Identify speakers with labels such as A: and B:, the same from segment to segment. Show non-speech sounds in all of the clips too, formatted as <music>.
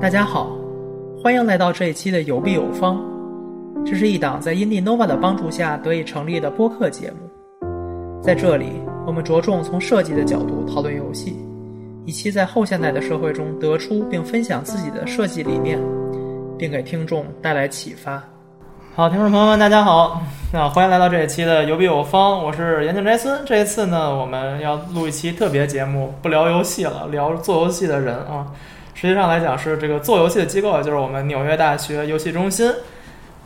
A: 大家好，欢迎来到这一期的有必有方。这是一档在 Indinova 的帮助下得以成立的播客节目。在这里，我们着重从设计的角度讨论游戏，以期在后现代的社会中得出并分享自己的设计理念，并给听众带来启发。好，听众朋友们，大家好，那欢迎来到这一期的有必有方，我是岩井斋森。这一次呢，我们要录一期特别节目，不聊游戏了，聊做游戏的人啊。实际上来讲是这个做游戏的机构，也啊就是我们纽约大学游戏中心。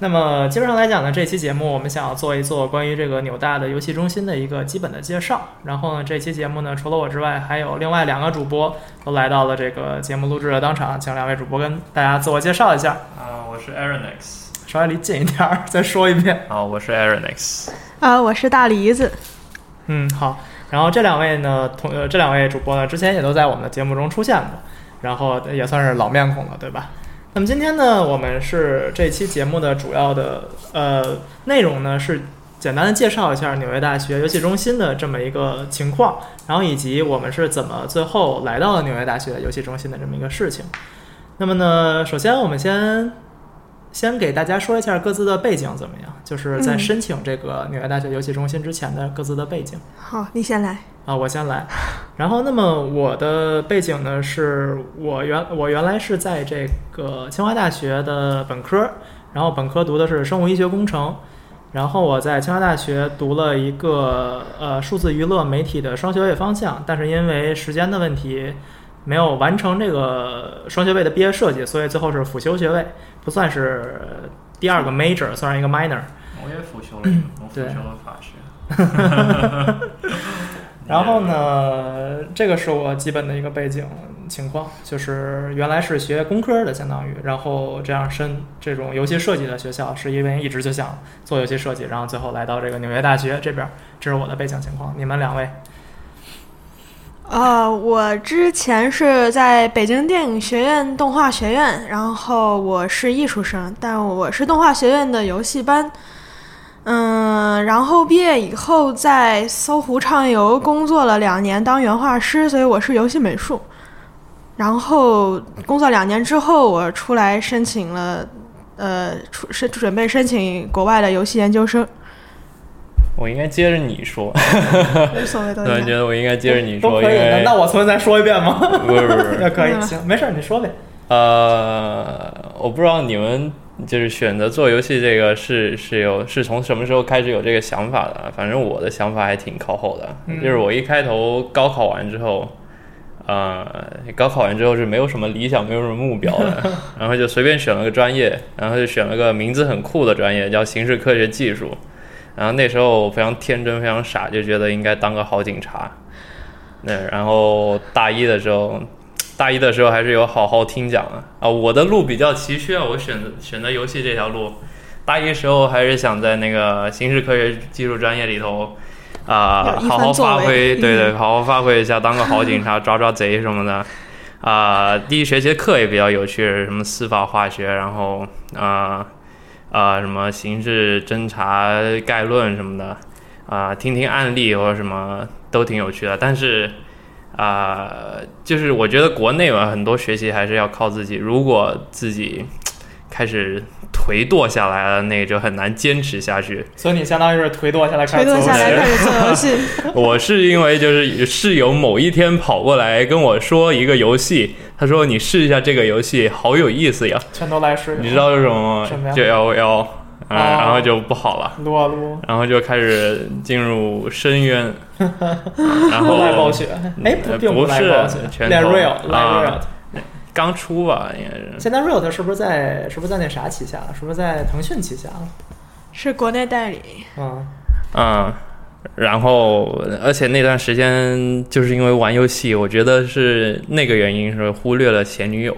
A: 那么接着上来讲呢，这期节目我们想要做一做关于这个纽大的游戏中心的一个基本的介绍。然后呢，这期节目呢，除了我之外，还有另外两个主播都来到了这个节目录制的当场，请两位主播跟大家自我介绍一下，
B: 啊，我是 Aaronix。
A: 稍微离近一点儿，再说一遍。
B: 啊，我是 Aaronix。
C: 啊，我是大梨子。
A: 嗯，好。然后这两位呢，同呃这两位主播呢，之前也都在我们的节目中出现过，然后也算是老面孔了，对吧？那么今天呢，我们是这期节目的主要的呃内容呢是简单的介绍一下纽约大学游戏中心的这么一个情况，然后以及我们是怎么最后来到了纽约大学游戏中心的这么一个事情。那么呢，首先我们先先给大家说一下各自的背景怎么样，就是在
C: 嗯
A: 申请这个纽约大学游戏中心之前的各自的背景。
C: 好，你先来。
A: 啊，我先来。然后，那么我的背景呢，是我原我原来是在这个清华大学的本科，然后本科读的是生物医学工程，然后我在清华大学读了一个呃数字娱乐媒体的双学位方向，但是因为时间的问题，没有完成这个双学位的毕业设计，所以最后是辅修学位，不算是第二个 major，算是一个 minor。
B: 我也辅修了
D: 嗯
B: 一个，我辅
A: 对
B: 修了法学。
A: <laughs> 然后呢，这个是我基本的一个背景情况，就是原来是学工科的，相当于，然后这样申这种游戏设计的学校，是因为一直就想做游戏设计，然后最后来到这个纽约大学这边，这是我的背景情况。你们两位，
C: 呃，我之前是在北京电影学院动画学院，然后我是艺术生，但我是动画学院的游戏班。嗯，然后毕业以后在搜狐畅游工作了两年，当原画师，所以我是游戏美术。然后工作两年之后，我出来申请了，呃，出是准备申请国外的游戏研究生，
D: 我应该接着你说，
C: 无所谓都
D: 突
C: 一
D: 然觉
C: 样。
D: 得我应该接着你
A: 都
D: 说，因
A: 可以。
D: 为
A: 那那我重新再说一遍吗？
C: <laughs>
D: 不是不是不
A: 那
D: 是，
A: 可以，
C: 嗯
A: 行，没事儿，你说呗。
D: 呃，我不知道你们就是选择做游戏这个是是有是从什么时候开始有这个想法的？啊反正我的想法还挺靠后的，啊
A: 嗯
D: 就是我一开头高考完之后，呃，高考完之后是没有什么理想，没有什么目标的，然后就随便选了个专业，然后就选了个名字很酷的专业，叫刑事科学技术。然后那时候我非常天真，非常傻，就觉得应该当个好警察。对，然后大一的时候，大一的时候还是有好好听讲的啊。我的路比较崎岖，啊，我选择选择游戏这条路。大一时候还是想在那个刑事科学技术专业里头啊、
C: 有一番
D: 好好发
C: 作为嗯
D: 挥，对对，好好发挥一下，当个好警
C: <laughs>
D: 察，抓抓贼什么的。啊、第一学期的课也比较有趣，什么司法化学，然后啊啊、什么刑事侦查概论什么的，啊、听听案例或者什么都挺有趣的。但是啊、就是我觉得国内吧，很多学习还是要靠自己。如果自己开始颓堕下来了，那就很难坚持下
A: <laughs>
D: 去。
A: 所以你相当于是颓堕下来开
C: 垂
A: 始做游
C: 落
A: 戏
C: 下来开始做游戏。
D: <laughs> 我是因为就是室友某一天跑过来跟我说一个游戏，他说你试一下这个游戏，好有意思呀。
A: 全都来试。
D: 你知道是什么吗？
A: 哦什么呀
D: 就幺幺，嗯，
A: 哦
D: 然后就不好了。
A: 撸啊撸，
D: 然后就开始进入深渊，然
A: 都
D: 后
A: 来暴雪。哎，
D: 呃
A: 并不
D: 不
A: 来
D: 是
A: 暴雪，
D: 拳
A: 来
D: 头
A: real，来
D: 啊
A: real。
D: 刚出吧，应该是
A: 现在 real 是不是在是不是在那啥旗下了？是不是在腾讯旗下了？
C: 是国内代理，
A: 嗯。
E: 啊
D: 嗯，然后呃而且那段时间就是因为玩游戏，我觉得是那个原因是忽略了前女友，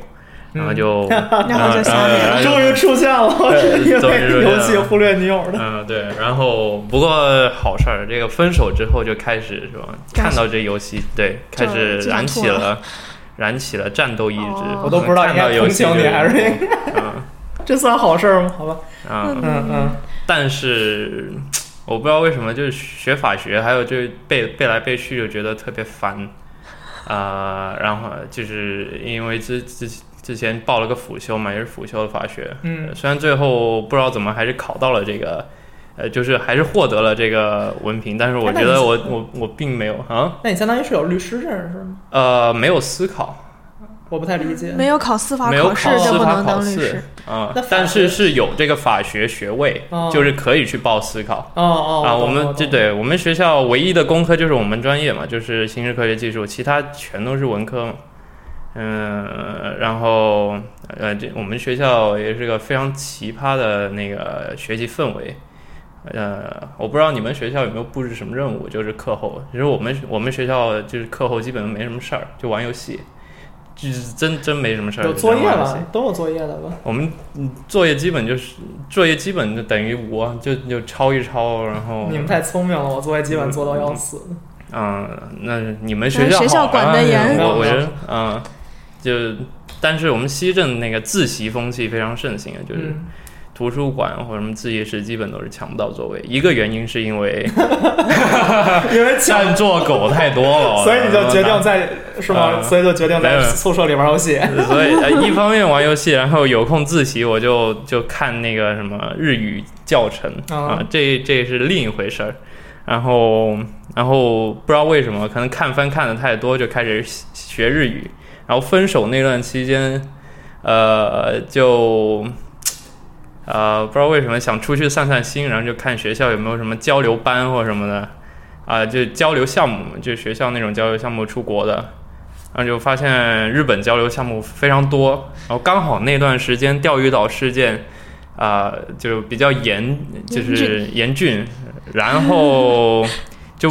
C: 嗯
D: 然后
C: <laughs>
D: 就
C: 然后就消灭了
D: 嗯嗯嗯
A: 终于出现了，是因
D: 终于出
A: 为
D: 现
A: 游
D: 了
A: 戏忽略女友的。
D: 嗯，对，然后不过好事儿，这个分手之后就开始是吧？
C: 开始
D: 看到这游戏，对，开始
C: 就
D: 燃起
C: 就想吐
D: 了，燃起了战斗意志。
C: 哦
A: 我都不知道应
D: 看到
A: 该
D: 游
A: 同
D: 戏
A: 情你
D: 就
A: 还是应该，
D: 嗯
A: 这算好事儿吗？好吧，
D: 嗯，
A: 嗯嗯，
D: 但是我不知道为什么，就是学法学，还有就是背背来背去，就觉得特别烦。啊、然后就是因为之之之前报了个辅修嘛，也是辅修的法学。
E: 嗯
D: 呃虽然最后不知道怎么还是考到了这个，呃，就是还是获得了这个文凭，但是我
E: 哎那你
D: 觉得
E: 是
D: 我我我并没有啊，
E: 那你相当于是有律师证是吗？
D: 呃，没有思考，
E: 我不太理解。
C: 没有考司法
D: 没有
C: 考试
D: 考
C: 就
D: 司
C: 不
D: 法
C: 能
D: 考
C: 当律
D: 试
C: 师。
D: 啊
E: 那法，
D: 但
E: 学
D: 是是有这个法学学位
E: 哦，
D: 就是可以去报司考。
E: 哦哦
D: 啊，
E: 懂
D: 我们
E: 懂
D: 这对我们学校唯一的工科就是我们专业嘛，就是形式科学技术，其他全都是文科嘛。嗯、然后呃，这我们学校也是个非常奇葩的那个学习氛围。呃，我不知道你们学校有没有布置什么任务，就是课后。其实我们我们学校就是课后基本没什么事儿，就玩游戏，就是真真没什么事儿。
E: 有
D: 就
E: 作
D: 真
E: 业
D: 玩游戏
E: 了，都有作业了吧？
D: 我们嗯作业基本就是作业基本就等于我就就抄一抄，然后
E: 你们太聪明了，我作业基本做到要死。
D: 哦嗯，那你们学校
C: 学校
D: 好啊
C: 管得严
D: 我我觉得嗯，就但是我们西镇那个自习风气非常盛行，就是
E: 嗯，
D: 图书馆或者什么自习室基本都是抢不到座位。一个原因是因为 <laughs>
E: 因为抢，
D: 占座狗啊太多了，
E: 所以你就决定在是吗？
D: 嗯
E: 所以就决定
D: 没
E: 在
D: 有
E: 宿舍里玩游戏。
D: <laughs> 所以呃一方面玩游戏，然后有空自习，我就就看那个什么日语教程
E: 哦
D: 啊、这这是另一回事儿。然后然后不知道为什么，可能看番看的太多，就开始学日语。然后分手那段期间，呃，就呃不知道为什么想出去散散心，然后就看学校有没有什么交流班或什么的。啊、就交流项目，就学校那种交流项目出国的，然后就发现日本交流项目非常多，然后刚好那段时间钓鱼岛事件，啊、就比较严，就是严峻，然后 就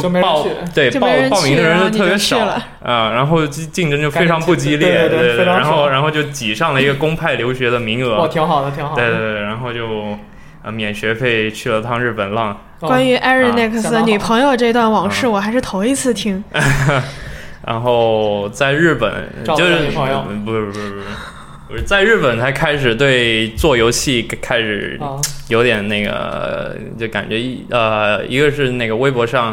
E: <laughs> 就没人
D: 报
E: 去
D: 对
C: 就
D: 报
C: 没人
D: 报名的
C: 去然后
D: 人
C: 你
D: 特别
C: 就去
D: 少
C: 了
D: 啊、然后竞竞争就非常不激
E: 赶
D: 烈，
E: 紧去对对对非常
D: 然后
E: 爽
D: 然后就挤上了一个公派留学的名
E: 哦，
D: 额，
E: 挺好的，哦挺好
D: 对对
E: 的。
D: 对，然后就呃免学费去了趟日本浪，
E: 哦
C: 关
D: 啊
C: 于 Erinex
E: 相当
C: 的
E: 好
C: 女朋友这段往
D: 嗯
C: 事，我还是头一次听。
D: 然后在日本
E: 找
D: 就
E: 了
D: 是
E: 女朋友
D: 不是不是不是不是在日本才开始对做游戏开始
E: 啊，
D: 有点那个，就感觉一呃，一个是那个微博上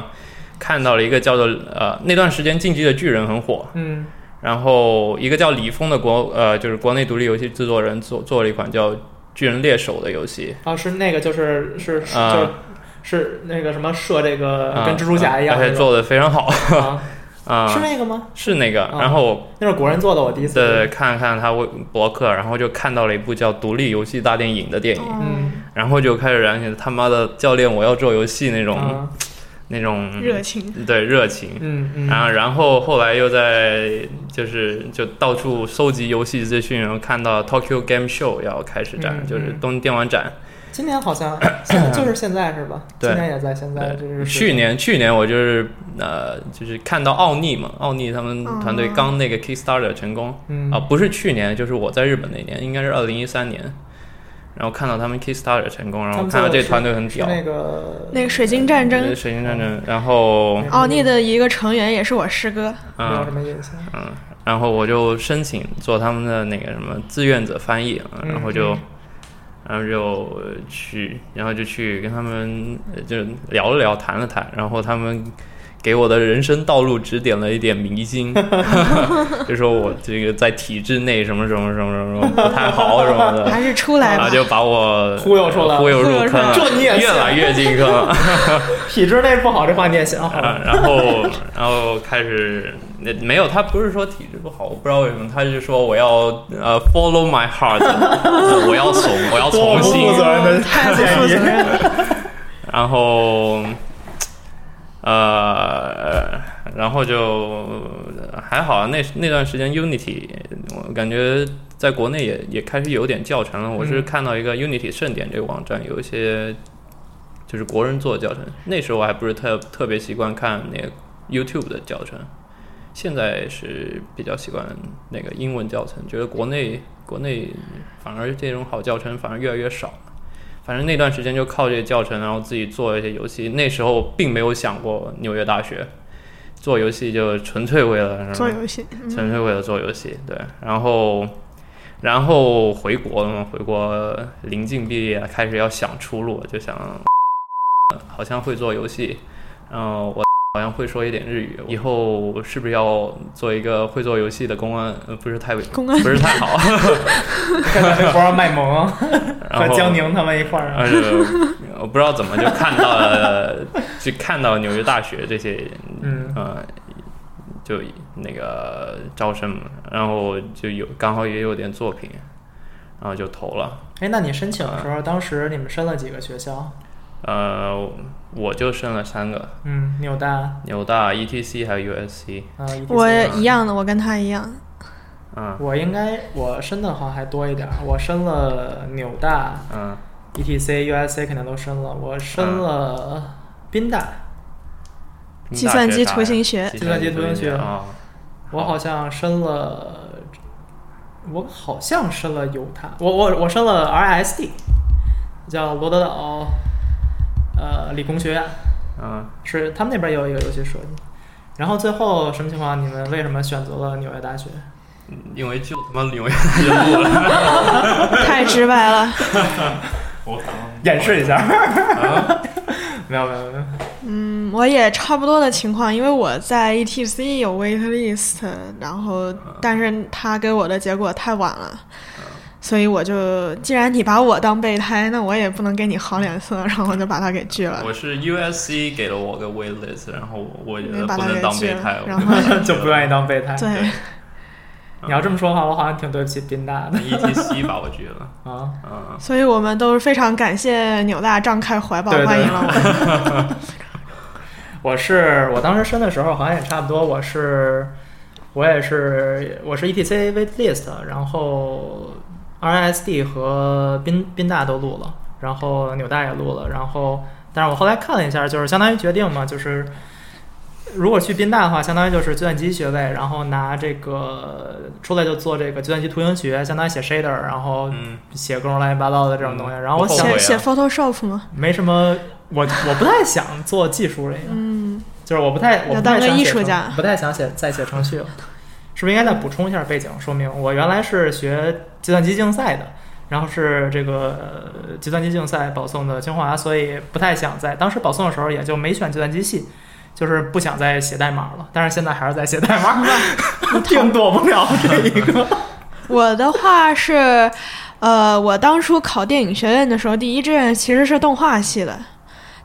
D: 看到了一个叫做呃那段时间《进击的巨人》很火，
E: 嗯
D: 然后一个叫李峰的国呃就是国内独立游戏制作人做做了一款叫《巨人猎手》的游戏，
E: 啊，是那个就是是是
D: 啊
E: 就是是那个什么射这个
D: 啊
E: 跟蜘蛛侠一样
D: 而
E: 那
D: 且
E: 种
D: 做的非常好
E: 啊，
D: 啊。
E: 是那个吗？
D: 是那个，
E: 啊
D: 然后
E: 那是国人做的，我第一次。
D: 对，看了看他微博客，然后就看到了一部叫《独立游戏大电影》的电
C: 哦
D: 影，
E: 嗯，
D: 然后就开始燃起他妈的教练，我要做游戏那种、
E: 啊
D: 那种
C: 热情，
D: 对热情。
E: 嗯嗯，
D: 然后，然后后来又在就是就到处收集游戏资讯，然后看到 Tokyo Game Show 要开始展，
E: 嗯
D: 就是
E: 嗯
D: 东京电玩展。
E: 今年好像现在就是现在是吧？
D: 对
E: 今年也在现在，这
D: 对，
E: 是
D: 去年去年我就是呃就是看到奥尼嘛，奥尼他们
C: 哦
D: 团队刚那个 Kickstarter 成功，
E: 嗯
D: 啊，不是去年，就是我在日本那年，应该是二零一三年，然后看到他们 Kickstarter 成功，然
E: 他
D: 后
E: 们
D: 看到
E: 做的
D: 这
E: 是
D: 团队很
E: 是
D: 屌，
E: 那哦个
C: 那个水晶战
D: 呃
C: 争，
D: 水晶战争，然后
E: 嗯
C: 奥尼的一个成员也是我师哥。
E: 没有
D: 嗯
E: 什么印象。
D: 嗯，然后我就申请做他们的那个什么志愿者翻译，啊
E: 嗯
D: 然后就
E: 嗯。
D: 然后就去，然后就去跟他们呃就聊了聊，谈了谈，然后他们给我的人生道路指点了一点迷津， <laughs> 就说我这个在体制内什么什么什么什么不太好什么的，
C: 还是出
D: 然
C: 来
D: 后
C: 吧。
D: 嗯啊就把我
E: 忽悠出来
D: 忽悠入坑了，
E: 这你也信
D: 越来越进坑了。 <laughs>
E: 体制内不好这话你也信？好吧
D: 啊然后，然后开始那没有，他不是说体质不好，我不知道为什么，他是说我要呃 follow
E: <laughs>
D: my heart，呃我要从我要
E: 多
D: 从
E: 不
D: 心
E: 负，责任的
C: 嗯太不负责任了。
D: 然后呃，然后就还好，那那段时间 Unity 我感觉。在国内也也开始有点教程了。我是
E: 嗯
D: 看到一个 Unity 盛典这个网站，有一些就是国人做的教程。那时候我还不是特特别习惯看那个 YouTube 的教程，现在是比较习惯那个英文教程，觉得国内国内反而这种好教程反而越来越少了。反正那段时间就靠这些教程，然后自己做一些游戏。那时候并没有想过纽约大学做游戏，就纯粹为了
C: 做游戏，嗯
D: 纯粹为了做游戏，对。然后，然后回国了嘛，回国临近毕业，开始要想出路，就想好像会做游戏，然后我好像会说一点日语，以后是不是要做一个会做游戏的公安？呃，不是太
C: 公安
D: 不是太
C: <laughs>
D: 好。
A: 看咱微博上卖萌和
D: 然后
A: 江宁他们一块
E: 啊
A: 儿，
D: 呃，我不知道怎么就看到了， <laughs> 就看到纽约大学这些，
A: 嗯
D: 呃，就那个招生，然后就有刚好也有点作品，然后就投了。
A: 哎，那你申请的时候，当时你们申了几个学校？
D: 呃，我就申了三个，
A: 嗯，纽大，
D: 纽大、ETC 还有 USC。
A: 呃，ETC
C: 我也一样的，我跟他一样。
D: 嗯
A: 我应该我申的好像还多一点儿，我申了纽大、，E
D: 嗯
A: ETC、USC 肯定都申了，我申
D: 嗯
A: 了宾大，
C: 计算机图形学
A: 计算机图形学
D: 啊，
A: 我好像申了，我好像申了犹他，我我我申了 RSD，叫罗德岛呃理工学院，
D: 嗯，
A: 是他们那边也有一个游戏设计。然后最后什么情况？你们为什么选择了纽约大学？
D: 因为就他妈
A: <laughs>
D: 纽约大学录了，
C: 太直白了。
F: 我可能
A: 演示一 <laughs> 下。啊没有没有没有，
C: 嗯，我也差不多的情况，因为我在 ETC 有 wait list，然后但是他给我的结果太晚了，所以我就既然你把我当备胎，那我也不能给你好脸色，然后我就把他给拒了。
D: 我是 USC 给了我个 wait list，然后我觉得
C: 没把
D: 不
C: 它
D: 能
C: 给
D: 当
C: 拒
D: 备
C: 了
D: 胎，我
C: 然
D: 就
C: 后
D: 把它
A: 就不愿意当备胎。
C: 对，
A: 你要这么说的话，我好像挺对不起宾大的
D: ETC E 吧，我觉得，
A: 啊。 <laughs>
D: 嗯，
C: 所以我们都是非常感谢纽大张开怀抱
A: 对对
C: 欢迎了我们。
A: 我是我当时申的时候好像也差不多，我是我也是我是 ETC waitlist，然后 RSD 和宾宾大都录了，然后纽大也录了，然后但是我后来看了一下，就是相当于决定嘛，就是。如果去宾大的话，相当于就是计算机学位，然后拿这个出来就做这个计算机图形学，相当于写 shader，然后
D: 嗯
A: 写各种乱七八糟的这种东西。
D: 嗯
A: 然后我
D: 不后
A: 想
D: 悔
C: 写
D: 啊
C: 写 Photoshop 吗？
A: 没什么，我我不太想做技术类的，
C: 嗯，
A: 就是我不太我
C: 要
A: 不
C: 当
A: 太
C: 个
A: 想
C: 艺
A: 写
C: 术
A: 程
C: 家
A: 不太想写再写程序了，是不是应该再补充一下背景说明？我原来是学计算机竞赛的，然后是这个呃计算机竞赛保送的清华，所以不太想在当时保送的时候也就没选计算机系。就是不想再写代码了，但是现在还是在写代码，<laughs>
C: 嗯
A: 定躲不了这一 <laughs> 个。
C: <laughs> 我的话是，呃，我当初考电影学院的时候，第一志愿其实是动画系的，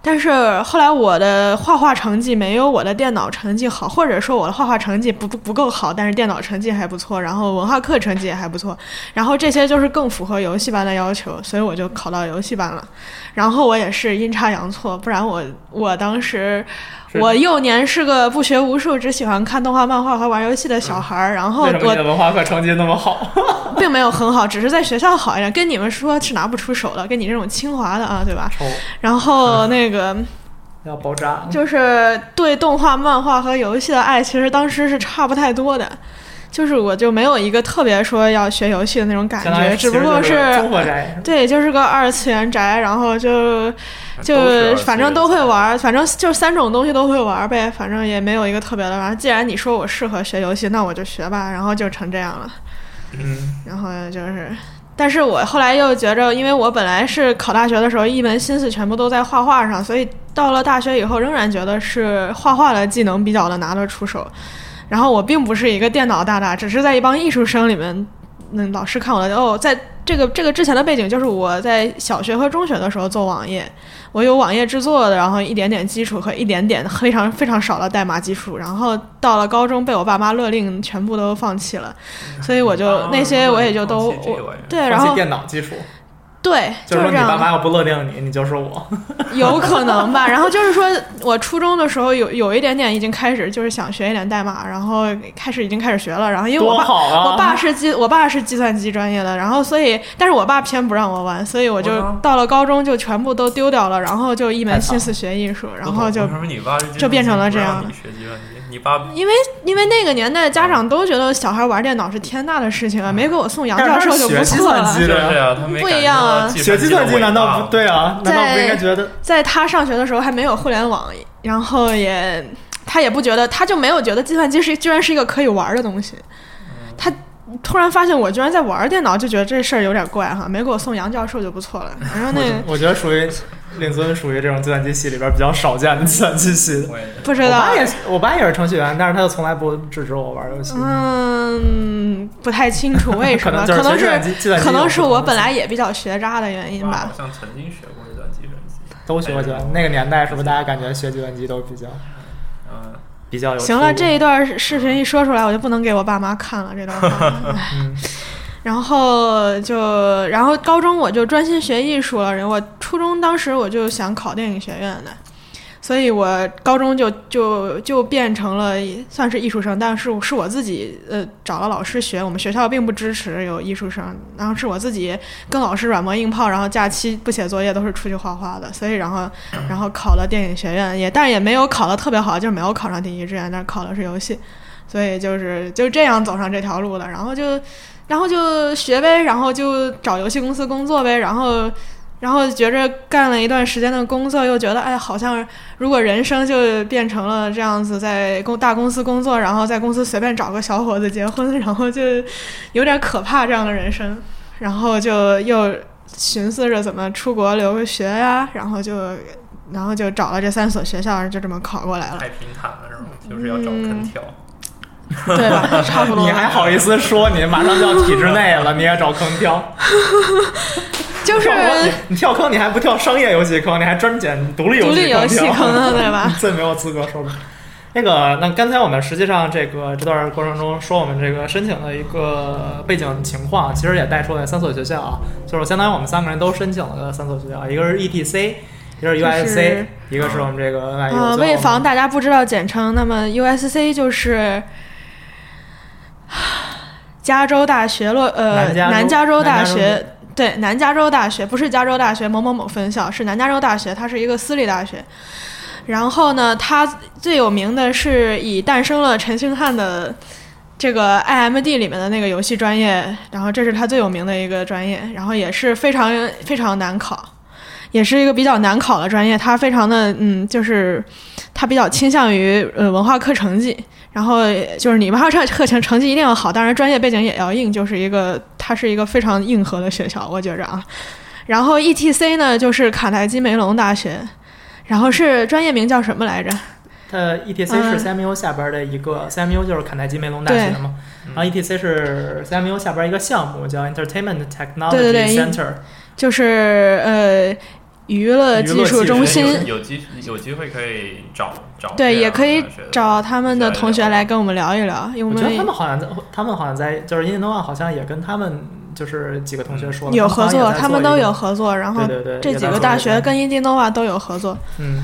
C: 但是后来我的画画成绩没有我的电脑成绩好，或者说我的画画成绩不不不够好，但是电脑成绩还不错，然后文化课成绩也还不错，然后这些就是更符合游戏班的要求，所以我就考到游戏班了。然后我也是阴差阳错，不然我我当时。
A: 是
C: 我幼年是个不学无术，只喜欢看动画、漫画和玩游戏的小孩儿。然后
A: 为什么
C: 我
A: 你的文化课成绩那么好？
C: 并没有很好，只是在学校好一点。跟你们说是拿不出手的，跟你这种清华的啊，对吧？
A: 抽
C: 然后那个
A: 要爆炸！
C: 就是对动画、漫画和游戏的爱，其实当时是差不太多的。就是我就没有一个特别说要学游戏的那种感
A: 相当于
C: 觉，只不过
A: 其实就是中国宅，
C: 对，就是个二次元宅，然后就
D: 都是
C: 就
D: 二次
C: 反正
D: 元
C: 都会玩儿，反正就三种东西都会玩儿呗，反正也没有一个特别的。然后既然你说我适合学游戏，那我就学吧，然后就成这样了。
A: 嗯，
C: 然后就是，但是我后来又觉着，因为我本来是考大学的时候一门心思全部都在画画上，所以到了大学以后，仍然觉得是画画的技能比较的拿得出手。然后我并不是一个电脑大大，只是在一帮艺术生里面，嗯，老师看我的哦，在这个这个之前的背景就是我在小学和中学的时候做网页，我有网页制作的，然后一点点基础和一点点非常非常少的代码基础，然后到了高中被我爸妈勒令全部都放弃了，所以我就那
D: 啊
C: 些我也就都
D: 放弃这
C: 我
D: 个玩意儿
C: 对，然
A: 放弃
C: 后
A: 电脑基础，
C: 对，
A: 就是
C: 是
A: 说
C: 这
A: 你爸
C: 样。
A: 妈要不勒定你，你就是我。
C: 有可能吧。然后就是说我初中的时候有有一点点已经开始就是想学一点代码，然后开始已经开始学了。然后因为我
A: 多
C: 爸、
A: 好啊！
C: 我爸是计我爸是计算机专业的，然后所以但是我爸偏不让我玩，所以我就
D: 我操
C: 到了高中就全部都丢掉了，然后就一
A: 太
C: 门
A: 惨
C: 心思学艺术，然后
D: 为
C: 就
D: 什么你爸是
C: 就变成了这样
D: 不让你学计算机，你爸
C: 因为因为那个年代家长都觉得小孩玩电脑是天大的事情啊，没给我送杨
A: 但是
C: 教
A: 他是
C: 授就
A: 学
C: 不
A: 计
C: 错
A: 算
C: 了
A: 机。
D: 就是
A: 的
D: 啊，他没
C: 不一
D: 感觉
C: 样
D: 到
C: 啊
D: 计
A: 学
D: 算
A: 计
D: 机的
A: 算机
D: 伟
A: 难
D: 大
A: 道
D: 吗
A: 不对啊？难
C: 在
A: 道不应该觉得？
C: 在他上学的时候还没有互联网，然后也他也不觉得，他就没有觉得计算机是居然是一个可以玩儿的东西，他突然发现我居然在玩电脑，就觉得这事儿有点怪哈。没给我送杨教授就不
A: <laughs>
C: 错了。然后那
A: 我我觉得属于令尊属于这种计算机系里边比较少见的计算机系的。
C: 不知
A: 我
C: 道
A: 爸，也是，我爸也是程序员，但是他就从来不制止我玩游戏。
C: 嗯，不太清楚为什么，
A: 可能
C: 可
A: 就
C: 能
A: 是计算机计算
C: 是
A: 机
C: 可能是
A: 有不同
C: 我
A: 的
C: 本来也比较学渣的原因
D: 我
C: 吧
D: 好。像曾经学过一段计算机，
A: 都学过计算，那个年代是不是大家感觉学计算机都比较
D: 嗯，
A: 比较有出路？
C: 行了，这一段视频一说出来，我就不能给我爸妈看了这段话。唉然后就，然后高中我就专心学艺术了。然后我初中当时我就想考电影学院的，所以我高中就就就变成了算是艺术生，但是是我自己呃找了老师学，我们学校并不支持有艺术生，然后是我自己跟老师软磨硬泡，然后假期不写作业都是出去画画的，所以然后然后考了电影学院，也但是也没有考得特别好，就是没有考上第一志愿，但是考的是游戏，所以就是就这样走上这条路了，然后就然后就学呗，然后就找游戏公司工作呗，然后。然后觉着干了一段时间的工作，又觉得哎，好像如果人生就变成了这样子，在公大公司工作，然后在公司随便找个小伙子结婚， <laughs> 然后就有点可怕这样的人生。然后就又寻思着怎么出国留个学呀、然后就然后就找了这三所学校，就这么考过来了，
D: 太平坦了是吗？就是要找
C: 嗯
D: 坑跳，
C: 对吧？差不多。
A: <laughs> 你还好意思说你马上就要体制内了，你也找坑跳？
C: <laughs> 就是
A: 你跳坑，你还不跳商业游戏坑，你还专捡独立
C: 独
A: 游
C: 立
A: 戏
C: 游
A: 坑
C: 戏
A: 跳
C: 坑
A: <laughs>
C: 了，对吧？
A: 最没有资格说的。那个，那刚才我们实际上这个这段过程中说我们这个申请的一个背景情况，其实也带出来三所学校啊，就是相当于我们三个人都申请了三所学校，一个是 ETC，一个是 USC，、
C: 就是
A: 一个是我们这个 NYU、
C: 啊、为防大家不知道简称，那么 USC 就是加州大学洛呃
A: 南加州
C: 州大
A: 南加
C: 学。对，南加州大学不是加州大学某某某分校，是南加州大学，它是一个私立大学。然后呢，它最有名的是以诞生了陈星汉的这个 IMD 里面的那个游戏专业，然后这是它最有名的一个专业，然后也是非常非常难考。也是一个比较难考的专业，它非常的嗯，就是它比较倾向于呃文化课成绩，然后就是你文化课课程成绩一定要好，当然专业背景也要硬，就是一个它是一个非常硬核的学校，我觉着啊。然后 E T C 呢，就是卡耐基梅隆大学，然后是专业名叫什么来着？
A: 呃 ETC 是
C: 嗯
A: CMU 下边的一个、CMU 就是肯德基梅隆大学嘛，然
D: 嗯
A: 后 ETC 是 CMU 下边一个项目叫 Entertainment Technology
C: 对对对
A: Center，
C: 就是呃娱乐技术中
A: 娱乐技
C: 心
A: 术。
D: 有机有机会可以找找
C: 对，
D: 这样
C: 也可以
D: 的学生
C: 找他们的同学来跟我们聊一聊，因
A: 我
C: 为
A: 觉
C: 们
A: 得他们好像在，他们好像在，就是印度好像也跟他们就是几个同学说了，
C: 有合作，
A: 他们好像也在
C: 他
A: 做
C: 们都
A: 一个
C: 有，合作，然后
A: 对对对
C: 这
A: 也
C: 几
A: 在
C: 个
A: 做
C: 大
A: 这
C: 学
A: 个
C: 跟 Indinova 都有合作，
A: 嗯，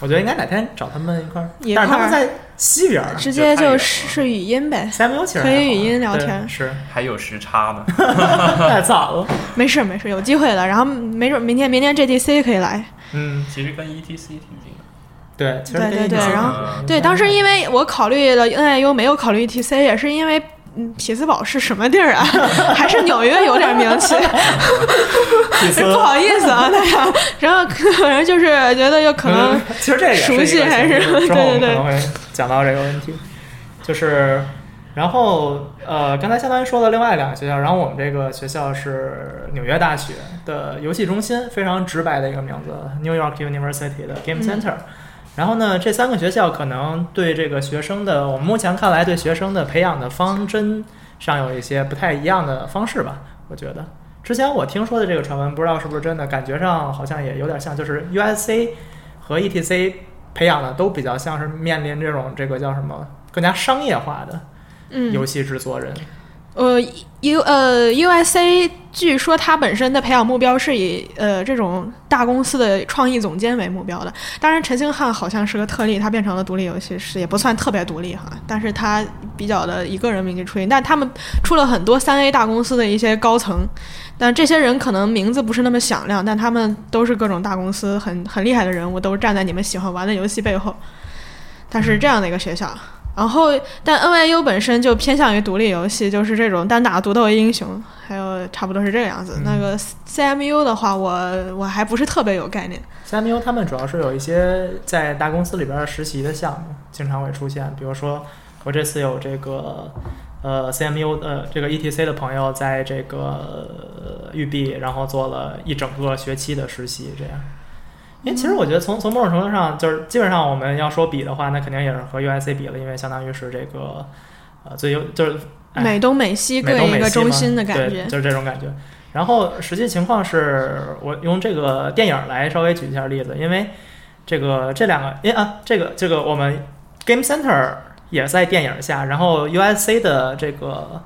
A: 我觉得应该哪天找他们一块儿，
C: 一
A: 但是他
C: 块儿
A: 们在西边儿
C: 直接
D: 太远
C: 就
D: 了
C: 是是语音呗，
A: ，CMU 其实
C: 可以
A: 还好啊
C: 语音聊
A: 对
C: 天
A: 是
D: 还有时差呢，
A: 太惨了，
C: 没事没事，有机会的。然后没准明天明天 GDC 可以来。
A: 嗯，
D: 其实跟 ETC 挺近的。
A: 对，其实
C: 对
A: 跟
C: 对对
A: 疫情
C: 然后
A: 可能
C: 对，当时因为我考虑了 NIU 没有考虑 ETC，也是因为。嗯，匹兹堡是什么地儿啊？ <laughs> 还是纽约有点名气，
A: 第四
C: 不好意思啊， <laughs> 大家。然后可 <laughs> 能就是觉得有可能
A: 嗯，其实这也是一
C: 熟
A: 个
C: 悉还
A: 形
C: 是 <laughs>
A: 式之后我们可
C: 对对对
A: 能会讲到这个问题，就是，然后呃，刚才相当于说了另外两个学校，然后我们这个学校是纽约大学的游戏中心，非常直白的一个名字，New York University 的
C: 嗯
A: Game Center。然后呢，这三个学校可能对这个学生的，我们目前看来对学生的培养的方针上有一些不太一样的方式吧，我觉得。之前我听说的这个传闻，不知道是不是真的，感觉上好像也有点像，就是 USC 和 E ETC 培养的都比较像是面临这种这个叫什么更加商业化的
C: 嗯，
A: 游戏制作人。
C: 呃，U 呃 USA 据说它本身的培养目标是以呃这种大公司的创意总监为目标的。当然，陈星汉好像是个特例，他变成了独立游戏师，也不算特别独立哈，但是他比较的以个人名义出名。但他们出了很多三 A 大公司的一些高层，但这些人可能名字不是那么响亮，但他们都是各种大公司很很厉害的人物，都是站在你们喜欢玩的游戏背后。它是这样的一个学校。然后，但 NYU 本身就偏向于独立游戏，就是这种单打独斗英雄，还有差不多是这个样子。
A: 嗯
C: 那个 CMU 的话，我我还不是特别有概念。
A: CMU 他们主要是有一些在大公司里边实习的项目，经常会出现，比如说我这次有这个呃 CMU 呃这个 ETC 的朋友在这个呃育碧，然后做了一整个学期的实习，这样。因为其实我觉得从从某种程度上，就是基本上我们要说比的话，那肯定也是和 UIC 比了，因为相当于是这个呃最优就是哎
C: 美东美西各
A: 美东美
C: 一个
A: 西
C: 中
A: 嘛
C: 心的感
A: 对
C: 觉。
A: 就是这种感觉。然后实际情况是我用这个电影来稍微举一下例子，因为这个这两个，因啊，这个这个我们 Game Center 也在电影下，然后 USC 的这个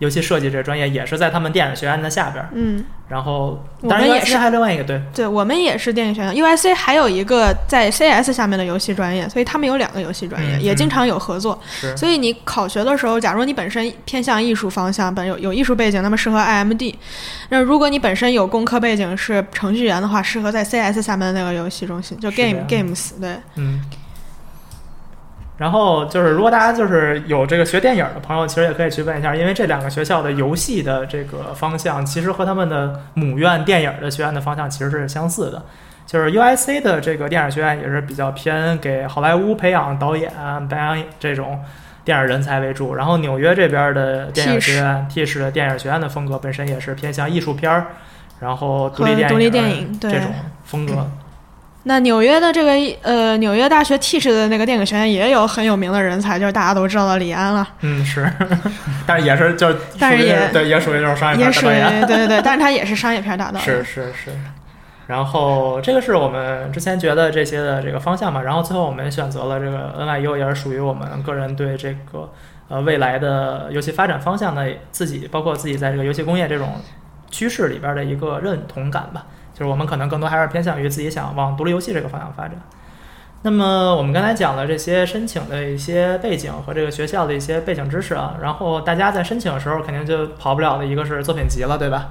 A: 游戏设计这个专业也是在他们电影学院的下边儿，
C: 嗯，
A: 然后
C: 我
A: 当然
C: 们也
A: USC
C: 是
A: 还有另外一个对
C: 对，我们也是电影学院，UIC 还有一个在 CS 下面的游戏专业，所以他们有两个游戏专业，
A: 嗯
C: 也
A: 嗯
C: 经常有合作。
A: 是
C: 所以你考学的时候，假如你本身偏向艺术方向，本有有艺术背景，那么适合 IMD；那如果你本身有工科背景是程序员的话，适合在 CS 下面的那个游戏中心，就是
A: 这
C: Game
A: 样
C: Games 对。
A: 嗯。然后就是，如果大家就是有这个学电影的朋友，其实也可以去问一下，因为这两个学校的游戏的这个方向，其实和他们的母院电影的学院的方向其实是相似的。就是 UIC 的这个电影学院也是比较偏给好莱坞培养导演、培养这种电影人才为主，然后纽约这边的电影学院 T 市的电影学院的风格本身也是偏向艺术片儿，然后独立
C: 和
A: 电影、
C: 独立电影对
A: 这种风格。
C: 那纽约的这个呃，纽约大学 T 市的那个电影学院也有很有名的人才，就是大家都知道的李安了，
A: 嗯，是， <laughs> 但是也是就是，
C: 但是也
A: 对，也属于这种商业
C: 也
A: 片
C: 属
A: 导
C: 于
A: 演，
C: 对对对，但是他也是商业片大导演。
A: 是嗯是是。然后这个是我们之前觉得这些的这个方向嘛，然后最后我们选择了这个 NYU，也是属于我们个人对这个呃未来的游戏发展方向的自己，包括自己在这个游戏工业这种趋势里边的一个认同感吧。就是我们可能更多还是偏向于自己想往独立游戏这个方向发展。那么我们刚才讲了这些申请的一些背景和这个学校的一些背景知识啊，然后大家在申请的时候肯定就跑不了的一个是作品集了，对吧？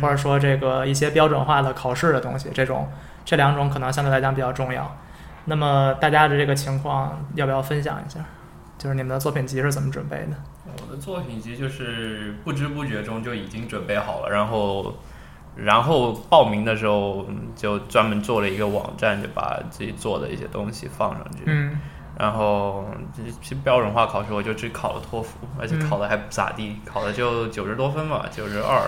A: 或者说这个一些标准化的考试的东西，这种这两种可能相对来讲比较重要。那么大家的这个情况要不要分享一下？就是你们的作品集是怎么准备的？
D: 我的作品集就是不知不觉中就已经准备好了，然后，然后报名的时候嗯就专门做了一个网站，就把自己做的一些东西放上去。
A: 嗯
D: 然后这这标准化考试，我就只考了托福，而且
A: 嗯
D: 考的还不咋地，考的就九十多分吧，九十二，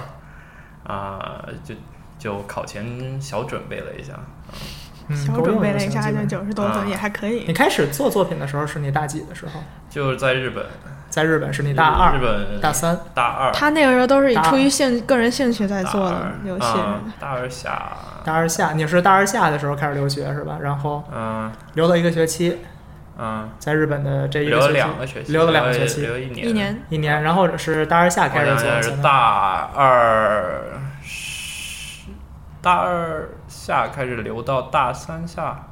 D: 啊，就就考前小准备了一下，
A: 嗯，
C: 小
A: 够用
C: 准备了一
A: 行
C: 下，
A: 基
C: 就
A: 本
C: 九十多分
D: 啊
C: 也还可
A: 你
C: 以。
A: 开始做作品的时候是你大几的时候？
D: 就是在日本，
A: 在日本是你大二、
D: 日本
A: 大三，
D: 大二，
C: 他那个时候都是以
A: 大
C: 出于兴个人兴趣在
D: 大
C: 做的
D: 二
C: 游戏，
D: 啊大二下，
A: 大二下，你是大二下的时候开始留学是吧？然后
D: 嗯
A: 留了一个学期，
D: 嗯，
A: 在日本的这一
D: 留
A: 个
D: 了
A: 学期，
D: 两个学期，
A: 留了两个学
D: 留
A: 期，
D: 了一年，
C: 一年
A: 一年，然后是大二下
D: 我
A: 开始
D: 想
A: 做
D: 想
A: 现
D: 是
A: 在
D: 大二是大二下开始留到大三下，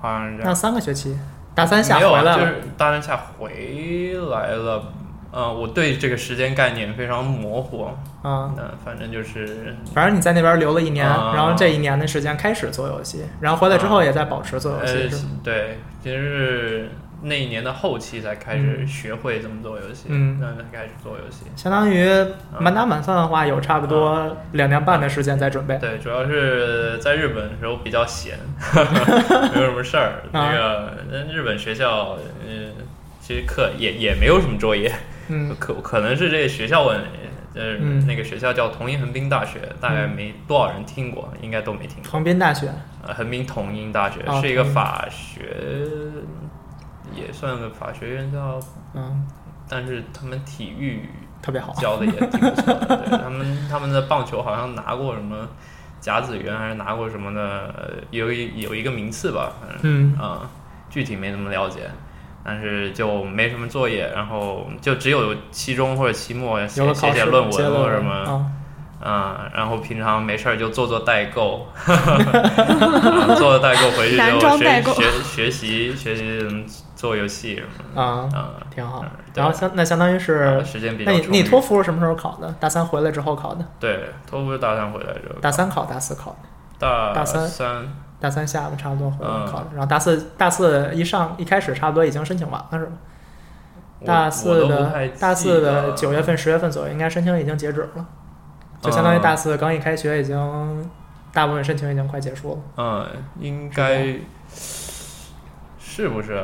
D: 好像是这
A: 那
D: 样。
A: 三个学期，大三下
D: 没
A: 回
D: 有啊
A: 来了，
D: 就是大三下回来了。嗯，我对这个时间概念非常模糊。
A: 嗯。
D: 嗯，反正就是
A: 反正你在那边留了一年，
D: 啊
A: 然后这一年的时间开始做游戏，然后回来之后也在保持做游戏，
D: 呃
A: 是吧，
D: 对，其实是那一年的后期才开始
A: 嗯
D: 学会怎么做游戏，
A: 嗯
D: 那才开始做游戏。
A: 相当于满打满算的话，有差不
D: 嗯
A: 多两年半的时间在准备。
D: 对，主要是在日本的时候比
A: <laughs>
D: 较闲，没有什么事儿。
A: 啊
D: 那个那日本学校，嗯、其实课也也没有什么作业，
A: 嗯
D: 可可能是这个学校问题。就是
A: 嗯
D: 那个学校叫同音横滨大学，大概没多少人听过，应该都没听过。
A: 横滨大学，
D: 呃，横滨同音大学、
A: 哦
D: 是一个
A: 同音
D: 法学，也算个法学院校，
A: 嗯，
D: 但是他们体育
A: 特别好。
D: <laughs> 教的也挺不错的。对他们他们的棒球好像拿过什么甲子园，还是拿过什么的，呃有一有一个名次吧，反正
A: 嗯
D: 啊、具体没怎么了解。但是就没什么作业，然后就只有期中或者期末写
A: 有个
D: 写
A: 考
D: 写
A: 试，
D: 论文
A: 写论
D: 或者什
A: 文
D: 么，
A: 啊，
D: 嗯，然后平常没事儿就做做代购， <laughs> 嗯做做代购回去
C: 男
D: 之后
C: 装
D: 学
C: 代购
D: 学学习学习怎么做游戏什么的，
A: 啊，
D: 嗯，
A: 挺好
D: 嗯。对
A: 然后相那相当于
D: 然后
A: 是，
D: 时间比
A: 那
D: 较嗯
A: 你
D: 充裕
A: 你托福是什么时候考的？大三回来之后考的，
D: 对托福是大三回来之后，
A: 大三考，大四考，
D: 大
A: 大三
D: 三
A: 大三下吧，差不多回来
D: 嗯
A: 考的。然后大四大四一上一开始差不多已经申请完了是吧？
D: 我
A: 大
D: 我
A: 四
D: 都不太
A: 的
D: 记
A: 大四的
D: 得
A: 九月份、十月份左右，应该申请已经截止了，就相当于
D: 嗯
A: 大四刚一开学，已经大部分申请已经快结束了。
D: 嗯，应该是不是？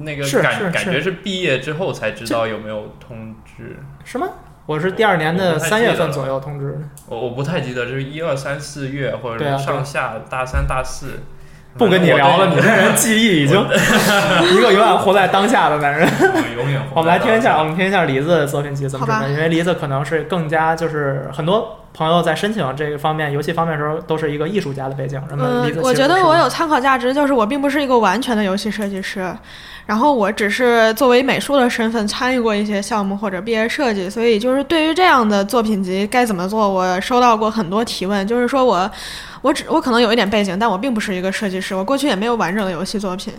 D: 那个
A: 是
D: 感
A: 是
D: 感
A: 是
D: 觉是毕业之后才知道有没有通知，
A: 是吗？我是第二年
D: 我
A: 的
D: 不太
A: 三
D: 记
A: 月
D: 得
A: 份
D: 了嗯
A: 左右通知的，
D: 我我不太记得，就是一二三四月或
A: 对啊
D: 者
A: 对
D: 上下大三大四。
A: 不跟你
D: 反正
A: 聊
D: 我
A: 了，你这人记忆已
D: <laughs>
A: 经 <laughs> 一个永远活在当下的男人。
D: 对啊
A: <laughs>
D: 永远活不
A: 我们来听一下，啊
D: 到
A: 我们听一下梨子的作品集怎么准
C: 好吧
A: 备，因为梨子可能是更加就是很多朋友在申请这个方面游戏方面的时候，都是一个艺术家的背景。那么梨
C: 嗯
A: 子，其实
C: 我觉得
A: 是
C: 我有参考价值，就是我并不是一个完全的游戏设计师，然后我只是作为美术的身份参与过一些项目或者毕业设计，所以就是对于这样的作品集该怎么做，我收到过很多提问，就是说我我只我可能有一点背景，但我并不是一个设计师，我过去也没有完整的游戏作品。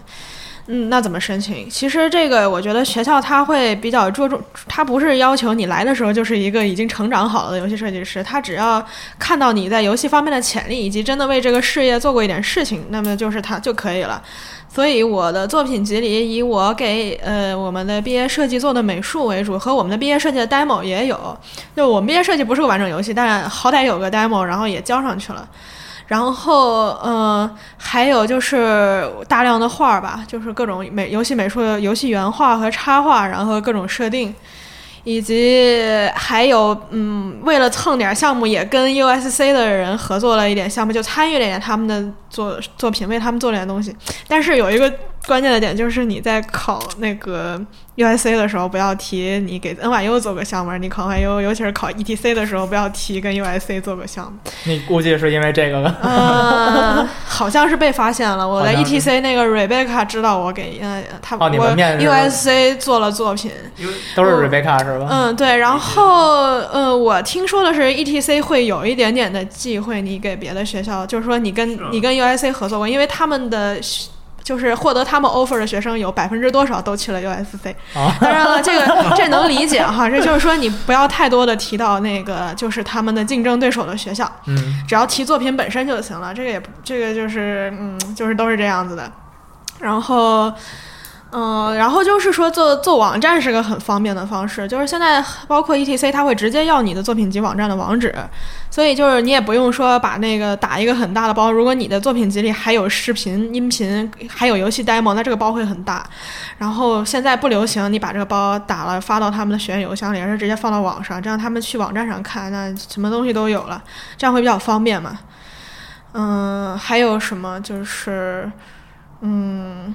C: 嗯，那怎么申请？其实这个我觉得学校它会比较着重，它不是要求你来的时候就是一个已经成长好了的游戏设计师，它只要看到你在游戏方面的潜力，以及真的为这个事业做过一点事情，那么就是它就可以了。所以我的作品集里，以我给呃我们的毕业设计做的美术为主，和我们的毕业设计的 demo 也有。就我们毕业设计不是个完整游戏，但好歹有个 demo，然后也交上去了。然后，呃，还有就是大量的画儿吧，就是各种美游戏美术、游戏原画和插画，然后各种设定，以及还有，嗯，为了蹭点项目，也跟 USC 的人合作了一点项目，就参与了一点他们的作作品，为他们做了点东西。但是有一个关键的点，就是你在考那个 USC 的时候，不要提你给 NYU 做个项目，你考 NYU，尤其是考 ETC 的时候，不要提跟 USC 做个项目。
A: 你估计是因为这个吧。
C: 嗯， <laughs> 好像是被发现了。我在
A: 啊好像是
C: ETC 那个 Rebecca 知道我给嗯、呃、他
A: 哦你们
C: 我
A: 面试了
C: USC 做了作品，
D: 因为
A: 都是
C: 我
A: Rebecca 是吧？
C: 嗯对。然后呃，我听说的是 ETC 会有一点点的忌讳你给别的学校，就是说你跟
D: 是啊
C: 你跟 USC 合作过，因为他们的学。就是获得他们 offer 的学生有百分之多少都去了 USC，
A: 啊，
C: 当然了，这个这能理解哈，这就是说你不要太多的提到那个就是他们的竞争对手的学校，
A: 嗯，
C: 只要提作品本身就行了。这个也不，这个就是嗯，就是都是这样子的。然后，嗯、然后就是说做做网站是个很方便的方式，就是现在包括 E ETC 它会直接要你的作品集网站的网址，所以就是你也不用说把那个打一个很大的包。如果你的作品集里还有视频、音频，还有游戏 demo，那这个包会很大。然后现在不流行你把这个包打了发到他们的学院邮箱里，而是直接放到网上，这样他们去网站上看，那什么东西都有了。这样会比较方便嘛。嗯，还有什么就是，嗯，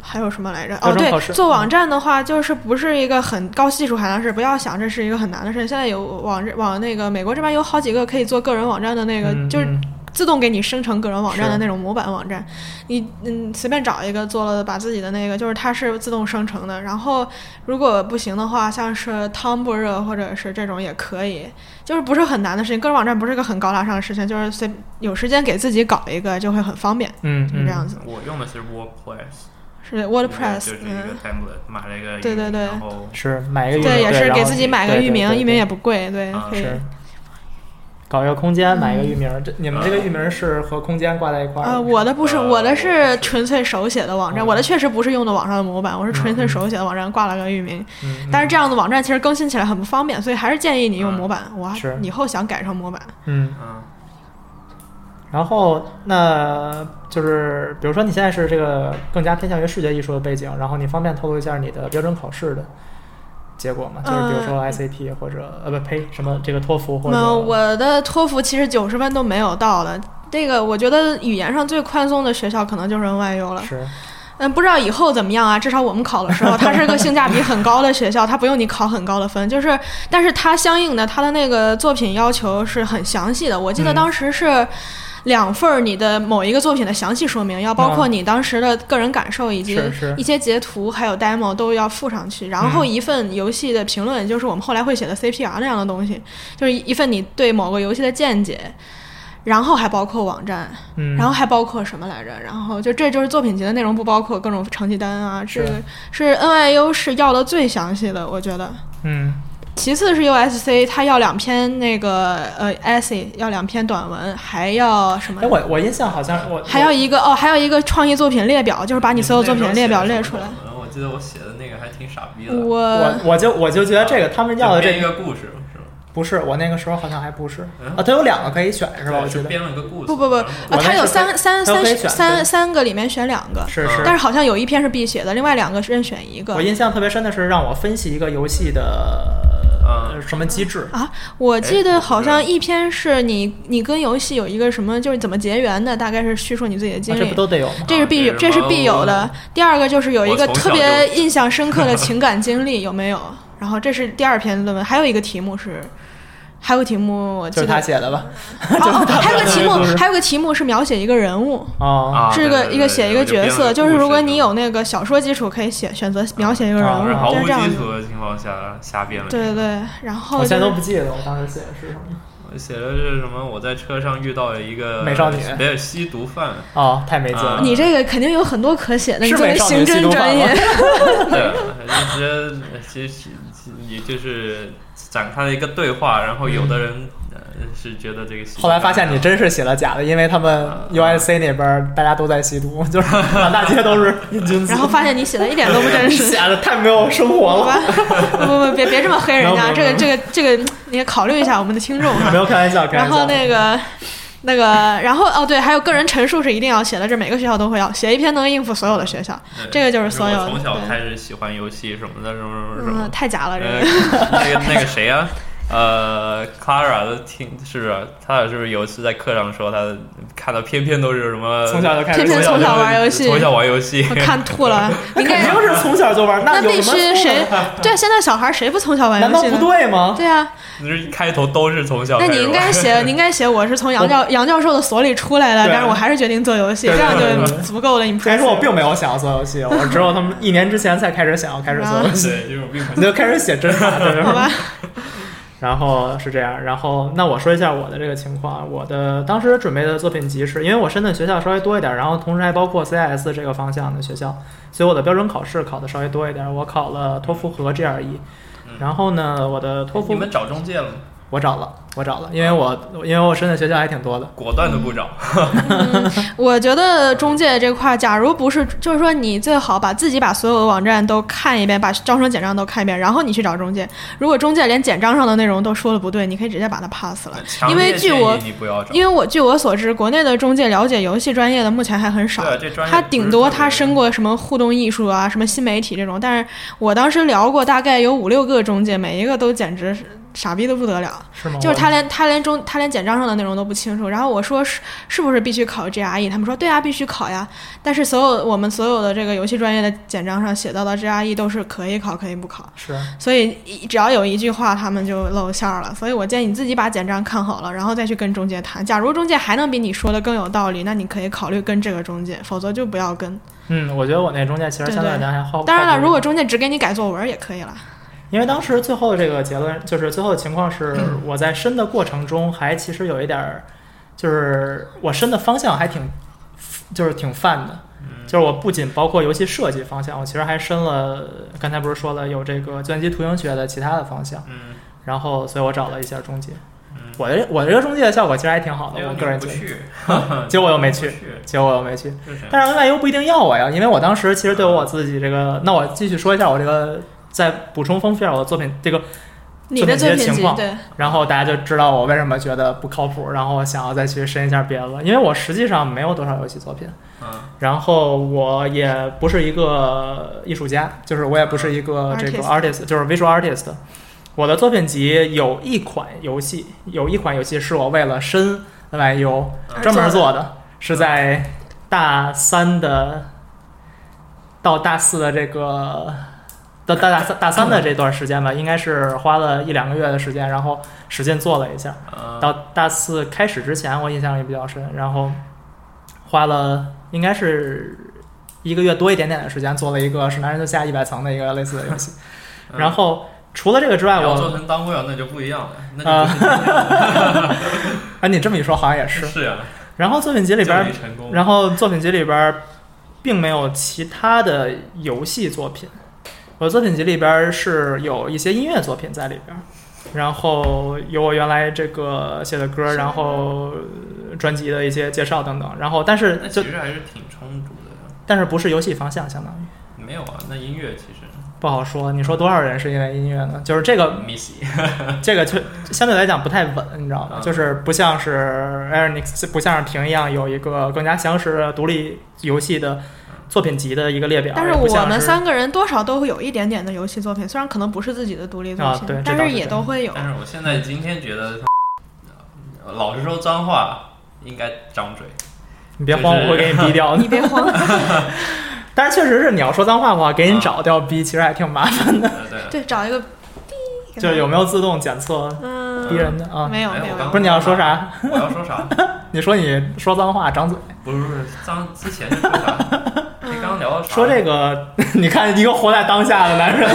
C: 还有什么来着？
A: 高
C: 哦，
A: 中
C: 对
A: 考试，
C: 做网站的话，就是不是一个很高技术含量是不要想这是一个很难的事。现在有网站往那个美国这边有好几个可以做个人网站的那个，
A: 嗯
C: 就是
A: 嗯
C: 自动给你生成个人网站的
A: 是
C: 那种模板网站，你嗯随便找一个做了，把自己的那个就是它是自动生成的。然后如果不行的话，像是 Tumblr 或者是这种也可以，就是不是很难的事情。个人网站不是一个很高大上的事情，就是随有时间给自己搞一个就会很方便，
A: 嗯
C: 是
A: 嗯，
C: 这样子。
D: 我用的是 WordPress，WordPress
C: 是
D: 就
C: WordPress，
D: 是一个
C: 嗯，
D: template，买了一个域名
C: 对对对
D: 然后
A: 是买一个
C: 对，也是给自己买个域名，域名也
A: 不
C: 不贵，对
D: 啊，
C: 可以。
A: 是。搞一个空间，买一个域名。这你们
C: 嗯
A: 这个域名是和空间挂在一块儿的
C: 啊，我的不是，
D: 呃
C: 我的
D: 我
C: 是
D: 是
C: 纯粹手写的网站，
A: 嗯
C: 我的确实不是用的网上的模板，我是纯粹
A: 嗯嗯
C: 手写的网站挂了个域名。
A: 嗯嗯
C: 但是这样的网站其实更新起来很不方便，所以还是建议你用
D: 嗯
C: 模板。我
A: 是
C: 以后想改成模板，
A: 嗯，
D: 嗯，
A: 然后那就是比如说你现在是这个更加偏向于视觉艺术的背景，然后你方便透露一下你的标准考试的结果吗？
C: 呃
A: 就是比如说 SAT 或者、呃不呸什么这个托福或者
C: 那我的托福其实九十分都没有到的。这个我觉得语言上最宽松的学校可能就是 NYU 了。
A: 是
C: 嗯，不知道以后怎么样啊？至少我们考的时候，它是个性价比很高的学校，它不用你考很高的分，就是，但是它相应的它的那个作品要求是很详细的。我记得
A: 嗯
C: 当时是两份儿你的某一个作品的详细说明，要包括
A: 嗯
C: 你当时的个人感受以及
A: 是是
C: 一些截图，还有 demo 都要附上去，然后
A: 嗯
C: 一份游戏的评论，就是我们后来会写的 CPR 那样的东西，就是一份你对某个游戏的见解，然后还包括网站。
A: 嗯，
C: 然后还包括什么来着？然后就这就是作品集的内容，不包括各种成绩单啊，这个是 NYU 是要的最详细的，我觉得。
A: 嗯
C: 其次是 USC，他要两篇那个呃 essay，要两篇短文，还要什么
A: 哎？我我印象好像我
C: 还要一个哦，还要一个创意作品列表，就是把
A: 嗯
C: 你所有作品的列表
D: 你
C: 列
D: 们那时
C: 出
D: 候
C: 来
D: 写的。什么文。我记得我写的那个还挺傻逼的，
A: 我
C: 我啊
A: 我就我就觉得这个他们要的
D: 就
A: 这
D: 编一个故事是吧？
A: 不是，我那个时候好像还不是啊，它有两个可以选是吧？我记
D: 就
A: 得
D: 编了个故事。
C: 不不不，呃
D: 然后，
A: 我那
C: 它有
A: 是
C: 三三
A: 它有
C: 三
A: 可以选对
C: 三三个里面选两个，
A: 是是。
C: 但是好像有一篇是必写的，另外两个是任选一个
A: 我。印象特别深的是让我分析一个游戏的呃什么机制，
C: 啊，我记得好
D: 哎
C: 像一篇是你你跟游戏有一个什么就是怎么结缘的，大概是叙述你自己的
A: 啊
C: 经
A: 这
C: 历
A: 不。都得有吗？
C: 这是必
D: 啊这
C: 这
D: 是
C: 是
D: 盲
C: 必
D: 文
C: 有的。第二个就是有一个
D: 我从小
C: 特
D: 就
C: 别印象深刻的情感经历， <laughs> 有没有？然后这是第二篇论文，还有一个题目是，还有个题目我
A: 就
C: 记
A: 是
C: 得，
A: 他
C: 哦
A: 写的吧？
D: <laughs>
C: 哦，还有个
A: 就
C: 题
A: 是
C: 目，还有个题目是描写一个人物，
A: 哦，
D: 啊，
C: 是
D: 对
C: 个
D: 对
C: 一个
D: 对
C: 写一
D: 我
C: 个
D: 编
C: 角
D: 了
C: 色，就是
D: 故
C: 如果
D: 事
C: 你有那个小说基础，可以写选择描写一个人
A: 啊
D: 我是
C: 物，
D: 毫
C: 就是
D: 无
C: 这样
D: 基
C: 子。
D: 础的情况下瞎编了。
C: 对对，对，然后
A: 我现在都
C: 就
A: 不
C: 是
A: 记得我当时写的是什么。
D: 我写的是什么？我在车上遇到了一个
A: 美少女
D: 没有吸
A: <laughs>
D: 毒犯，
A: 哦，太没劲
D: 啊
A: 了。
C: 你这个肯定有很多可写的，你
A: 是
C: 作为
A: 美少女
C: 刑
A: 吸
C: 侦
A: 毒
C: 专
A: 犯
C: 业
A: 吗，？
D: 对，就呃其实也就是展开了一个对话，然后有的人
C: 嗯
D: 呃是觉得这个吸毒
A: 后来发
D: 犯
A: 现你真是写了假的，因为他们 USC 那边大家都在吸毒， <laughs> 就是满大街都是瘾君子
C: <laughs> 然，后发现你写的一点都不
A: <laughs>
C: 真实。
A: 吓得太没有生活了。
C: 好吧，不不不，别别这么黑人
A: 没
C: 家，
A: 有
C: 这
A: 没
C: 个
A: 有
C: 这个这个，你也考虑一下我们的听众
A: <laughs>
C: 哈
A: 没。有开玩笑，开玩
C: 然
A: 笑。
C: 后那个那个，然后哦对，还有个人陈述是一定要写的，这每个学校都会要写一篇能应付所有的学校，
D: 对
C: 这个就是所有
D: 我
C: 的。
D: 从小
C: 对
D: 开始喜欢游戏什么的，什么什么什么
C: 嗯，。太 <laughs> 假了这
D: 呃
A: 哎
D: 那
C: 个。，
D: 个那个谁啊，呃，Clara 的听是不啊是？他是不是有一次在课上说他看到偏偏都是什么？
A: 从小就开始，
C: 天天从小玩游戏
D: 从小玩游戏。
C: 我看吐
A: <laughs>
C: 了，你
A: 肯
C: 看，
A: 定哎是从小就玩，
C: 那
A: 有
C: 必
A: 什么
C: 须
A: 错
C: 谁
A: 呢？？
C: 对，啊现在小孩谁不从小玩
A: 难
C: 游
A: 道
C: 戏
A: 不
C: 呢？
A: 对吗？
C: 对啊，
D: <laughs> 就是开头都是从小
C: 那
D: 开始玩。
C: 你应该写，你应该写我是从杨教杨教授的所里出来的，
A: 对
C: 但是我还是决定做游戏，
A: 对
C: 这
A: 对
C: 样
A: 对对
C: 就
A: 对
C: 足够了。
A: <laughs>
C: 你
A: 虽然说我并没有想要做游戏，我只有他们一年之前才开始想要开始做游戏，
D: <laughs> 对，就是我并不
C: 啊 <laughs>
A: 你 <laughs> 就开始写真法，这是 <laughs>
C: 好吧？
A: 然后是这样，然后那我说一下我的这个情况，我的当时准备的作品集是因为我申的学校稍微多一点，然后同时还包括 CIS 这个方向的学校，所以我的标准考试考的稍微多一点，我考了托福和 GRE，然后呢，我的托
D: 嗯你
A: 福
D: 们找中介了吗？
A: 我找了，我找了，因为我因为我申的学校还挺多的，
D: 果断的不找。
C: 我觉得中介这块，假如不是，就是说你最好把自己把所有的网站都看一遍，把招生简章都看一遍，然后你去找中介。如果中介连简章上的内容都说的不对，你可以直接把它 pass 了。
D: 强
C: 嗯因为
D: 烈
C: 据
D: 建议
C: 我
D: 你不要找，
C: 因为我据我所知，国内的中介了解游戏专业的目前还很少
D: 对啊这专，业
C: 他
D: 不是
C: 顶
D: 特
C: 多
D: 别
C: 他申过什么互动艺术啊、什么新媒体这种。但是我当时聊过，大概有五六个中介，每一个都简直是傻逼的不得
D: 哦
C: 了。
A: 是吗？
C: 就是他连他连中他连简章上的内容都不清楚。然后我说是是不是必须考 GRE？他们说对啊，必须考呀。但是所有我们所有的这个游戏专业的简章上写到的 GRE 都是可以考可以不考，
A: 是
C: 所以一只要有一句话他们就露馅儿了。所以我建议你自己把简章看好了，然后再去跟中介谈。假如中介还能比你说的更有道理，那你可以考虑跟这个中介，否则就不要跟。
A: 嗯，我觉得我那中介其实相对来讲还好。
C: 当然
A: 靠
C: 了，
A: 谱
C: 如果中介只给你改作文也可以了。
A: 因为当时最后这个结论就是最后的情况是，我在申的过程中还其实有一点儿，就是我申的方向还挺，就是挺泛的，
D: 嗯
A: 就是我不仅包括游戏设计方向，我其实还申了，刚才不是说了有这个计算机图形学的其他的方向，
D: 嗯，
A: 然后所以我找了一下中介
D: 嗯，
A: 我的我的这个中介的效果其实还挺好的，
D: 因为
A: 我
D: 你
A: 个人
D: 不
A: 觉得，
D: 去，
A: <laughs>
D: 嗯
A: 结果我又没
D: 不
A: 去
D: 去，
A: 结果我又没去，
D: 就是这样
A: 但是 N Y U 不一定要我呀，因为我当时其实对我自己这个，那我继续说一下我这个，再补充丰富一下我的作品这个，
C: 你的
A: 作
C: 作
A: 品集
C: 品
A: 情
C: 集
A: 况
C: 对，
A: 然后大家就知道我为什么觉得不靠谱，然后我想要再去申一下别的了，因为我实际上没有多少游戏作品，
D: 嗯，
A: 然后我也不是一个艺术家，就是我也不是一个这个 artist，就是 visual artist。我的作品集有一款游戏，有一款游戏是我为了申 N Y U
D: 嗯
A: 啊专门做的，是在大三的到大四的这个到大大三大三的这段时间吧，应该是花了一两个月的时间，然后使劲做了一下。
D: 嗯
A: 到大四开始之前，我印象也比较深，然后花了应该是一个月多一点点的时间做了一个是男人就下一百层的一个类似的游戏。
D: 嗯
A: <laughs> 然后除了这个之外，
D: 要做
A: 我
D: 成当归了，那就不一样了，那
A: 啊
D: 就不是
A: <laughs> 啊，你这么一说好像也是。
D: 是是啊呀，
A: 然后作品集里
D: 这
A: 边
D: 没成功，
A: 然后作品集里边儿并没有其他的游戏作品，我的作品集里边儿是有一些音乐作品在里边儿，然后有我原来这个写的歌，然后呃专辑的一些介绍等等，然后但是
D: 那
A: 就
D: 其实还是挺充足的，
A: 但是不是游戏方向，相当于
D: 没有啊，那音乐其实
A: 不好说。你说多少人是因为音乐呢？就是这个
C: <laughs>
D: Missy，
A: 这个就相对来讲不太稳，你知道吗？
D: 嗯
A: 就是不像是 a i r n i x 不像是屏一样有一个更加详实的独立游戏的作品集的一个列表。
C: 但
A: 也
C: 是
A: 不像
C: 我们
A: 是
C: 三个人多少都会有一点点的游戏作品，虽然可能不是自己的独立作
A: 啊
C: 品，
A: 对这
C: 但
A: 倒是
C: 也
A: 真
C: 都
A: 的哎
C: 会有。
D: 但是我现在今天觉得，呃老是说脏话应该张嘴。
A: 你别慌，
D: 就是
A: 我会给你逼掉的
C: <laughs> 你。别慌，
A: <laughs> 但是确实是你要说脏话的话，给你找掉逼其实还挺
C: 啊
A: 麻烦的。
D: 呃
A: <laughs>
D: 对，
C: 对，找一个，给
A: 就是有没有自动检测逼
C: 嗯，
A: 人的啊？
C: 没有
D: 哎
C: 没有
D: 我刚
A: 不是你要说啥？
D: 我要说啥？
A: 你说你说脏话长嘴，
D: 不是不是，脏之前就说啥？你刚刚聊到啥？
A: 说这个， <laughs> 你看一个活在当下的男
C: <laughs>
A: 人。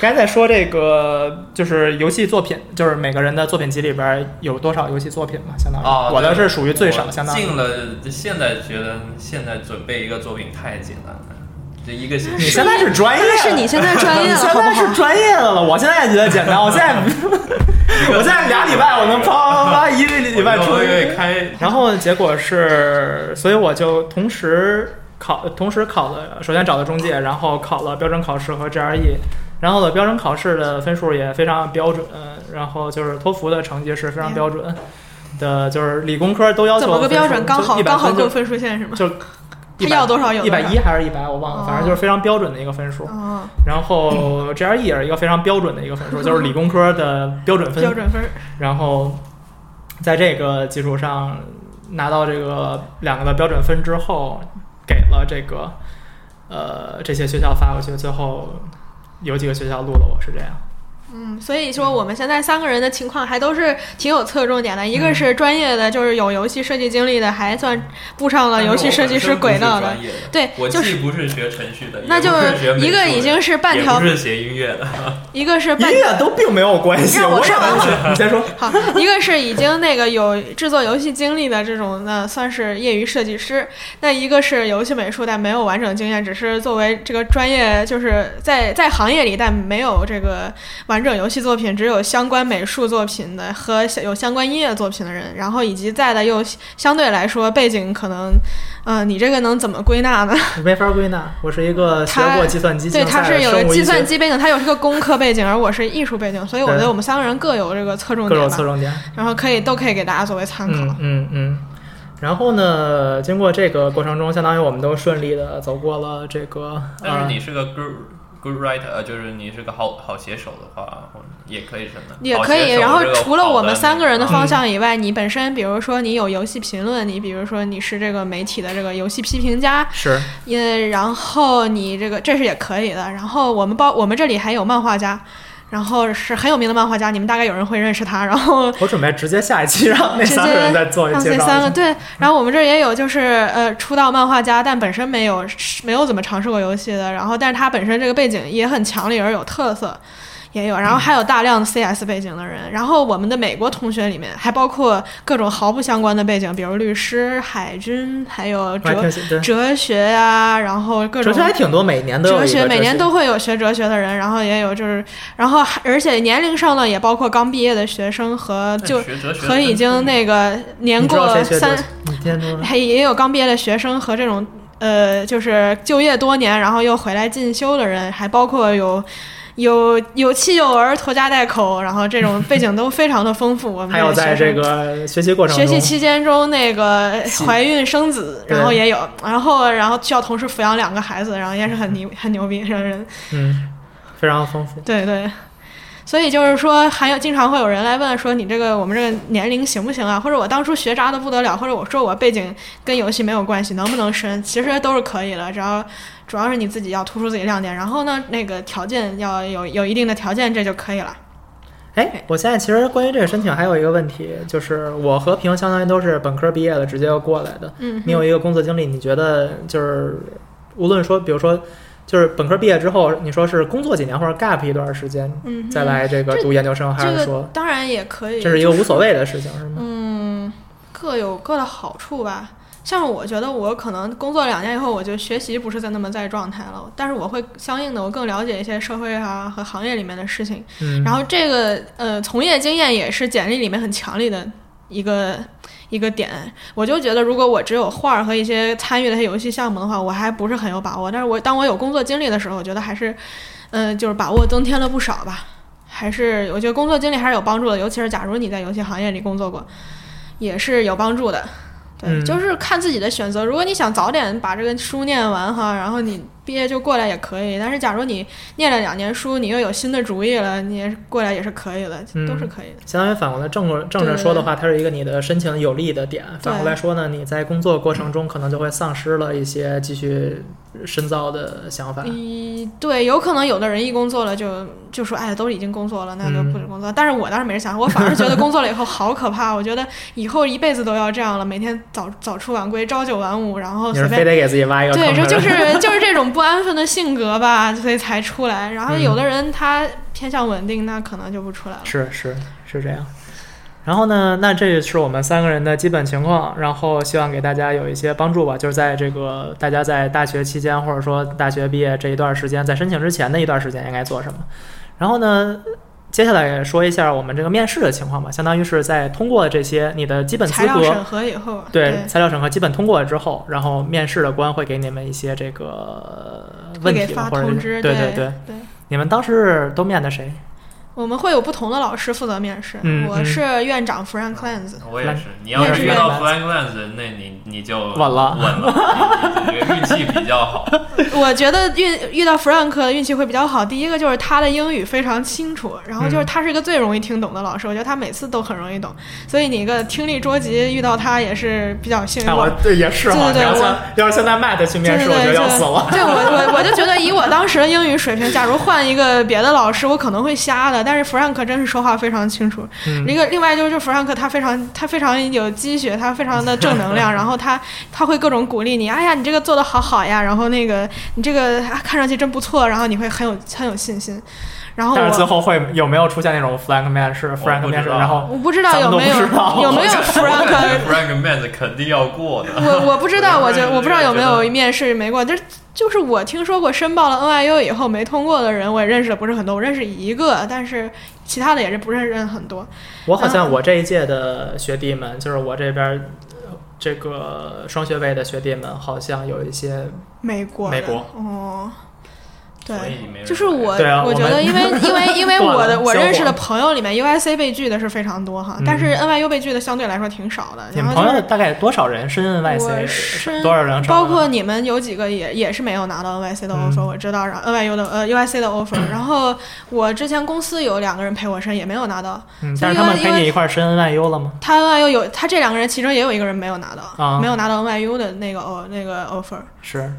A: 刚才在说这个，就是游戏作品，就是每个人的作品集里边有多少游戏作品嘛，相当于、
D: 啊，
A: 我的
D: 对
A: 是属于最少，
D: 我
A: 相当于
D: 进了。现在觉得现在准备一个作品太简单了，这一个星
A: 你
D: 期。
A: 现在是专业，
C: 但是你现在专
A: <laughs>
C: 业
A: 你
C: 了，
A: 现
C: 好不
A: 在是
C: 好？
A: 专业的了，我现在也觉得简单，我现在 <laughs> 我现在俩礼拜我能啪啪啪啪一个礼拜出
D: 我
A: 一个。
D: 月开 <laughs>
A: 然后结果是，所以我就同时考，同时考了，首先找的中介，然后考了标准考试和 GRE，然后我的标准考试的分数也非常标准，然后就是托福的成绩是非常标准的，就是理工科都要求
C: 怎么个标准？刚好刚好够
A: 够
C: 分数线是吗？
A: <laughs> 就
C: 他要多少有
A: 一
C: 多少
A: 百一还是一百，我忘了，反正就是非常标准的一个分数。
C: 哦，
A: 然后 GRE 也是一个非常标准的一个分数，就是理工科的标准分
C: 标准分儿，
A: 然后在这个基础上拿到这个两个的标准分之后，给了这个呃这些学校发过去，最后有几个学校录了我是 <laughs> 这样。
C: 嗯，所以说我们现在三个人的情况还都是挺有侧重点的，
D: 嗯
C: 一个是专业的，就是有游戏设计经历的，还算步上啊了游戏设计师轨道的
D: 但，是我本身不是专业的，我
C: 对，就
D: 既
C: 是
D: 不是学程序的，
C: 那就
D: 也不是学美术的
C: 一个已经是半条
D: 也不是学音乐
A: 嗯
D: 的，
C: 一个是半
A: 音乐都并没有关系，
C: 让我
A: 我也
C: 说完
A: 完全。你先说，
C: 好， <laughs> 一个是已经那个有制作游戏经历的这种，那算是业余设计师；那一个是游戏美术，但没有完整经验，只是作为这个专业，就是在在行业里，但没有这个完整游戏作品，只有相关美术作品的和有相关音乐作品的人。然后以及在的又相对来说背景可能，嗯、你这个能怎么归纳呢？ <laughs>
A: 没法归纳。我是一个学过计算机竞
C: 对，
A: 赛
C: 他
A: 的
C: 是有
A: 生物
C: 计
A: 医
C: 算
A: 学
C: 机背景，他有是个工科背景，而我是艺术背景，所以我觉
A: 对
C: 得我们三个人各有这个侧重
A: 各种
C: 点吧
A: 侧。重点。
C: 然后可以都可以给大家作为参考。
A: 嗯嗯嗯。然后呢，经过这个过程中，相当于我们都顺利的走过了这个。
D: 但是
A: 呃
D: 你是个 good good writer，呃就是你是个好好写手的话，或者也可以什么，
C: 也
D: 好
C: 可以，
D: 写手
C: 然后
D: 这个
C: 除了
D: 好
C: 我们
D: 的
C: 三个人的
D: 嗯
C: 方向以外，你本身比如说你有游戏评论，你比如说你是这个媒体的这个游戏批评家，
A: 是
C: 也然后你这个这是也可以的。然后我们包我们这里还有漫画家，然后是很有名的漫画家，你们大概有人会认识他。然后
A: 我准备直接下一期让那
C: 直
A: 三个人
C: 接
A: 再做一
C: 让
A: 介
C: 这
A: 绍。
C: 三个对，然后我们这儿也有就是呃出道漫画家，但本身没有没有怎么尝试过游戏的，然后但是他本身这个背景也很强烈而有特色。也有，然后还有大量的 CS 背景的人，然后我们的美国同学里面还包括各种毫不相关的背景，比如律师、海军，还有
A: 我还
C: 哲
A: 挺喜对
C: 哲学呀、然后各
A: 哲
C: 种
A: 学还挺多，每年都有一
C: 哲
A: 个
C: 学，每年
A: 学
C: 都会有学哲学的人，然后也有就是，然后还而且年龄上呢也包括刚毕业的学生和
D: 那
C: 就
D: 学哲学
C: 和
D: 的嗯
C: 已经那个年
A: 你知道
C: 过
A: 谁学哲
C: 三
A: 学，你听说
C: <laughs>
A: 吗？
C: 还也有刚毕业的学生和这种呃，就是就业多年，然后又回来进修的人，还包括有有有妻有儿、拖家带口，然后这种背景都非常的丰富。我们
A: 还有
C: 个
A: 在
C: 学
A: 这
C: 生
A: 个学习过程
C: 学
A: 中，
C: 习期间中那个怀孕生子，
A: 对
C: 然后也有，然后然后需要同时抚养两个孩子，然后也是很牛很牛逼让人
A: 嗯，非常丰富。
C: 对对，所以就是说，还有经常会有人来问说你这个我们这个年龄行不行啊？或者我当初学渣的不得了，或者我说我背景跟游戏没有关系，能不能申？其实都是可以的，只要主要是你自己要突出自己亮点，然后呢，那个条件要有有一定的条件，这就可以了。
A: 哎，我现在其实关于这个申请还有一个问题，就是我和平相当于都是本科毕业的，直接就过来的。
C: 嗯，
A: 你有一个工作经历，你觉得就是无论说，比如说，就是本科毕业之后，你说是工作几年或者 gap 一段时间
C: 嗯哼
A: 再来这个
C: 这
A: 读研究生，还
C: 这
A: 是
C: 个
A: 说
C: 当然也可以，
A: 这是一个无所谓的事情，是吗？
C: 嗯，各有各的好处吧。像我觉得我可能工作两年以后，我就学习不是在那么在状态了，但是我会相应的我更了解一些社会啊和行业里面的事情。
A: 嗯，
C: 然后这个呃从业经验也是简历里面很强力的一个一个点。我就觉得如果我只有画儿和一些参与的一些游戏项目的话，我还不是很有把握。但是我当我有工作经历的时候，我觉得还是呃，就是把握增添了不少吧。还是我觉得工作经历还是有帮助的，尤其是假如你在游戏行业里工作过，也是有帮助的。对，
A: 嗯
C: 就是看自己的选择。如果你想早点把这个书念完哈，然后你毕业就过来也可以。但是假如你念了两年书，你又有新的主意了，你也是过来也是可以的，
A: 嗯
C: 都是可以的。
A: 相当于反过来正过正着说的话，它是一个你的申请有利的点；反过来说呢，你在工作过程中可能就会丧失了一些继续深造的想法。
C: 嗯，对，有可能有的人一工作了就就说，哎，都已经工作了，那就
A: 嗯
C: 不工作。但是我当时没人想，我反而觉得工作了以后好可怕，我觉得以后一辈子都要这样了，每天早早出晚归，朝九晚五，然后
A: 你
C: 随
A: 是
C: 便
A: 非得给自己挖一个坑
C: 对，这
A: 吧
C: 就是就是这种不安分的性格吧，所以才出来。然后有
A: 嗯
C: 的人他偏向稳定，那可能就不出来了。
A: 是是是这样。然后呢，那这是我们三个人的基本情况，然后希望给大家有一些帮助吧。就是在这个大家在大学期间，或者说大学毕业这一段时间，在申请之前的一段时间应该做什么。然后呢，接下来说一下我们这个面试的情况吧，相当于是在通过这些你的基本资
C: 材料审
A: 格。
C: 核以后，
A: 对材料审核基本通过了之后，然后面试的官会给你们一些这个
C: 会
A: 问
C: 给
A: 题吧
C: 发
A: 或者
C: 通知，
A: 对
C: 对
A: 对，你们当时都面的谁？
C: 我们会有不同的老师负责面试。
A: 嗯
C: 我是院长 Frank Lenz，
D: 我也
A: 来
D: 是，你要
C: 面
D: 是
C: 试
D: 遇
C: 官
D: 到
A: 吧
D: f l a n g l a n s 那你你就
A: 稳了
D: 稳了，你你这个运气比较好。
C: 我觉得运遇到 Frank 的运气会比较好。第一个就是他的英语非常清楚，然后就是他是一个最容易听懂的老师，我觉得他每次都很容易懂，所以你一个听力捉急遇到他也是比较 <laughs> 幸运。
A: 看哎 <laughs> 我这也是哈，
C: 对对
A: 你要
C: 对
A: 现要是现在 Matt 去面试，我就要死了。
C: 对对对我我我就觉得以我当时的英语水平，假如换一个别的老师，我可能会瞎的。但是 Frank 真是说话非常清楚。
A: 嗯
C: 一个另外就是 Frank 他非常他非常有积雪，他非常的正能
A: <laughs>
C: 量，然后他他会各种鼓励你，哎呀，你这个做的好好呀，然后那个你这个、啊看上去真不错，然后你会很有很有信心。然后
A: 但是最
C: 我。
A: 后会有没有出现那种 flank 面试、frank 面试，
D: 道
A: 然后
C: 我不知道有没有
A: 咱们都不知道
C: 有没有 Frank
D: f r a n k m a n 肯定要过的。
C: 我我不知道，我
D: 我觉
C: 觉
D: 得
C: 我不知道有没
D: 我觉
C: 有
D: 得
C: 面试没过，但是就是我听说过申报了 NYU 以后没通过的人，我也认识的不是很多，我认识一个，但是其他的也是不认识很多。
A: 我好
C: 嗯
A: 像我这一届的学弟们，就是我这边呃这个双学位的学弟们，好像有一些
C: 美国，
A: 美国，
C: 哦，
D: 所以
C: 对。
D: 没人
C: 就是我，
A: 对啊
C: 我觉
A: 我
C: 得，
A: 们
C: 因为因为因为
A: 断了
C: 我的我
A: 小
C: 认识
A: 伙
C: 的朋友里面，USC 被拒的是非常多哈，但是 NYU 被拒的相对来说挺少的。
A: 你
C: 然
A: 们
C: 后
A: 朋
C: 就
A: 友
C: 是
A: 大概多少人申
C: 我
A: NYC？
C: 申
A: 多少人上了？
C: 包括你们有几个也也是没有拿到 NYC 的
A: 嗯
C: offer，、我知道，然后 NYU 的呃 USC 的
A: <clears throat>
C: offer，、然后我之前公司有两个人陪我申，也没有拿到。
A: 嗯，
C: 所
A: 但
C: 以
A: 是他们
C: 因为
A: 陪你一块儿申 NYU 了吗？
C: 他 NYU 有他这两个人，其中也有一个人没有拿到，
A: 啊
C: 没有拿到 NYU 的那个哦那个 offer。
A: 是，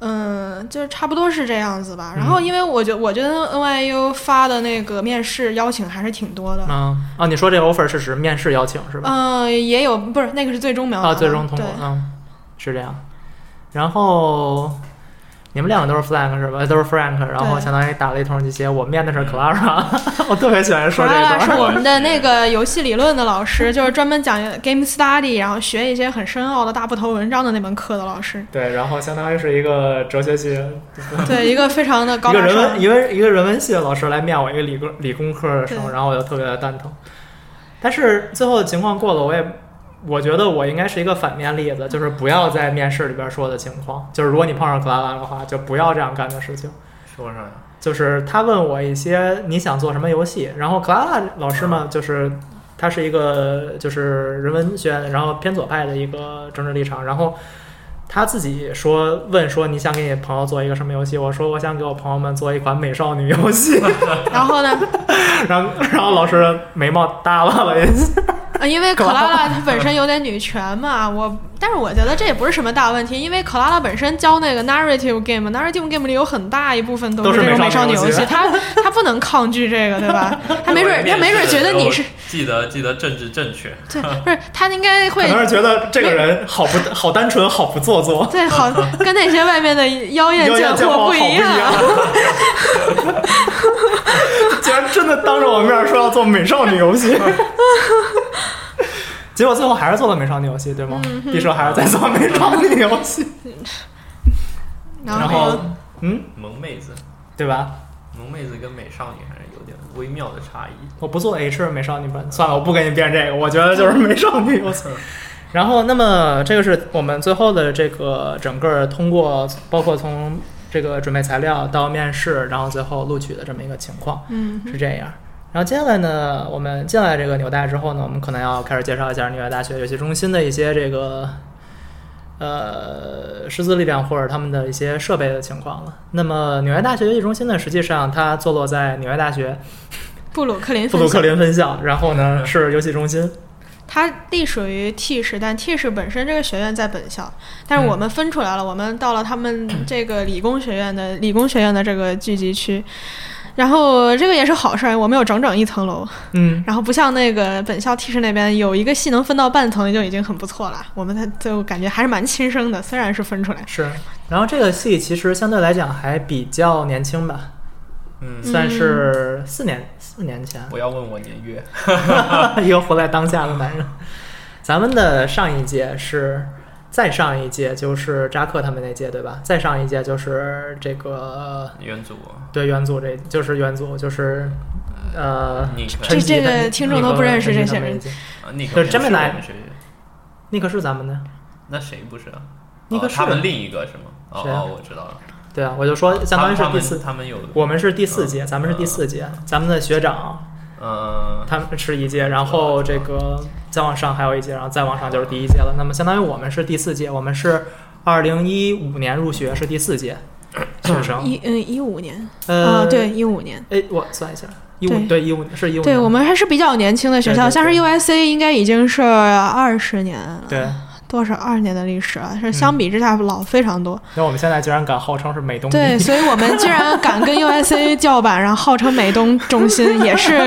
C: 嗯，就是差不多是这样子吧。
A: 嗯
C: 然后，因为我觉我觉得 NYU 发的那个面试邀请还是挺多的，
A: 嗯，哦，你说这 offer 是指面试邀请是吧？
C: 嗯、也有不是那个是最终没有拿
A: 啊，
C: 到，
A: 最终通过
C: 对，
A: 嗯，是这样。然后你们两个都是 Frank 是吧？都是 Frank，然后
C: 对
A: 相当于打了一通这些。我面的是 Clara，我特别喜欢说这一
C: Clara
A: 段
C: 是
A: 儿。。
C: 我们的那个游戏理论的老师， <laughs> 就是专门讲 game study，然后学一些很深奥的大部头文章的那门课的老师
A: 对，然后相当于是一个哲学系、
C: 对，一个非常的
A: 一
C: 高
A: 个
C: 大
A: 人文、
C: 上。
A: 一个一个人文系的老师来面我一个理工理工科的生，
C: 对
A: 然后我就特别的蛋疼。但是最后情况过了，我也我觉得我应该是一个反面例子，就是不要在面试里边说的情况，就是如果你碰上 Clara 的话，就不要这样干的事情。
D: 说上
A: 就是他问我一些你想做什么游戏，然后克拉拉老师嘛，就是他是一个就是人文学院，然后偏左派的一个政治立场，然后他自己说问说你想给你朋友做一个什么游戏，我说我想给我朋友们做一款美少女游戏，
C: 然后
A: <laughs>
C: 呢，
A: 然后然后老师眉毛耷拉了一下，
C: 呃因为可
A: 搞
C: 拉拉她本身有点女权嘛，我但是我觉得这也不是什么大问题，因为可拉拉本身教那个 narrative game，narrative game 里有很大一部分
A: 都是
C: 是这种
A: 美
C: 美
A: 少
C: 少
A: 女
C: 女
A: 游戏
C: 游戏，
A: <laughs>
C: 她她不能抗拒这个，对吧？她没准她没准觉得你是
D: 记得记得政治正确，
C: 对，不是她应该会
A: 可能是觉得这个人好不好单纯，好不做作。
C: 对，好，跟那些外面的妖艳
A: 妖艳
C: 贱
A: 贱
C: 货
A: 货
C: 不
A: 好不啊
C: 一
A: 一
C: 样
A: <laughs> 样。竟然真的当着我面儿说要做美少女游戏， <laughs> 结果最后还是做了美少女游戏，对吗？毕设还是在做美少女游戏，
C: 然
A: <laughs> 然后
C: 后，
A: 嗯，
D: 萌妹子，
A: 对吧？
D: 萌妹子跟美少女还是有点微妙的差异。
A: 我不做 H 美少女版，算了，我不跟你辩这个，我觉得就是美少女 <laughs> 游戏。然后，那么这个是我们最后的这个整个通过，包括从。这个准备材料到面试，然后最后录取的这么一个情况
C: 嗯
A: 是这样。然后接下来呢，我们进来这个纽大之后呢，我们可能要开始介绍一下纽约大学游戏中心的一些这个呃师资力量或者他们的一些设备的情况了。那么纽约大学游戏中心呢，实际上它坐落在纽约大学
C: 布鲁克林
A: 布
C: 分
A: 鲁克
C: 校，嗯
A: 林分校，然后呢是游戏中心。
C: 它隶属于 T 市，但 T 市本身这个学院在本校，但
A: 嗯
C: 是我们分出来了，我们到了他们这个理工学院的 <coughs> 理工学院的这个聚集区。然后这个也是好事儿，我们有整整一层楼，
A: 嗯，
C: 然后不像那个本校 T 市那边有一个系能分到半层就已经很不错了，我们的就感觉还是蛮亲生的，虽然是分出来。
A: 是。然后这个系其实相对来讲还比较年轻吧，
D: 嗯
A: 算是四年四年前
D: 不要问我年月，
A: <laughs> 一个活在当下的男人。咱们的上一届是再上一届就是扎克他们那届对吧？再上一届就是这个
D: 元祖啊
A: 对元祖这就是元祖就是呃
D: 尼克
A: 陈
C: 这
A: 琦
C: 这
A: 他们
C: 个听众都不认识这些。
A: 陈琦他们那
C: 人
A: 届
D: 啊尼
A: 对
D: 克
A: 真没来
D: 我们学院，
A: 尼克是咱们的，
D: 那谁不是啊？
A: 尼克
D: 哦
A: 是
D: 他们另一个是吗？哦
A: 谁啊
D: 哦，我知道了，
A: 对啊，我就说相当于是
D: 他们
A: 第四，
D: 他们有
A: 我们是第四届，
D: 嗯
A: 咱们是第四届，咱们的学长
D: 呃
A: 他们是一届，然后这个再往上还有一届，然后再往上就是第一届了。那么相当于我们是第四届，我们是二零一五年入学是第四届学生，
C: 一嗯一五年，
A: 呃，
C: 啊对，一五年。
A: 哎，我算一下，一五
C: 对
A: 对一五是一五，
C: 对我们还是比较年轻的学校，
A: 对对对
C: 像是 U S C 应该已经是二十年了，
A: 对，
C: 多少二十年的历史了，是相比之下老非常多。
A: 那我们现在居然敢号称是美东第
C: 对， <laughs>
A: 一，
C: 所以我们居然敢跟 U S C 叫板，然后号称美东中心，也 <laughs> 是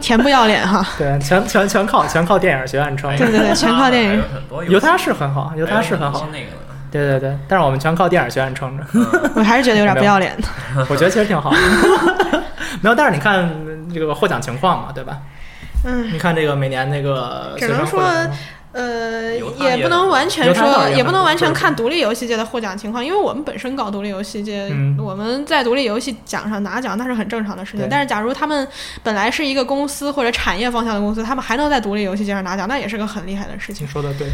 C: 甜不要脸哈。
A: 对，全全全靠全靠电影学院撑
D: 哎
A: 的，
C: 对对对全靠电影
D: 还有很多
A: 犹他是很好，犹他是很
D: 很
A: 好，
D: 那个呢
A: 对对对，但是我们全靠电影学院撑着。
C: 我还是觉得有点不要脸的。
A: 我觉得其实挺好的。没有，但是你看嗯这个获奖情况嘛，对吧？
C: 嗯，
A: 你看这个每年那个学
C: 只
A: 生
C: 能
A: 获奖
C: 说呃，
D: 犹太也
C: 也不能完全
A: 犹太倒
C: 说，
A: 也
C: 也不能
A: 很
C: 完全
A: 对
C: 看独立游戏界的获奖情况，因为我们本身搞独立游戏界，
A: 嗯
C: 我们在独立游戏奖上拿奖那是很正常的事情
A: 对。
C: 但是假如他们本来是一个公司或者产业方向的公司，他们还能在独立游戏界上拿奖，那也是个很厉害的事
A: 你
C: 情。
A: 说的对。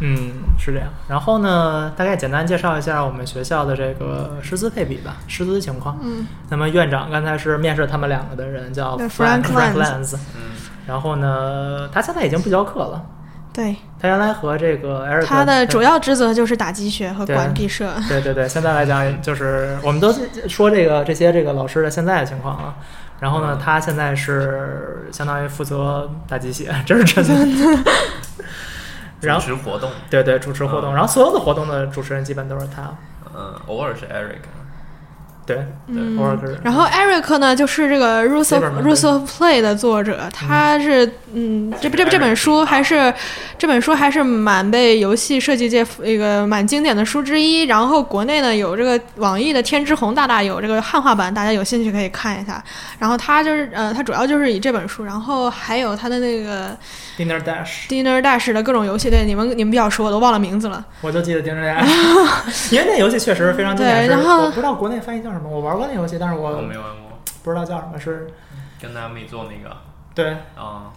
A: 嗯，是这样。然后呢，大概简单介绍一下我们学校的这个师资配比吧，师资情况。
C: 嗯，
A: 那么院长刚才是面试他们两个的人叫
C: 对
A: Frank
C: Frank
A: Frank Lenz，
D: 嗯，
A: 然后呢，他现在已经不教课了。
C: 对，
A: 他原来和这个 Eric
C: 他的主要职责就是打鸡血和
A: 对
C: 管闭社。
A: <laughs> 对对对，现在来讲就是我们都说这个这些这个老师的现在的情况了。然后
C: 嗯
A: 呢，他现在是相当于负责打鸡血， <laughs> 这是
C: <laughs>
A: 真的。然后
D: 主持活动，
A: 对对，主持活动，
D: 嗯
A: 然后所有的活动的主持人基本都是他。
D: 嗯，偶尔是 Eric，啊
A: 对，
C: 嗯
A: 偶尔可是，
C: 然后 Eric 呢，就是这个 Rules of
A: Lieberman，对
C: Rules of Play 的作者，他是嗯，这这这本书还是这本书还是蛮被游戏设计界一个蛮经典的书之一。然后国内呢有这个网易的《天之红》大大有这个汉化版，大家有兴趣可以看一下。然后他就是呃，他主要就是以这本书，然后还有他的那个
A: Dinner Dash，
C: Dinner Dash 的各种游戏，对你们你们比较熟，我都忘了名字了。
A: 我就记得 Dinner Dash，因 <laughs> 为那游戏确实非常经典，
C: 对
A: 是
C: 然后嗯
A: 我不知道国内翻译叫什么，我玩过那游戏，但是
D: 我
A: 我
D: 没玩过，
A: 不知道叫什么，是
D: 跟他们做那个
A: 对
D: 啊，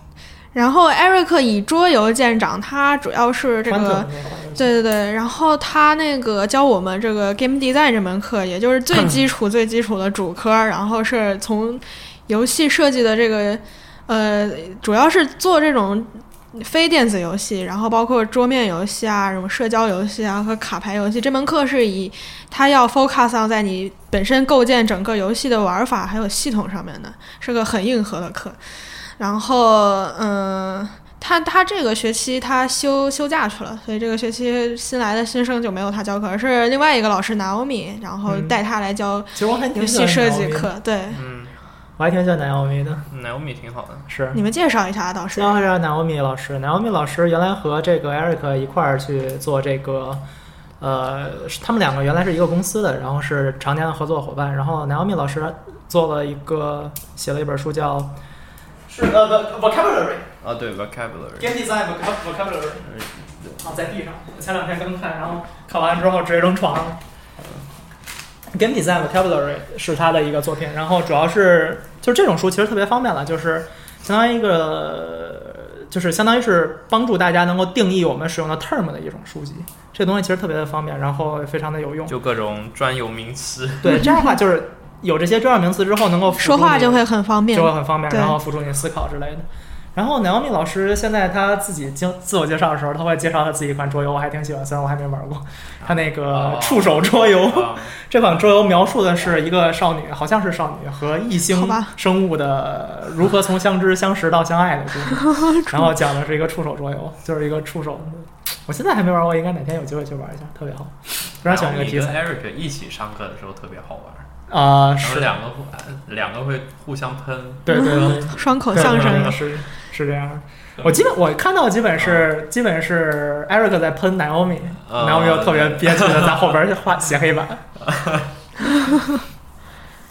C: 然后 Eric 以桌游见长，他主要是这
A: 欢腾
C: 个
A: 那个玩意儿
C: 对对对，然后他那个教我们这个 game design 这门课，也就是最基础最基础的主科，然后是从游戏设计的这个，呃，主要是做这种非电子游戏，然后包括桌面游戏啊、什么社交游戏啊和卡牌游戏。这门课是以它要 focus on 在你本身构建整个游戏的玩法还有系统上面的，是个很硬核的课。然后，嗯、他他这个学期他休休假去了，所以这个学期新来的新生就没有他教课，而是另外一个老师 Naomi，然后带他来教
A: 其实我还挺
C: 游
A: 喜欢
C: 戏设计
A: Naomi 的
C: 课。对，
D: 嗯
A: 我还挺喜欢南 m 米的，
D: ，Naomi 挺好的，
A: 是
C: 你们介绍一下导师
A: 先。要让 Naomi 老师，Naomi 老师原来和这个 Eric 一块儿去做这个，呃，是他们两个原来是一个公司的，然后是常年的合作伙伴。然后 Naomi 老师做了一个，写了一本书叫《是呃 Vocabulary
D: 啊，对 Vocabulary，
A: Design Vocabulary》，啊，在地上，我前两天刚看，然后看完之后直接扔床上了。Game Design Vocabulary 是他的一个作品，然后主要是就是这种书其实特别方便了，就是相当于一个就是相当于是帮助大家能够定义我们使用的 term 的一种书籍。这东西其实特别的方便，然后非常的有用。
D: 就各种专有名词。
A: 对，这样的话就是有这些专有名词之后，能够辅助
C: 说话
A: 你
C: 就会很方便
A: 就。会很方便，
C: 对
A: 然后辅助你思考之类的。然后 Naomi 老师现在她自己经自我介绍的时候，她会介绍她自己一款桌游，我还挺喜欢，虽然我还没玩过。她那个
D: 哦
A: 触手桌游， <laughs>
D: 啊
A: 这款桌游描述的是一个少女，好像是少女和异
C: 好
A: 星
C: 吧
A: 生物的如何从相知、相识到相爱的故
C: <laughs>
A: 事。然后讲的是一个触手桌游，就是一个触手。我现在还没玩过，应该哪天有机会去玩一下，特别好，非常喜欢这个题
D: 然后
A: 材
D: 你跟 Eric 一起上课的时候特别好玩，
A: 啊、
D: 然后
A: 是，
D: 两个互两个会互相喷。
A: 对对对，
C: 双口
A: 对
D: <laughs>
C: 相
A: 对对
C: 声，
A: 是是这样的。我基本我看到基本是基本是 Eric 在喷 Naomi，Naomi
D: 啊
A: 又特别憋屈的在后边儿画写黑板。 <laughs>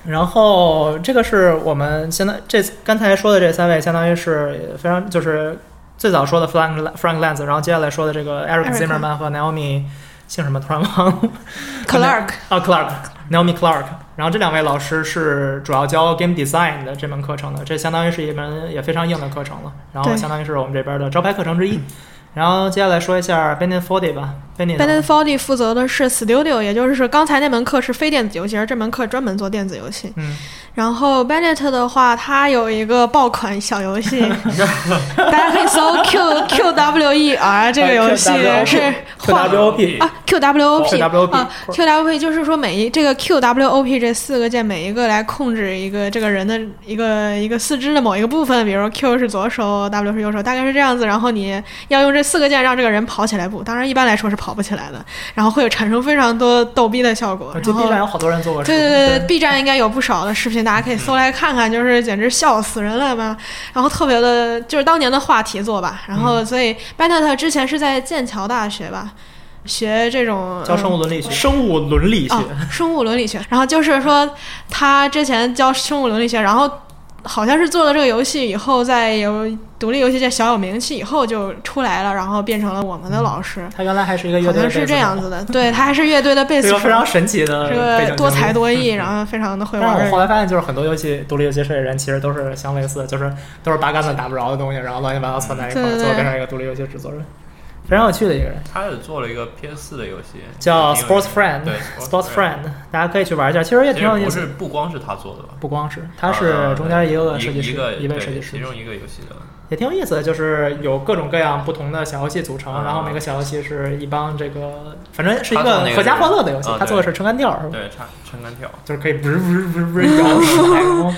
A: 然后这个是我们现在这刚才说的这三位，相当于是非常就是最早说的 Frank Frank Lenz，然后接下来说的这个 Eric
C: Eric
A: Zimmerman 和 Naomi 姓什么突然忘了。
C: Clark
A: 啊，Clark，Naomi Clark。然后这两位老师是主要教 game design 的这门课程的，这相当于是一门也非常硬的课程了。然后
C: 对
A: 相当于是我们这边的招牌课程之一。然后接下来说一下 Benet Forty 吧，Benet
C: Benet Foldy 负责的是 Studio，也就是刚才那门课是非电子游戏，而这门课专门做电子游戏。
A: 嗯，
C: 然后 Bennett 的话，他有一个爆款小游戏，大家可以搜 Q Q W E R 这个游戏
A: QWOP
C: 是画
A: QWOP
C: 啊 Q W O
A: 是
C: P
A: WOP
C: 啊 Q W O P 就是说每一这个 Q W O P 这四个键每一个来控制一个这个人的一个一个四肢的某一个部分，比如说 Q 是左手，W 是右手，大概是这样子。然后你要用这四个键让这个人跑起来步，当然一般来说是跑不起来的，然后会有产生非常多逗逼的效果。
A: 我记得
C: 然后
A: B 站有好多人做过视
C: 对
A: 频，
C: 对对，B 站应该有不少的视频，大家可以搜来看看，就是简直笑死人了吧。然后特别的，就是当年的话题作吧。然后所以 Bennett 之前是在剑桥大学吧，学这种呃
A: 教生
C: 物。
A: 物伦理学，生物伦理学
C: 哦，生物伦理学。然后就是说，他之前教生物伦理学，然后好像是做了这个游戏以后，在有独立游戏界小有名气以后就出来了，然后变成了我们的老师，
A: 他原来还是一嗯个乐
C: 好
A: 队
C: 像
A: 的
C: 是
A: bass
C: 这样
A: 手，
C: 子的。对他还是乐队的贝
A: 是
C: 斯
A: 一
C: 手
A: 个，非常神奇的背
C: 这
A: 景
C: 个
A: 经
C: 多才
A: 历
C: 多艺，然后非常的会玩
A: 但是
C: 儿
A: 我后。来发现，就是很多游戏独立游戏设计人其实都是相类似的，就是都是八竿子打不着的东西，然后乱七八糟窜在一块
C: 对
A: 儿，
C: 对
A: 最后变
C: 对
A: 成一个独立游戏制作人，非常有趣的一个人，
D: 他也做了一个 PS 四的游戏，
A: 叫
D: 挺有
A: Sports
D: 意思的
A: Friend
D: 对
A: Sports Friend，大家可以去玩一下，其实也
D: 其
A: 挺
D: 实
A: 有意
D: 不
A: 思
D: 是
A: 的。
D: 不光是他做的吧？啊
A: 不光是，他是中间也有个设计师
D: 一个，
A: 一位设计
D: 对
A: 师
D: 其，中一个游戏的，
A: 也挺有意思的，就是有各种各样不同的小游戏组成，
D: 嗯
A: 然后每个小游戏是一帮这个，反正是一
D: 他做
A: 个
D: 那个
A: 合家
D: 是
A: 欢乐的游戏
D: 嗯。
A: 他做的是撑杆吊，是吧？
D: 对，唱撑杆跳。
A: 就是可以不是不是不是不是，然后然后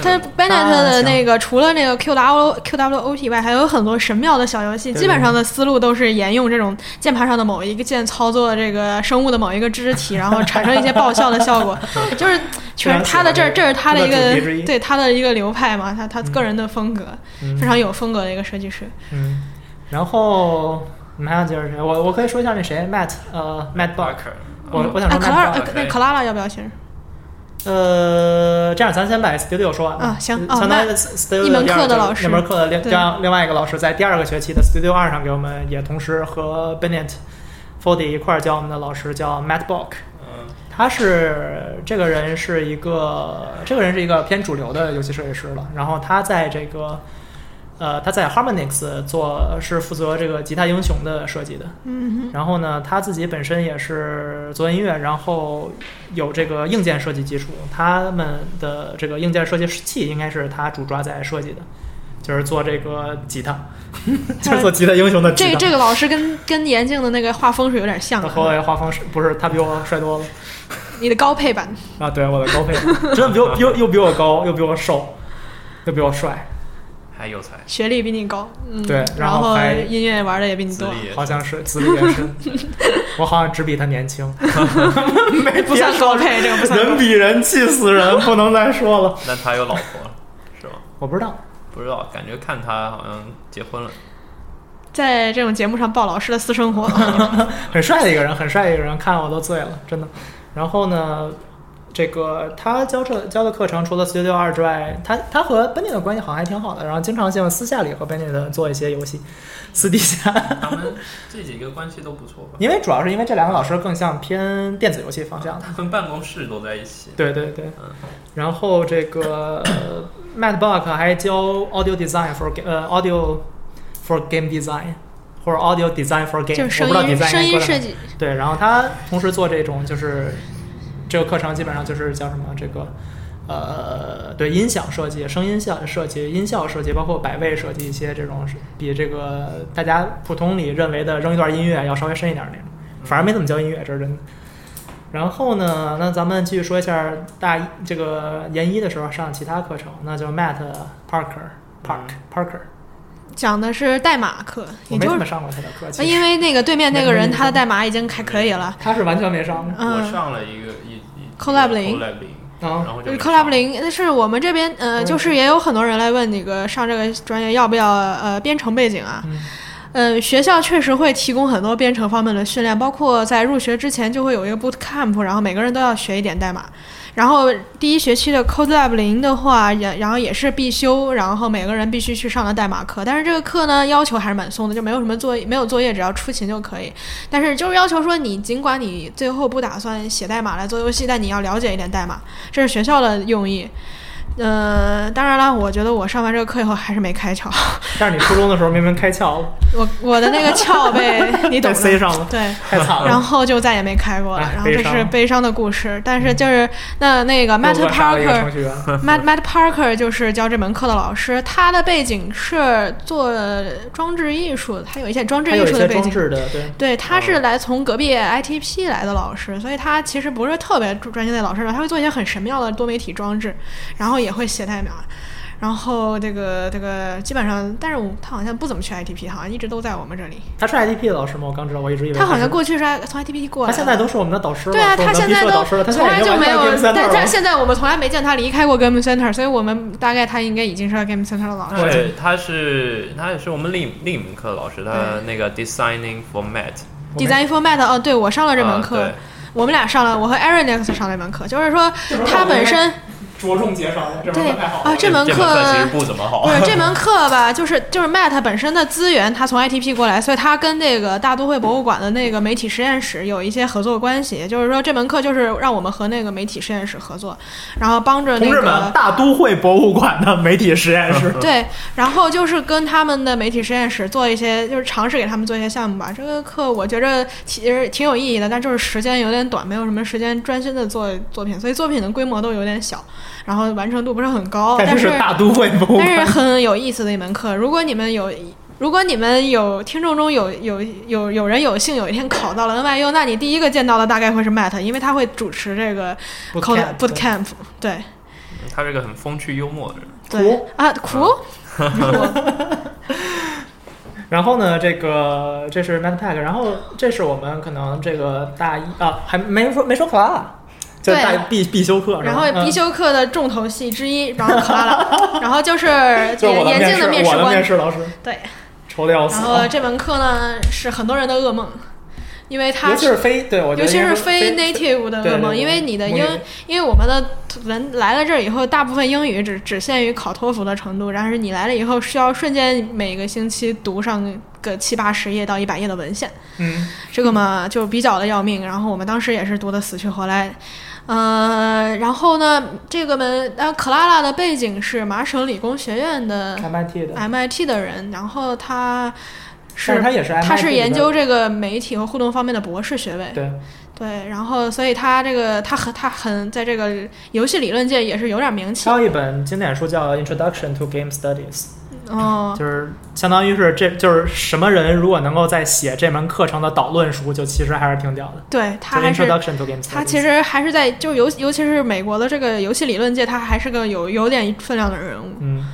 C: 他 Bennett
A: 啊
C: 的
A: 行
C: 那个除了那个 QW QWOP 以外，还有很多神妙的小游戏，
A: 对
C: 基本上的思路都是沿用这种键盘上的某一个键操作这个生物的某一个肢体，然后产生一些爆笑的效
A: <laughs>
C: 果，就是全是他的这儿这是他的一
A: 这个主题之一
C: 个对他的一个流派嘛，他他个人的风格
A: 嗯
C: 非常有风格的一个设计师。
A: 嗯，然后你们还想接着谁？我我可以说一下那谁，Matt，呃，Matt b o c k
D: Barker，
A: 我我想
C: 哎
A: 说
C: 克拉
A: Matt
C: 尔
A: b o
C: 呃
A: c k
C: 那
D: 可以
C: 克拉拉要不要先？
A: 呃，这样咱先把 Studio 说完吧
C: 啊行哦
A: 相当于
C: 那
A: Studio
C: 一门课
A: 呃第
C: 的
A: 二
C: 老师
A: 那门课的另
C: 对
A: 另另外一个老师在第二个学期的 Studio 二上给我们也同时和 Bennett Fordy 一块儿教我们的老师叫 Matt b o c k
D: 嗯，
A: 他是这个人是一个，这个人是一个偏主流的游戏设计师了。然后他在这个，呃，他在 Harmonix 做是负责这个吉他英雄的设计的。
C: 嗯
A: 然后呢，他自己本身也是做音乐，然后有这个硬件设计基础。他们的这个硬件设计器应该是他主抓在设计的，就是做这个吉他，就是做吉他英雄的
C: 哼，
A: 吉他。
C: 这个这个老师跟跟严静的那个画风是有点像
A: 和我
C: 的，
A: 的画风是不是他比我帅多了？
C: 你的高配版。
A: 啊，对，我的高配，真的比我又又比我高，又比我瘦，又比我帅，
D: 还有才，
C: 学历比你高，嗯，
A: 对然
C: 然
A: 后
C: 后
A: 还
C: 音乐玩的也比你
D: 资
C: 多，
D: 历也
A: 嗯好像是资历也是，我好像只比他年轻，没
C: 哎不算高配，这个不算
A: <laughs>
C: 高
A: 人
C: 配。
A: 比人气死人，不能再说了。
D: 但他有老婆了，是吗？
A: 我不知道，
D: 不知道，感觉看他好像结
A: <laughs>
D: 婚了。
C: 在这种节目上报老师的私生活，
A: 很帅的一个人，很帅的一个人，看我都醉了，真的。然后呢，这个他教这教的课程，除了 Studio 二之外，他他和 Benny 的关系好像还挺好的，然后经常性私下里和 Benny 的做一些游戏，私底下。 <laughs>
D: 他们这几个关系都不错吧？
A: 因为主要是因为这两个老师更像偏电子游戏方向的，
D: 他们办公室都在一起。
A: 对对对
D: 嗯。
A: 然后这个呃 Matt Buck 还教 Audio Design for ga- 呃 Audio for Game Design 或者 Audio Design for Game，
C: 就是声
A: 我不知
C: 音
A: 道 design
C: 声
A: 应该搁
C: 音
A: 在
C: 设
A: 哪
C: 计，
A: 对，然后他同时做这种就是这个课程基本上就是叫什么这个呃对音响设计、声音效设计、音效设计，包括摆位设计一些这种比这个大家普通里认为的扔一段音乐要稍微深一点儿那种，反正没怎么教音乐，这是真的。然后呢，那咱们继续说一下大一这个研一的时候上其他课程，那就 Matt Parker Park Parker，
C: 讲的是代码课，
A: 我
C: 也
A: 没
C: 嗯就
A: 怎么
C: 是呃哎
A: 上过他的课，其实
C: 因为那个对面那个人
A: 没
C: 他的代码已经还可以了，
A: 他是完全没上的。
D: 我
C: 嗯。
D: 上了一个一一
C: Collab
D: 零
C: 零
D: ，collab 零，
A: 啊、
D: 然后就
C: 哦就
D: 没
C: 是 Collab
D: 上
C: 零，但是我们这边呃，
A: 嗯
C: 就是也有很多人来问那个上这个专业要不要呃编程背景啊。
A: 嗯
C: 呃，学校确实会提供很多编程方面的训练，包括在入学之前就会有一个 boot camp，然后每个人都要学一点代码。然后第一学期的 Code Lab 零的话，也然后也是必修，然后每个人必须去上的代码课。但是这个课呢，要求还是蛮松的，就没有什么作业，没有作业，只要出勤就可以。但是就是要求说，你尽管你最后不打算写代码来做游戏，但你要了解一点代码，这是学校的用意。呃，当然了，我觉得我上完这个课以后还是没开窍，
A: 但是你初中的时候明明开窍了，
C: 我我的那个窍
A: <laughs>
C: 被你懂
A: 被塞
C: 的，
A: 上了，
C: 对，
A: <laughs> 太惨了。
C: 然后就再也没开过了
A: 哎。
C: 然后这
A: 悲伤嗯
C: 是悲伤的故事，但是就是那那个 Matt
A: 又扼杀了一个
C: Parker
A: 程序员
C: Matt Matt Parker 就是教这门课的老师，他的背景是做装置艺术，他有一些装置
A: 他有
C: 艺
A: 一
C: 术
A: 些
C: 的背
A: 装
C: 景。
A: 置的，对，
C: 对，他
A: 啊
C: 是来从隔壁 ITP 来的老师，所以他其实不是特别专心的老师，他会做一些很神妙的多媒体装置，然后也会写代码，然后这个这个基本上，但是我他好像不怎么去 ITP，好像一直都在我们这里。
A: 他是 IDP 的老师吗？我刚知道，我一直以为
C: 他好像
A: 是
C: 过去是从 ITP 过来
A: 他
C: 的，
A: 现在都是我们的导师了，
C: 对啊，
A: 是我们
C: 他
A: 的
C: 现
A: B
C: 在
A: 社
C: 都
A: 导师了，他现
C: 从
A: 在
C: 来
A: 已经
C: 就
A: 完
C: 没
A: 全
C: 有
A: Game，Center
C: 但但
A: 了。
C: 现在我们从来没见他离开过 Game Center，所以我们大概他应该已经是 Game Center 的老师。
D: 他也他是他也是我们另一另一门课的老师，他那个 designing format
A: 我没啊
C: Design Format，哦，对我上了这门课，
D: 呃
C: 我们俩上了，我和 Aaron Next 上了这门课，就是说
A: 哦
C: 他本身
A: 着重介绍了，这
C: 对啊，
D: 对，这
C: 门
D: 这
C: 课
D: 其实不怎么好
C: 不。是这门课吧，就是就是 Matt 本身的资源，他从 ITP 过来，所以他跟那个大都会博物馆的那个媒体实验室有一些合作关系。就是说这门课就是让我们和那个媒体实验室合作，然后帮着那
A: 同志
C: 个
A: 们，嗯大都会博物馆的媒体实验室
C: 对，然后就是跟他们的媒体实验室做一些，就是尝试给他们做一些项目吧。这个课我觉着其实挺有意义的，但就是时间有点短，没有什么时间专心的做作品，所以作品的规模都有点小，然后完成度不是很高。
A: <laughs>
C: 但
A: 是大都会博物
C: 哦但是
A: 馆。
C: 很有意思的一门课。如果你们有，如果你们有听众中有有有有人有幸有一天考到了 NYU，那你第一个见到的大概会是 Matt，因为他会主持这个 Code-
A: Bootcamp，
C: boot camp，对
D: <laughs> 他是个很风趣幽默的人，
C: 对啊，苦。 <laughs>
A: 然后呢，这个这是 Matt Pack，然后这是我们可能这个大一啊，还没说没说 Clara，就
C: 对
A: 大一必必修课是吧，嗯
C: 然后必修课的重头戏之一，然后考
A: <laughs>
C: 拉拉，然后就是
A: 嗯就是我的
C: 严
A: 面
C: 严
A: 试，
C: 静面
A: 我
C: 试
A: 的面
C: 官，
A: 试老师
C: 对。
A: 愁的要死哦
C: 然。后这门课呢是很多人的噩梦，因为它
A: 尤其是非对，我觉得
C: 尤其
A: 应该
C: 是
A: 非
C: 非 native 的
A: 对
C: 噩
A: 对
C: 梦，
A: 对
C: 因为你的
A: 母
C: 英
A: 语，
C: 因为我们的人来了这儿以后，大部分英语只只限于考托福的程度，但是你来了以后，需要瞬间每个星期读上个七八十页到一百页的文献，
A: 嗯，
C: 这个嘛就比较的要命。然后我们当时也是读的死去活来，呃，然后呢，这个门呃，克拉拉的背景是麻省理工学
A: <laughs>
C: 院的
A: MIT 的，
C: MIT 的人，然后他
A: 但
C: 啊
A: <laughs>
C: 是
A: 是他也是 MIT
C: 他是研
A: 的
C: 究这个媒体和互动方面的博士学位，
A: 对，
C: 对，然后所以他这个他很他很在这个游戏理论界也是有点名气
A: 还，有一本经典书叫《Introduction to Game Studies》，
C: 哦，
A: 就是相当于是这就是什么人如果能够在写这门课程的导论书，就其实还是挺屌的。
C: 对他
A: 就
C: 还是
A: Introduction to Game Studies，
C: 他其实还是在，就尤尤其是美国的这个游戏理论界，他还是个有有点分量的人物。
A: 嗯，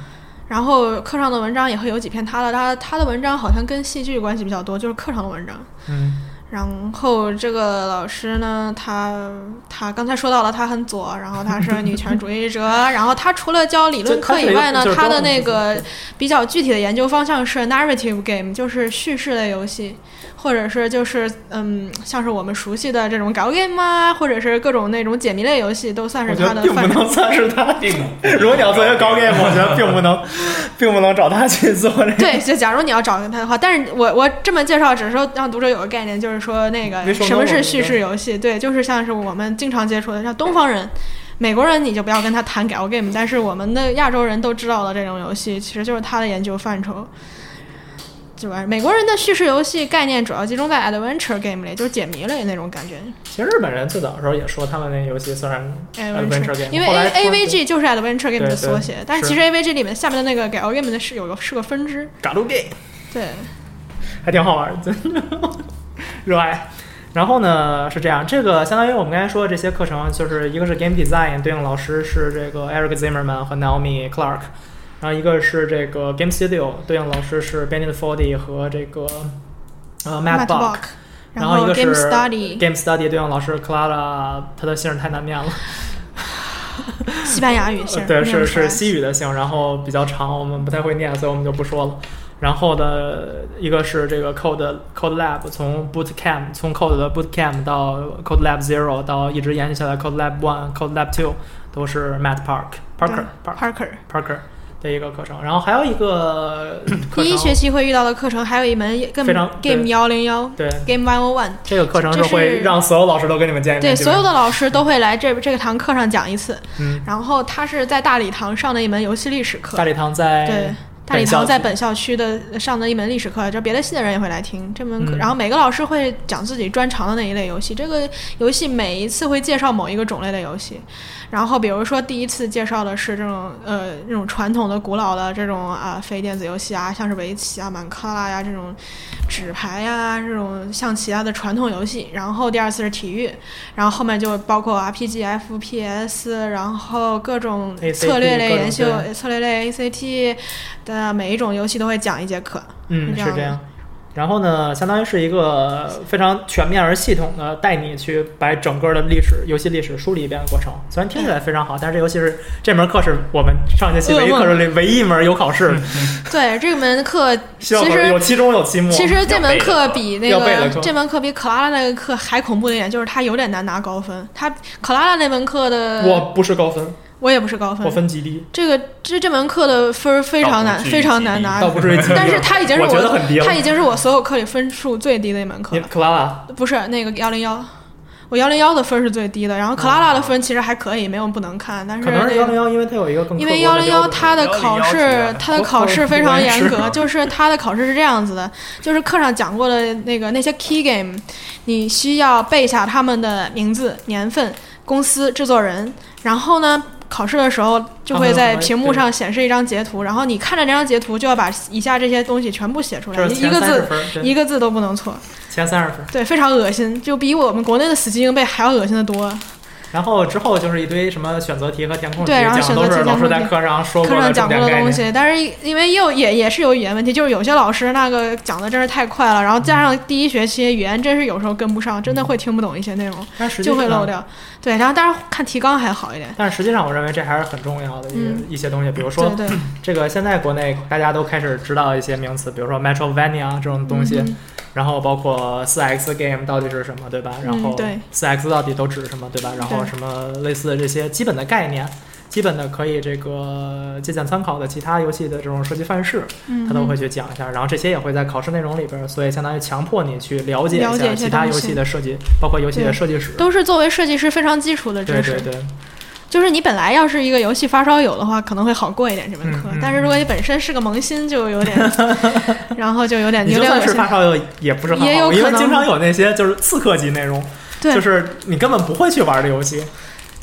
C: 然后课上的文章也会有几篇他的，他他的文章好像跟戏剧关系比较多，就是课上的文章。
A: 嗯
C: 然后这个老师呢，他他刚才说到了，他很左，然后他是女权主义者，然后他除了教理论课以外
A: <laughs>
C: 呢
A: 就，他
C: 他
A: 是一个就是中文
C: 的那个
A: 字
C: 比较具体的研究方向是 narrative game，就是叙事类游戏，或者是就是嗯，像是我们熟悉的这种 gal game 啊，或者是各种那种解谜类游戏，都算
A: 我
C: 是
A: 觉
C: 他
A: 得
C: 的
A: 并不
C: 范畴
A: 能。算是他定
D: 不
A: 如果你要做一个高 game，我觉得并不
C: <laughs>
A: 能，并不能找他去做这 <laughs> 个。
C: 对，就假如你要找他的话，但是我我这么介绍，只是说让读者有个概念，就是说那个
A: Visual
C: 什么
A: novel，
C: 是叙事游戏，对，就是像是我们经常接触的，像东方人、美国人，你就不要跟他谈 gal game，但是我们的亚洲人都知道了这种游戏，其实就是他的研究范畴。就完事。美国人的叙事游戏概念主要集中在 adventure game 类，就是解谜类那种感觉。
A: 其实日本人最早的时候也说他们那游戏虽然 adventure game，
C: 因为
A: 后
C: A
A: 来
C: A V G 就是 adventure
A: 对
C: game 的缩写
A: 对，
C: 但
A: 是
C: 是其实 A V G 里面下面的那个给 L game 的是有个是个分支。
A: 嘎鲁 game
C: 对，
A: 还挺好玩儿，真的热爱。然后呢是这样，这个相当于我们刚才说的这些课程，就是一个是 game design，对应老师是这个 Eric Zimmerman 和 Naomi Clark，然后一个是这个 game studio，对应老师是 Benedict Fordy 和这个呃 Matt b o
C: Matchbox
A: c k
C: 然
A: 后一个是
C: Game Study
A: Game Study 对应老师 Clara，她的姓儿太难念了，
C: <laughs> 西班牙语姓，
A: 呃对，
C: 念
A: 是
C: 不出来
A: 是西语的姓，然后比较长，我们不太会念，所以我们就不说了。然后的一个是这个 Code Code Lab，从 Boot Camp，从 Code 的 Boot Camp 到 Code Lab Zero，到一直延续下来 Code Lab One、Code Lab Two，都是 Matt Park Parker
C: 对
A: Park Parker 的一个课程。然后还有一个课程，
C: 第一学期会遇到的课程还有一门跟
A: 非常对
C: Game 幺零幺
A: 对
C: Game One O One。
A: 这个课程是
C: 这是
A: 会让所有老师都跟你们见一面，
C: 对，
A: 基
C: 所
A: 本
C: 有
A: 上
C: 的老师都会来这这个堂课上讲一次。
A: 嗯，
C: 然后他是在大礼堂上的一门游戏历史课
A: 大。礼堂在
C: 对，大礼
A: 本校
C: 堂在
A: 区
C: 本校区的上的一门历史课，就别的系的人也会来听这门课。
A: 嗯
C: 然后每个老师会讲自己专长的那一类游戏，这个游戏每一次会介绍某一个种类的游戏。然后比如说第一次介绍的是这种呃这种传统的古老的这种啊、非电子游戏啊，像是围棋啊、满克拉呀、这种纸牌呀、这种象棋啊的传统游戏。然后第二次是体育，然后后面就包括啊 RPG、FPS，然后各种
A: ACT
C: 策略类
A: 各种
C: 研究、呃
A: 对
C: 策略类 ACT 的每一种游戏都会讲一节课。
A: 嗯，是
C: 这样
A: 这
C: 的
A: 样。然后呢，相当于是一个非常全面而系统的带你去把整个的历史、游戏历史梳理一遍的过程。虽然听起来非常好，但是这游戏是这门课是我们上学期唯一
C: 噩梦
A: 课程里唯一一门有考试，
C: 对这门课，
A: 需要
C: 其
A: 考
C: 实
A: 有期中有期末。
C: 其实这门课比那
A: 要背的
C: 个
A: 课
C: 这门课比克拉拉那个课还恐怖的一点，就是它有点难拿高分。它克拉拉那门课的
A: 我不是高分，
C: 我也不是高分
A: 我，分极低，
C: 这个这这门课的分儿非常难，
D: 高分
C: 非常难拿
A: 倒。不至于极低。
C: 啊但是它已经是
A: 我觉得很低了
C: 它已经是我所有课里分数最低的一门课
A: 你
C: 了。
A: 克拉拉，
C: 不是那个幺零幺，我幺零幺的分是最低的，然后克拉拉的分其实还可以，没有不能看，但是
A: 啊可能是
C: 那
A: 幺
C: 个
A: 零幺，因为它有一个更
C: 因为
A: 客
C: 幺
A: 观的
C: 零
A: 标
C: 幺
A: 准
C: 它的考
G: 101是
C: 试
G: 吧，
C: 它的
A: 啊我
C: 考试非常严
A: 我也
C: 格，
A: 是
C: 就是它的考试是这样子的，就是课上讲过的那个那些 key game，你需要背下他们的名字、年份、公司、制作人，然后呢。考试的时候就会在屏幕上显示一张截图，然后你看着那张截图就要把以下这些东西全部写出来，
A: 这是
C: 你一
A: 前
C: 个
A: 三十
C: 字
A: 分，对
C: 一个字都不能错，
A: 前三十分。
C: 对，非常恶心，就比我们国内的死记硬背还要恶心的多。
A: 然后之后就是一堆什么选择题和填空题，
C: 对然后
A: 讲的
C: 选择
A: 都是
C: 题
A: 老师
C: 填空
A: 在
C: 题
A: 课上说过
C: 课
A: 的
C: 上
A: 重
C: 讲
A: 点
C: 过的
A: 概
C: 东
A: 念。
C: 西，但是因为也有也也是有语言问题，就是有些老师那个讲的真是太快了，然后加上第一学期语言真是有时候跟不上，真的会听不懂一些内容，
A: 但实际
C: 就会
A: 上
C: 漏掉。对，然后但是看提纲还好一点。
A: 但是实际上，我认为这还是很重要的一、
C: 嗯
A: 一些东西，比如说
C: 对对，
A: 这个现在国内大家都开始知道一些名词，比如说 Metrovania 这种东西，
C: 嗯
A: 然后包括 4X game 到底是什么，对吧？然后
C: 嗯对
A: 4X 到底都指什么，对吧？然后什么类似的这些基本的概念，基本的可以这个借鉴参考的其他游戏的这种设计范式，
C: 嗯，
A: 他都会去讲一下，然后这些也会在考试内容里边儿，所以相当于强迫你去了解
C: 了
A: 一
C: 解
A: 下
C: 一些
A: 其他游
C: 东西
A: 戏的设计，包括游戏的
C: 对
A: 设计史。
C: 都是作为设计师非常基础的
A: 对
C: 知
A: 对
C: 识。
A: 对，
C: 就是你本来要是一个游戏发烧友的话，可能会好过一点这门课
A: 嗯嗯，
C: 但是如果你本身是个萌新，就
A: <laughs>
C: 有点，然后就有点
A: 你
C: 哎有
A: 就
C: 点
A: 算
C: 恶
A: 是
C: 心
A: 发。烧友也不是很
C: 也
A: 好，
C: 有
A: 因
C: 可
A: 为
C: 能
A: 经常有那些就是刺客级内容，
C: 对
A: 就，是你根本不会去玩的游戏，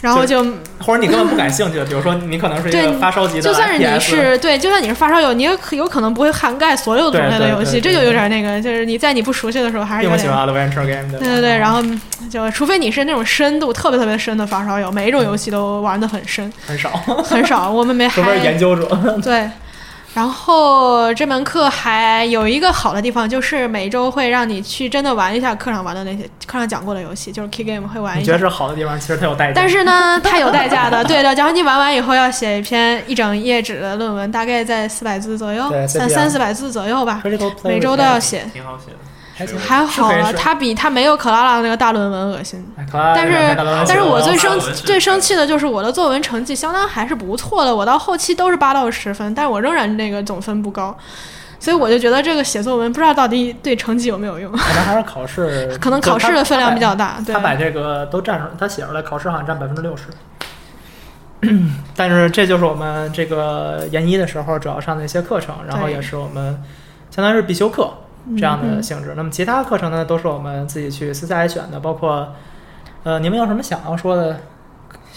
C: 然后就
A: 或者你根本不感兴趣的。比如说，你可能是一
C: 对
A: 个
C: 你
A: 发烧级的
C: 就算是
A: FPS，
C: 你是对，就算你是发烧友，你也可有可能不会涵盖所有种类
A: 对
C: 的
A: 对
C: 游戏，
A: 对对
C: 这就有点那个，就是你在你不熟悉的时候还是
A: 并
C: 有
A: 不喜
C: 点。
A: 欢 adventure game 的。
C: 对对对，然后嗯就除非你是那种深度特别特别深的发烧友，每一
A: 嗯
C: 种游戏都玩得很深，
A: 很少，
C: 很少，我们没
A: 除非是研
C: 还
A: 究者。
C: 对。然后这门课还有一个好的地方，就是每周会让你去真的玩一下课上玩的那些课上讲过的游戏，就是 Key Game 会玩
A: 你
C: 一
A: 觉
C: 下
A: 得。是好的地方，其实它有代价。
C: 但是
A: <laughs>
C: 呢，它有代价的。对的，然后你玩完以后要写一篇一整页纸的论文，大概在四百字左右
A: 对，
C: 三
A: 这
C: 三
A: 样
C: 四百字左右吧，
A: Critical play
C: 每周
A: with
C: 都要
A: games
C: 写。
G: 挺好写的，
A: 还行
G: 是
C: 还好
A: 是可以
C: 啊，
A: 是
C: 它比它没有克拉拉那个大论文恶心。
A: 哎克拉拉
C: 但是
A: 两个大头文，
C: 但是
A: 写
C: 我
A: 完
C: 最
A: 了
C: 生
G: 大论文是
C: 最生气的就是我的作文成绩相当还是不错的，我到后期都是八到十分，但我仍然那个总分不高，所以我就觉得这个写作文不知道到底对成绩有没有用，
A: 可能还是考试，
C: 可能
A: 就
C: 考
A: 他
C: 试的分量比较。
A: 他
C: 大
A: 把。
C: 对
A: 他，把这个都占上，他写出来考试好像占百分之六十。 <clears throat> 但是这就是我们这个研一的时候主要上的一些课程，然后
C: 对嗯
A: 也是我们相当于是必修课这样的性质。那么其他课程呢，都是我们自己去私下来选的，包括呃，你们有什么想要说的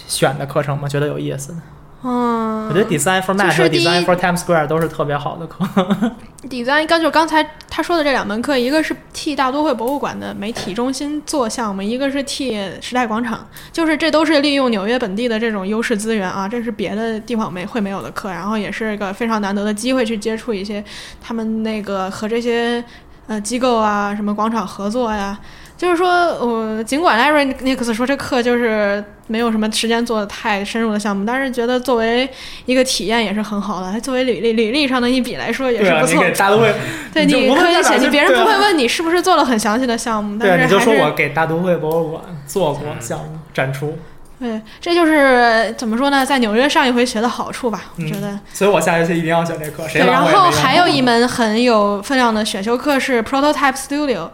A: 选的课程吗？觉得有意思的？
C: 嗯，
A: 我觉得 Design for Mac
C: 就是
A: 和
C: 第一
A: Design for Times Square 都是特别好的课。
C: design 刚就刚才他说的这两门课，一个是替大都会博物馆的媒体中心做项目，一个是替时代广场，就是这都是利用纽约本地的这种优势资源啊，这是别的地方没会没有的课，然后也是一个非常难得的机会去接触一些他们那个和这些呃机构啊，什么广场合作呀、就是说，我、尽管 Larry Nix 说这课就是没有什么时间做的太深入的项目，但是觉得作为一个体验也是很好的，作为履历履历上的一笔来说也
A: 对
C: 是
A: 啊，
C: 不
A: 你
C: 错
A: 给
C: 的。
A: 大都会，
C: <laughs> 对，
A: 你就
C: 你
A: 无论
C: 可以
A: 在哪
C: 写
A: 儿
C: 进，
A: 就
C: 别人
A: 对啊
C: 不会问你是不是做了很详细的项目，
A: 对啊，
C: 但
A: 你
C: 是
A: 就
C: 还是
A: 说我给大都会博物馆做过项目展出，
C: 对，这就是怎么说呢，在纽约上一回学的好处吧，我
A: 嗯
C: 觉得。
A: 所以我下学期一定要选这课。谁
C: 对，
A: 拦
C: 然
A: 我也
C: 后
A: 没用
C: 还有一门很有分量的选修课是 Prototype Studio。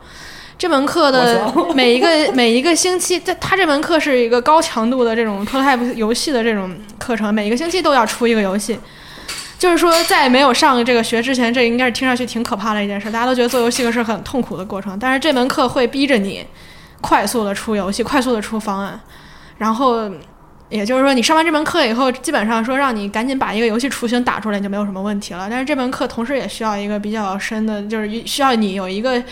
C: 这门课的
A: 我
C: 每一个每一个星期，这它这门课是一个高强度的这种 prototype 游戏的这种课程，每一个星期都要出一个游戏。就是说，在没有上这个学之前，这应该是听上去挺可怕的一件事。大家都觉得做游戏是很痛苦的过程，但是这门课会逼着你快速的出游戏，快速的出方案。然后，也就是说，你上完这门课以后，基本上说让你赶紧把一个游戏雏形打出来，你就没有什么问题了。但是这门课同时也需要一个比较深的，就是需要你有一个。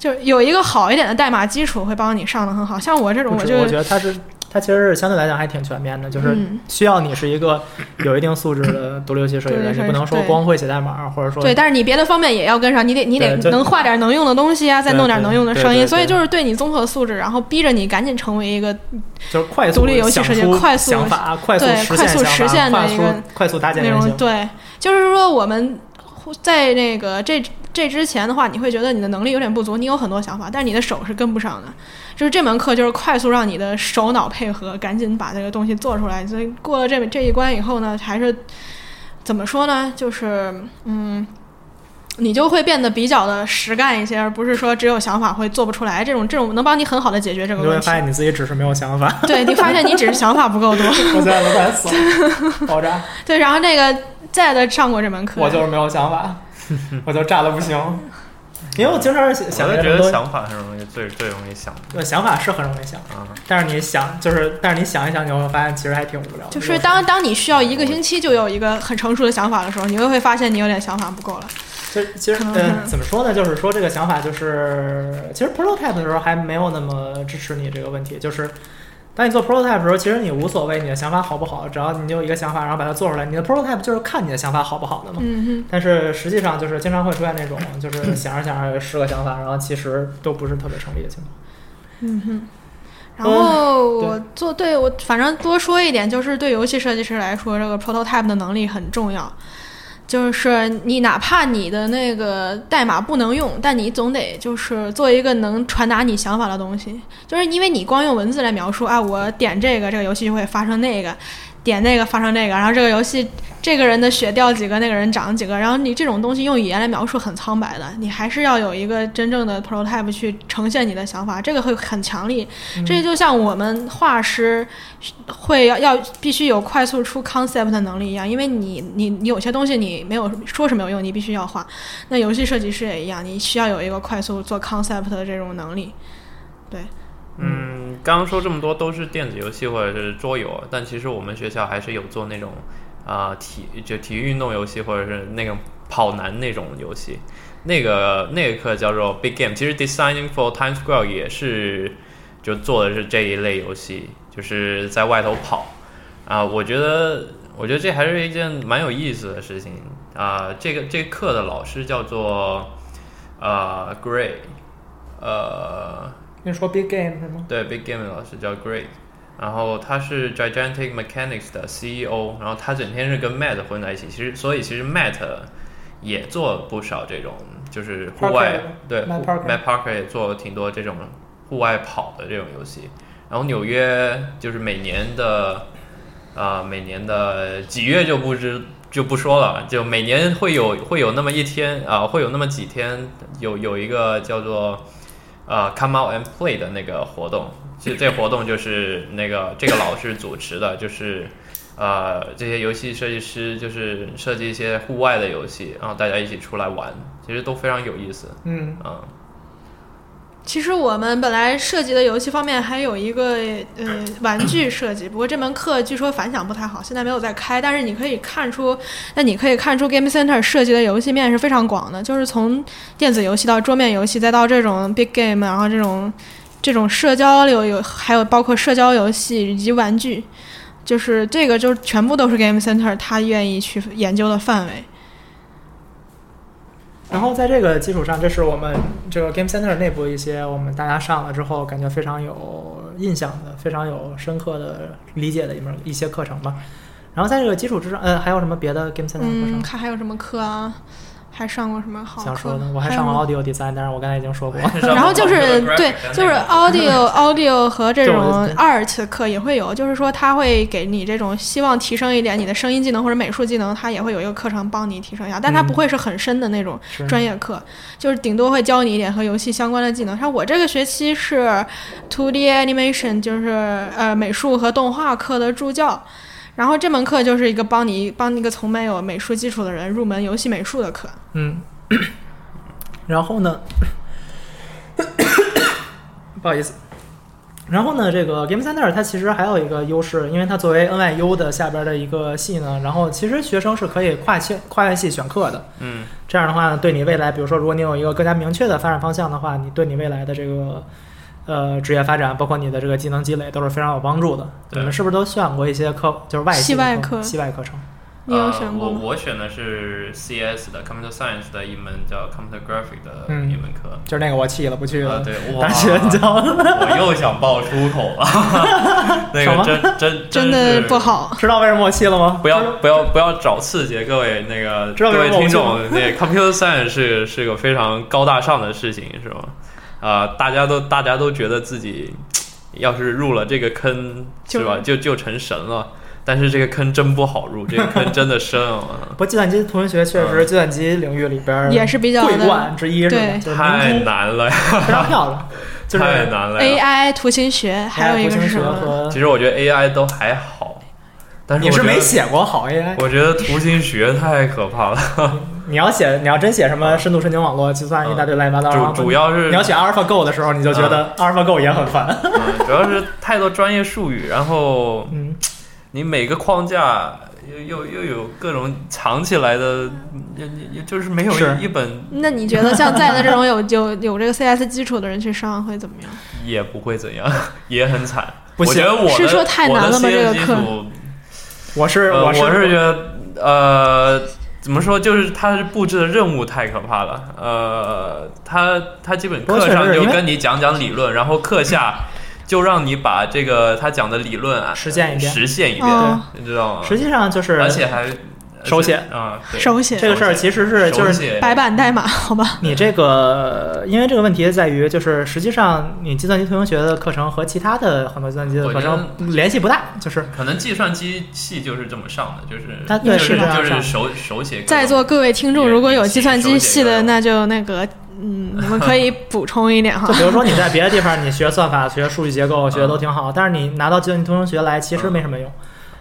C: 就是有一个好一点的代码基础，会帮你上的很好。像我这种，
A: 不
C: 我
A: 止
C: 就
A: 我觉得它是它其实是相对来讲还挺全面的，就是
C: 嗯
A: 需要你是一个有一定素质的独立游戏设计
C: 独立
A: 人，
C: 设计
A: 你不能说
C: 对
A: 光会写代码，或者说
C: 对，但是你别的方面也要跟上，你得你得
A: 对就
C: 能画点能用的东西啊，再
A: 对
C: 弄点
A: 对
C: 能用的
A: 对
C: 声
A: 对
C: 音，
A: 对
C: 所以就是对你综合素质，然后逼着你赶紧成为一个
A: 就是快速
C: 独立游戏
A: 想
C: 设计
A: 出
C: 快速
A: 想法，快速
C: 对
A: 实
C: 快
A: 现想
C: 速
A: 法，
C: 实现的
A: 快
C: 一
A: 速
C: 个
A: 快速搭建
C: 那
A: 原
C: 种
A: 型。
C: 对，就是说我们在那个这这之前的话，你会觉得你的能力有点不足，你有很多想法，但是你的手是跟不上的。就是这门课就是快速让你的手脑配合，赶紧把这个东西做出来。所以过了这这一关以后呢，还是怎么说呢？就是嗯。你就会变得比较的实干一些，而不是说只有想法会做不出来。这种这种能帮你很好的解决这个
A: 你就
C: 问
A: 会
C: 题
A: 发。现你自己只是没有想法，
C: 对你发现你只是想法不够
A: <laughs>
C: 多。<laughs>
A: 我现在都快死了，爆炸！
C: 对，然后那个 Z 上过这门课，
A: 我就是没有想 <laughs> 法，我就炸的不行。因为我经常是想
D: 我
A: 想这
D: 就觉
A: 种
D: 得
A: 东西
D: 想法很容易，最最容易想
A: 呃想法是很容易想，
D: 啊。
A: 但是你想就是，但是你想一想，你会发现其实还挺无聊的。
C: 就是当当你需要一个星期就有一个很成熟的想法的时候，你又会发现你有点想法不够了。
A: 就其实
C: 可能
A: 呃
C: 是
A: 怎么说呢？就是说这个想法就是，其实 prototype 的时候还没有那么支持你这个问题，就是。当你做 prototype 的时候，其实你无所谓你的想法好不好，只要你有一个想法，然后把它做出来，你的 prototype 就是看你的想法好不好的嘛。
C: 嗯
A: 但是实际上就是经常会出现那种，就是想着想着有十个想法，然后其实都不是特别成立的情况。
C: 哼，嗯哼。然后我做对我反正多说一点，就是对游戏设计师来说，这个 prototype 的能力很重要。就是你哪怕你的那个代码不能用，但你总得就是做一个能传达你想法的东西。就是因为你光用文字来描述啊，我点这个，这个游戏就会发生那个；点那个发生那个，然后这个游戏这个人的血掉几个，那个人长几个，然后你这种东西用语言来描述很苍白的，你还是要有一个真正的 prototype 去呈现你的想法，这个会很强力。这就像我们画师会要要必须有快速出 concept 的能力一样，因为你你你有些东西你没有说是没有用，你必须要画。那游戏设计师也一样，你需要有一个快速做 concept 的这种能力。对，
D: 嗯，刚刚说这么多都是电子游戏或者是桌游，但其实我们学校还是有做那种啊、呃体就体育运动游戏或者是那种跑男那种游戏，那个那个课叫做 Big Game，其实 Designing for Times Square 也是就做的是这一类游戏，就是在外头跑啊、我觉得我觉得这还是一件蛮有意思的事情啊、这个这课的老师叫做呃 Gray，呃。
C: 嗯
A: 你说 big game 是吗？
D: 对，Big Game 的老师叫 Greg，然后他是 Gigantic Mechanics 的 CEO，然后他整天是跟 Matt 混在一起，其实所以其实 Matt 也做不少这种就是户
A: Parker
D: 外对
A: ，Matt
D: 户
A: Parker
D: Matt Parker 也做了挺多这种户外跑的这种游戏，然后纽约就是每年的啊、每年的几月就不知就不说了，就每年会有会有那么一天啊、会有那么几天有有一个叫做呃 Come Out and Play 的那个活动，这这活动就是那个这个老师主持的，就是呃这些游戏设计师就是设计一些户外的游戏，然后大家一起出来玩，其实都非常有意思。
A: 嗯
D: 嗯，
C: 其实我们本来涉及的游戏方面还有一个呃玩具设计，不过这门课据说反响不太好，现在没有再开。但是你可以看出，那你可以看出 Game Center 涉及的游戏面是非常广的，就是从电子游戏到桌面游戏，再到这种 Big Game，然后这种这种社交流有，还有包括社交游戏以及玩具，就是这个就是全部都是 Game Center 他愿意去研究的范围。
A: 然后在这个基础上，这是我们这个 Game Center 内部一些我们大家上了之后感觉非常有印象的、非常有深刻的理解的一门一些课程吧。然后在这个基础之上，呃，还有什么别的 Game Center 课程
C: 嗯，？看还有什么课啊，还上过什么好课？
A: 想说的，我还
C: 还有
A: 上
C: 吗
A: 过 Audio Design，但是我刚才已经说
C: <laughs>
A: 过。
C: 然后就是对，就是 audio audio 和这
A: 这我
C: 种
A: 就
C: art 课也会有，就是说他会给你这种希望提升一点你的声音技能或者美术技能，他也会有一个课程帮你提升一下，但他不会是很深的那种
A: 是
C: 专业课，就是顶多会教你一点和游戏相关的技能。像我这个学期是 2D animation，就是呃美术和动画课的助教。然后这门课就是一个帮你帮一个从没有美术基础的人入门游戏美术的课，
A: 嗯， <coughs> 然后呢， <coughs> 不好意思。然后呢，这个 Game Center 它其实还有一个优势，因为它作为 NYU 的下边的一个系呢，然后其实学生是可以跨系跨越系选课的。
D: 嗯
A: 这样的话呢，对你未来，比如说如果你有一个更加明确的发展方向的话，你对你未来的这个呃职业发展，包括你的这个技能积累，都是非常有帮助的。
D: 对
A: 你们是不是都选过一些课，就是外系
C: 系
A: 的
C: 外
A: 课
C: 课
A: 系外课程？
C: 你有选过
D: 呃、
C: 吗？
D: 我我选的是 CS 的 Computer Science 的一门叫 Computer Graphic 的
A: 嗯
D: 一门课。
A: 就是那个我弃了，不去了。
D: 啊，对，
A: <laughs>
D: 哇
A: 大学教。
D: 我又想爆粗口了， <laughs> 那
A: 什么
D: 个真真
C: 真
D: 是
C: 的不。好。
A: 知道为什么我弃了吗？
D: 不要不要不要找刺激，各位那个
A: 知道
D: 各
A: 为
D: 位
A: 什么我
D: 听
A: 不 <laughs>
D: 众，那 computer science 是是个非常高大上的事情，是吗？啊、大家都大家都觉得自己要是入了这个坑，
C: 就是
D: 吧，就就成神了。但是这个坑真不好入，这个坑真的深
A: <laughs>
D: 啊！
A: 不，计算机同学确实
D: 嗯
A: 计算机领域里边儿
C: 也是比较
A: 桂
C: 的
A: 冠之一，是吧？
C: 对
A: 就是
D: 太
A: 明
D: 难了，
A: 星非常漂亮， <laughs> 就是
D: 太难了呀。
C: AI 图形学，还有一个是
A: 学
C: 什么？
A: 和
D: 其实我觉得 AI 都还好，但是
A: 你
D: 我
A: 是
D: 觉得
A: 没写过好 AI，
D: 我觉得图形学太可怕了，
A: 你要写你要真写什么深度神经网络计算一大堆乱七八糟，然后
D: 啊主主要是啊
A: 你要写 AlphaGo 的时候，你就觉得 AlphaGo 也很烦。
D: 嗯主要是太多专业术语，然后
A: 嗯，
D: 你每个框架又又又有各种藏起来的，也也就是没有
A: 是
D: 一一本
C: 那你觉得像在的这种有有有这个 CS 基础的人去上会怎么样？
D: 也不会怎样， <laughs> 也很惨。
A: 不
D: 我
A: 行
D: 觉得我的
C: 是说太难了吗
D: 我的
C: 这个
D: CM 基
C: 课
D: 础
A: 我是
D: 呃，我
A: 是
D: 觉得呃，怎么说，就是他是布置的任务太可怕了。呃，他他基本
A: 不过
D: 课
A: 确
D: 上
A: 实
D: 就
A: 因为
D: 跟你讲讲理论，然后课下就让你把这个他讲的理论啊
A: 实践一遍
D: 实现一遍
C: 哦，
D: 你知道吗？
A: 实际上就是，
D: 而且还
A: 手写
D: 啊，对
C: 手写
A: 这个事儿其实是就是
D: 手写
C: 白板代码，好吧？
A: 你这个，因为这个问题在于，就是实际上你计算机图形学的课程和其他的很多计算机的课
D: 我
A: 程
D: 觉
A: 联系不大，
D: <laughs>
A: 就是
D: 可能计算机系就是这么上的，就是
C: 啊
A: 它
D: 就
A: 对
D: 是
A: 是这样上
D: 就是
A: 的
D: 手手写各种。
C: 在座各位听众，
D: 也
C: 如果有
D: 也
C: 计算机系
D: 手写
C: 的，
D: 的
C: 那就那个，
A: <laughs>
C: 嗯，你们可以补充一点哈
A: 就。比如说你在别的地方你学算法、学数据结构学的都挺好，但是你拿到计算机图形学来其实没什么
D: 嗯
A: 用。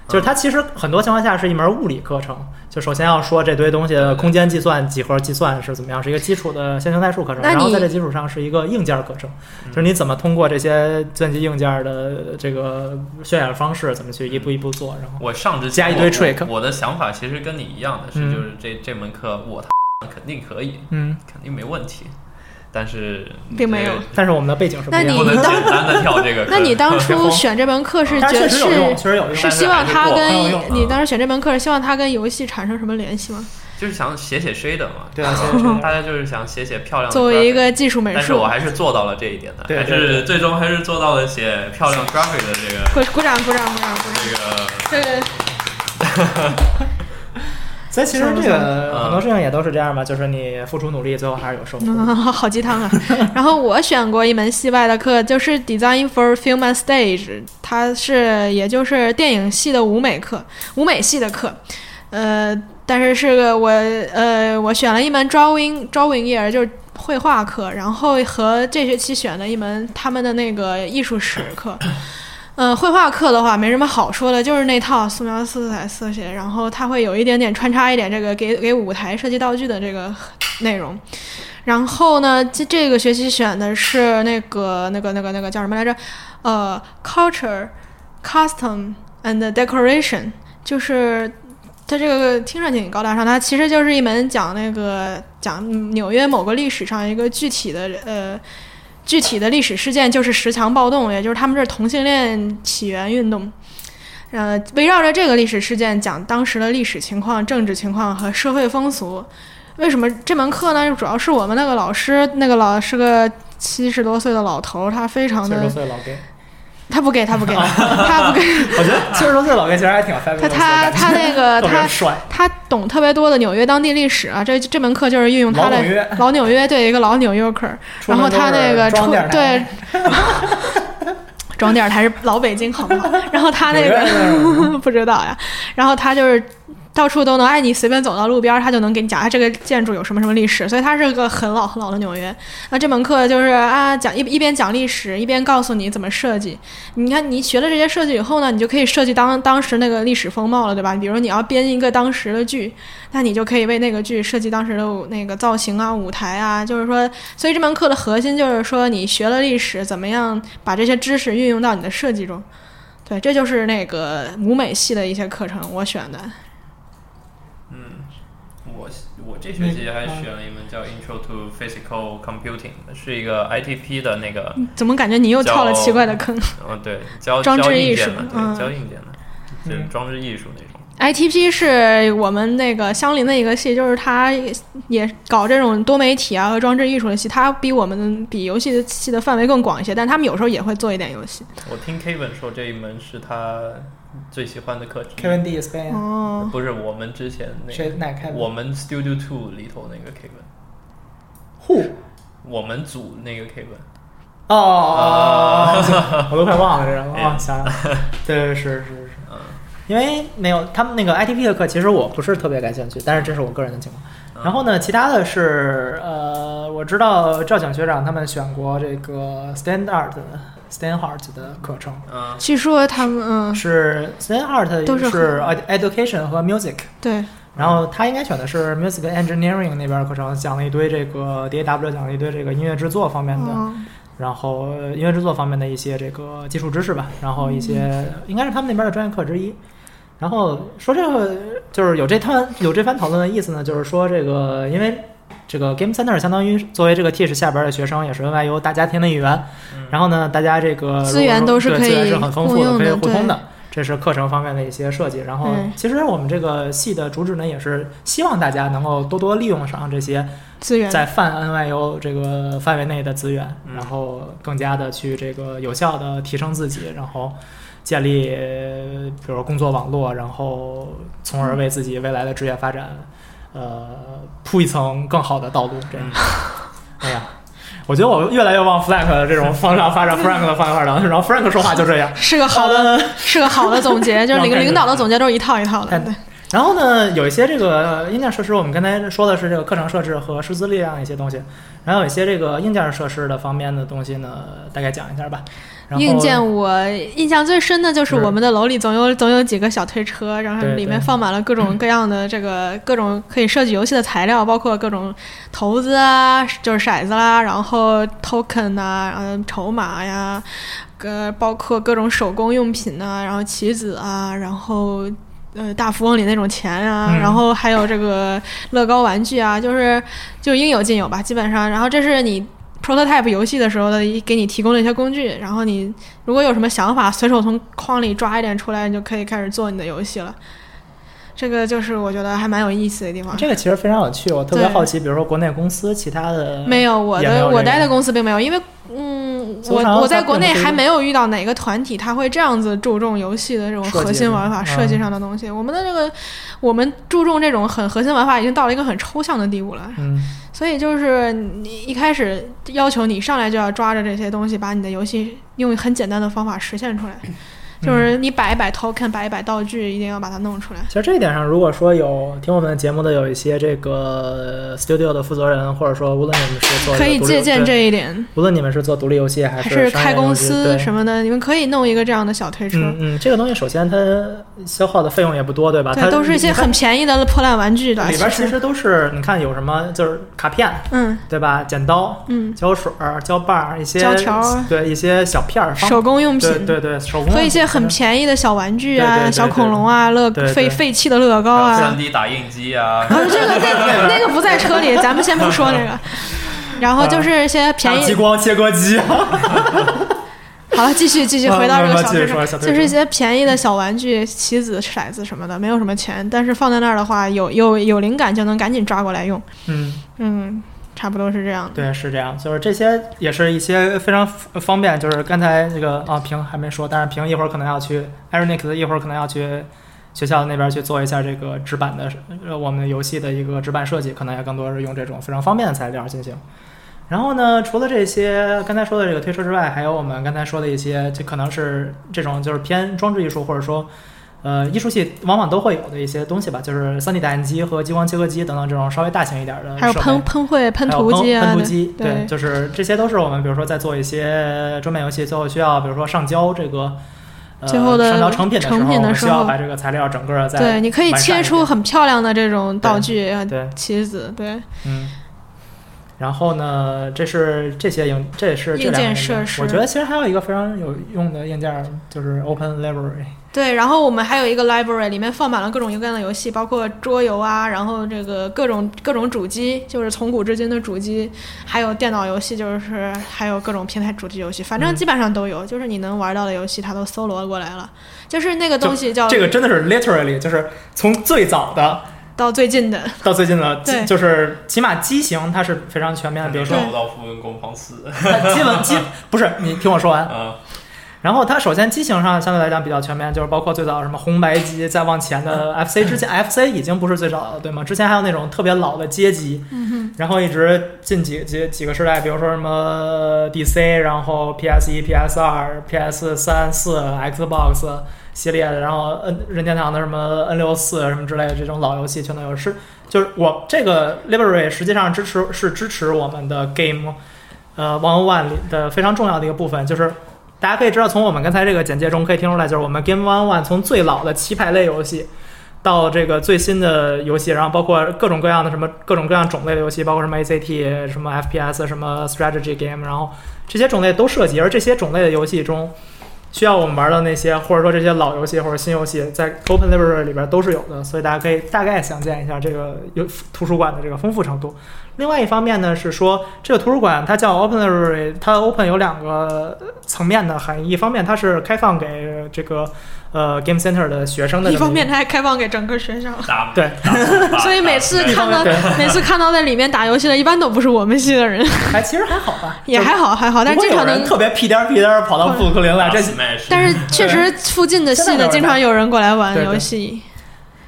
A: 就是它其实很多情况下是一门物理课程，就首先要说这堆东西
D: 对
A: 空间计算、几何计算是怎么样，是一个基础的线性代数课程。
C: 那你
A: 然后在这基础上是一个硬件课程，
D: 嗯
A: 就是你怎么通过这些计算机硬件的这个渲染方式，怎么去一步一步做，然后
D: 我上之前
A: 加一堆
D: 我
A: trick
D: 我的想法其实跟你一样的是，
A: 嗯
D: 就是这这门课我他妈肯定可以，
A: 嗯。
D: 肯定没问题，但是
C: 并没有
A: 但是我们的背景是不一样
D: 这
C: 那
A: 的
D: 个。
C: 你
D: 不能简单的跳这个课。
C: <laughs> 那你当
A: 别
C: 初
A: 慌
C: 选这门课是
A: 但
C: 觉
A: 是
C: 得
A: 确实有用，
C: 是
A: 确实有用。
C: 是希望
A: 是
D: 但
C: 它
A: 还
C: 跟
A: 是过
C: 你当时选这门课是希望它跟游戏产生什么联系吗？
D: 就是想写写 s h a d e 嘛，
A: 对啊写写 shader
D: 大家就是想写写漂亮的 graphic。
C: 作为一个技术美
D: 但是
C: 术
D: 我，还是做到了这一点的，
A: 对
D: 还
A: 对
D: 是
A: 对
D: 最终还是做到了写漂亮 graphic 的这个
C: 鼓鼓掌鼓掌鼓掌鼓掌！
D: 这个。
C: 这个
A: 所以其实这
D: 不
A: 个
D: 错
A: 很多事情也都是这样嘛，就是你付出努力，最后还是有收获。
C: 嗯， <laughs> 好鸡汤啊！然后我选过一门系外的课，就是 Design for Film and Stage，它是也就是电影系的舞美课，舞美系的课。呃，但是是个我呃，我选了一门 Drawing Drawing 页，就是绘画课，然后和这学期选了一门他们的那个艺术史课。呃，绘画课的话没什么好说的，就是那套素描、色彩、色写，然后它会有一点点穿插一点这个给给舞台设计道具的这个内容。然后呢，这这个学期选的是那个那个那个那个叫什么来着？呃，culture、custom and decoration，就是它这个听上去挺高大上，它其实就是一门讲那个讲纽约某个历史上一个具体的呃具体的历史事件，就是十强暴动，也就是他们这儿同性恋起源运动。呃，围绕着这个历史事件讲当时的历史情况、政治情况和社会风俗。为什么这门课呢？主要是我们那个老师，那个老是个七十多岁的老头儿，他非常
A: 七十多
C: 的，
A: 岁老 gay，
C: 他不给他不
A: <laughs>
C: 给他不给
A: 我觉
C: <laughs>
A: 得七十多岁老 gay 其实还挺 fabulous
C: 他
A: 的感
C: 他
A: 觉
C: 他那个
A: <laughs> 特别
C: 他
A: 帅，
C: 他懂特别多的纽约当地历史啊，这这门课就是运用他
A: 老
C: 的
A: 纽约
C: 老纽约对一个老纽约客儿，
A: 出
C: 然
A: 门
C: 后
A: 都
C: 他那
A: 是
C: 个
A: 装
C: 出
A: 点儿
C: 对
A: 的，
C: <laughs> 装点儿还是老北京好不好？然后他那
A: 纽约那
C: 个 <laughs> 不知道呀，然后他就是到处都能，哎，你随便走到路边儿，他就能给你讲，哎，这个建筑有什么什么历史，所以他是个很老很老的纽约。那这门课就是啊，讲一一边讲历史，一边告诉你怎么设计。你看你学了这些设计以后呢，你就可以设计当当时那个历史风貌了，对吧？比如你要编一个当时的剧，那你就可以为那个剧设计当时的舞那个造型啊、舞台啊，就是说，所以这门课的核心就是说，你学了历史，怎么样把这些知识运用到你的设计中。对，这就是那个舞美系的一些课程我选的。
D: 嗯，我我这学期还
A: 嗯
D: 选了一门叫 Intro to Physical Computing，是一个 ITP 的那个，
C: 怎么感觉你又
D: 叫
C: 跳了奇怪的坑
D: 嗯，对，教
C: 嗯装置
D: 教
C: 艺
D: 硬
C: 术
D: 件的，
C: 嗯
D: 对，教硬件的，就是
A: 嗯
D: 装置艺术那种。
C: ？ITP 是我们那个相邻的一个系，就是他也搞这种多媒体啊和装置艺术的系，他比我们比游戏系的范围更广一些，但他们有时候也会做一点游戏。
D: 我听 Kevin 说这一门是他最喜欢的课之一
A: Kevin D Spain，
C: 哦，
D: 不是我们之前那
A: 谁
D: 个，
A: 哪 Kevin？
D: 我们 Studio Two 里头那个 Kevin，
A: Who？
D: 我们组那个 Kevin，嗯
A: 哦哦哦， <laughs> 我都快忘了这人了啊，想想，对，是是是，因为没有他们那个 ITP 的课，其实我不是特别感兴趣，但是这是我个人的情况。然后呢，其他的是呃，我知道赵景学长他们选过这个 Standard Standart 的课程，
D: 嗯，
C: 据说他们嗯，
A: 是 Standart
C: 都是
A: 是 ed- Education 和 Music，
C: 对，
A: 然后他应该选的是 Music Engineering 那边的课程，讲了一堆这个 DAW，讲了一堆这个音乐制作方面的。
C: 嗯，
A: 然后呃音乐制作方面的一些这个基础知识吧，然后一些
C: 嗯
A: 应该是他们那边的专业课之一。然后说这个就是有这番有这番讨论的意思呢，就是说这个因为这个 Game Center 相当于作为这个 Teach 下边的学生，也是 NYU 大家庭的一员。然后呢，大家这个
C: 嗯资源都是
A: 对
C: 可以
A: 资源是很丰富
C: 共
A: 的，
C: 用
A: 可
C: 的
A: 以互通
C: 对
A: 的。这是课程方面的一些设计。然后
C: 嗯
A: 其实我们这个系的主旨呢，也是希望大家能够多多利用上这些
C: 资源
A: 在泛 NYU 这个范围内的资源，
D: 嗯
A: 然后更加的去这个有效的提升自己，然后建立呃比如工作网络，然后从而为自己未来的职业发展，呃，铺一层更好的道路。这样，
C: 嗯
A: <laughs> 哎呀。我觉得我越来越往 Frank 的这种方向
C: <laughs>
A: 发展，Frank 的方向发展，然后 Frank 说话就这样。
C: 是个好的，是个好的总结，就是
A: 让
C: 领
A: 感觉
C: 领导的总结都是一套一套的。
A: 但
C: 对，
A: 然后呢，有一些这个呃硬件设施，我们刚才说的是这个课程设置和师资力啊量一些东西，然后有一些这个硬件设施的方面的东西呢，大概讲一下吧。然后
C: 硬件我印象最深的就是
A: 是
C: 我们的楼里总有总有几个小推车，然后
A: 对
C: 里面
A: 对
C: 放满了各种各样的这个 <clears throat> 各种可以设计游戏的材料，包括各种骰子啊，就是骰子啦，然后 token 啊，嗯，筹码呀，呃，包括各种手工用品呐、然后棋子啊，然后呃大富翁里那种钱啊，
A: 嗯
C: 然后还有这个乐高玩具啊，就是就应有尽有吧，基本上。然后这是你 prototype 游戏的时候的一给你提供的一些工具，然后你如果有什么想法，随手从框里抓一点出来，你就可以开始做你的游戏了。这个就是我觉得还蛮有意思的地方。
A: 这个其实非常有趣，我特别
C: 对
A: 好奇，比如说国内公司其他的
C: 没有，我
A: 也没有
C: 的
A: 这个
C: 我待的公司并没有，因为嗯，
A: 足常
C: 我我在国内
A: 它并不是一个
C: 还没有遇到哪个团体他会这样子注重游戏的这种
A: 设计
C: 核心玩法、
A: 嗯
C: 设计上的东西。我们的这个，我们注重这种很核心玩法已经到了一个很抽象的地步了，
A: 嗯，
C: 所以就是你一开始
A: 嗯
C: 要求你上来就要抓着这些东西，把你的游戏用很简单的方法实现出来。就是你摆一摆 token，摆一摆道具，一定要把它弄出来。
A: 其实这一点上，如果说有听我们节目的有一些这个 studio 的负责人，或者说无论你们是做
C: 可以借鉴
A: 这，
C: 这一点，
A: 无论你们是做独立游戏还是
C: 还是
A: 商业
C: 开公
A: 游戏
C: 司
A: 对
C: 什么的，你们可以弄一个这样的小推车
A: 嗯，嗯，这个东西首先它消耗的费用也不多，对吧？啊它
C: 对，都是一些
A: 你看
C: 很便宜的破烂玩具的。
A: 里边其实都是你看有什么就是卡片，
C: 嗯，
A: 对吧？剪刀、
C: 嗯，
A: 胶水儿、胶棒儿、一些
C: 胶条儿
A: 对一些小片儿、方
C: 手工用
A: 对
C: 品
A: 对对手工
C: 和一些很便宜的小玩具
A: 对对
C: 啊、
A: 对
C: 小
A: 对
C: 恐龙啊、乐
A: 对对
C: 废废弃的乐高啊
D: 三。D 打印机啊，
C: 啊，这个那个那个不在车里，咱们先不说那个。然后就是一些
A: 还
C: 便
A: 有
C: 宜
A: 激光切割啊机
C: <laughs>
A: 啊，
C: 好了，继续继续回到这个小推
A: 啊那那继续说
C: 车，
A: 小推
C: 就
A: 车
C: 是一些便宜的小玩具、棋子、骰子什么的，没有什么钱，但是放在那儿的话，有有有灵感就能赶紧抓过来用。
A: 嗯。
C: 嗯，差不多是这样的。
A: 对，是这样，就是这些也是一些非常呃方便，就是刚才这个啊平还没说，但是平一会儿可能要去 Ironix，一会儿可能要去学校那边去做一下这个纸板的，呃，我们游戏的一个纸板设计，可能也更多是用这种非常方便的材料进行。然后呢，除了这些刚才说的这个推车之外，还有我们刚才说的一些，就可能是这种就是偏装置艺术或者说。呃，艺术系往往都会有的一些东西吧，就是 3D 打印机和激光切割机等等这种稍微大型一点的设备。
C: 还有喷喷绘、 <laughs> 喷
A: 还有
C: 涂机啊
A: 喷涂
C: 的，
A: 机，
C: 对
A: 对，就是这些都是我们比如说在做一些桌面游戏，最后需要比如说上交这个。呃、
C: 最后的
A: 上交成品的时候，
C: 成品的
A: 我们
C: 时
A: 需要
C: 候
A: 把这个材料整个再
C: 对，你可以
A: 完善
C: 切
A: 一
C: 出
A: 遍
C: 很漂亮的这种道具啊，
A: 对，
C: 棋子，对，
A: 嗯。然后呢，这是这些硬，这是这
C: 硬件
A: 两个
C: 设
A: 件
C: 施
A: 我觉得其实还有一个非常有用的硬件儿，就是 Open Library。
C: 对，然后我们还有一个 library，里面放满了各种各样的游戏，包括桌游啊，然后这个各种各种主机，就是从古至今的主机，还有电脑游戏，就是还有各种平台主机游戏，反
A: 嗯
C: 正基本上都有，就是你能玩到的游戏，它都搜罗过来了。就是那个东西叫
A: 这个真的是 literally，就是从最早的
C: 到最近的，
A: 到最近的，
C: 对
A: 就是起码机型它是非常全啊面的。比如说，
D: 找不到符文工坊寺，
A: 它基本基不是你听我说完，
D: 啊，
A: 然后它首先机型上相对来讲比较全面，就是包括最早什么红白机，再往前的 FC 之前，FC 已经不是最早的，对吗？之前还有那种特别老的街机，然后一直近几几几个时代，比如说什么 DC，然后 PS 一、PS 二、PS 三、四、Xbox 系列的，然后 N 任天堂的什么 N 六四什么之类的这种老游戏全都有。是就是我这个 Library 实际上支持是支持我们的 Game，呃 One One 里的非常重要的一个部分，就是大家可以知道，从我们刚才这个简介中可以听出来，就是我们 Game One One 从最老的棋牌类游戏。到这个最新的游戏，然后包括各种各样的什么各种各样种类的游戏，包括什么 ACT、什么 FPS、什么 strategy game，然后这些种类都涉及。而这些种类的游戏中，需要我们玩的那些，或者说这些老游戏或者新游戏，在 Open Library 里边都是有的，所以大家可以大概想见一下这个有图书馆的这个丰富程度。另外一方面呢，是说这个图书馆它叫 Open Library，它 Open 有两个层面的含义，一方面它是开放给这个呃 Game Center 的学生的这么
C: 一
A: 个，
C: 方面它还开放给整个学
A: <laughs>
C: 校。
D: 打
A: 对，
C: <laughs> 所以每次
A: 一方
C: 看到
A: 面 <laughs>
C: 每次看到在里面打游戏的，一般都不是我们系的人，
A: 还哎其实还好吧，
C: 也
A: 就
C: 还好还好，但
A: 不
C: 是
A: 会
C: 经
A: 有
C: 常
A: 人
C: 能，嗯
A: 特别屁颠儿屁颠儿跑到布鲁克林来，这
D: 是
C: 但是确实附近的系
A: 现在
C: 的
A: 有人
C: 经常有人过来玩
A: 对对
C: 游戏，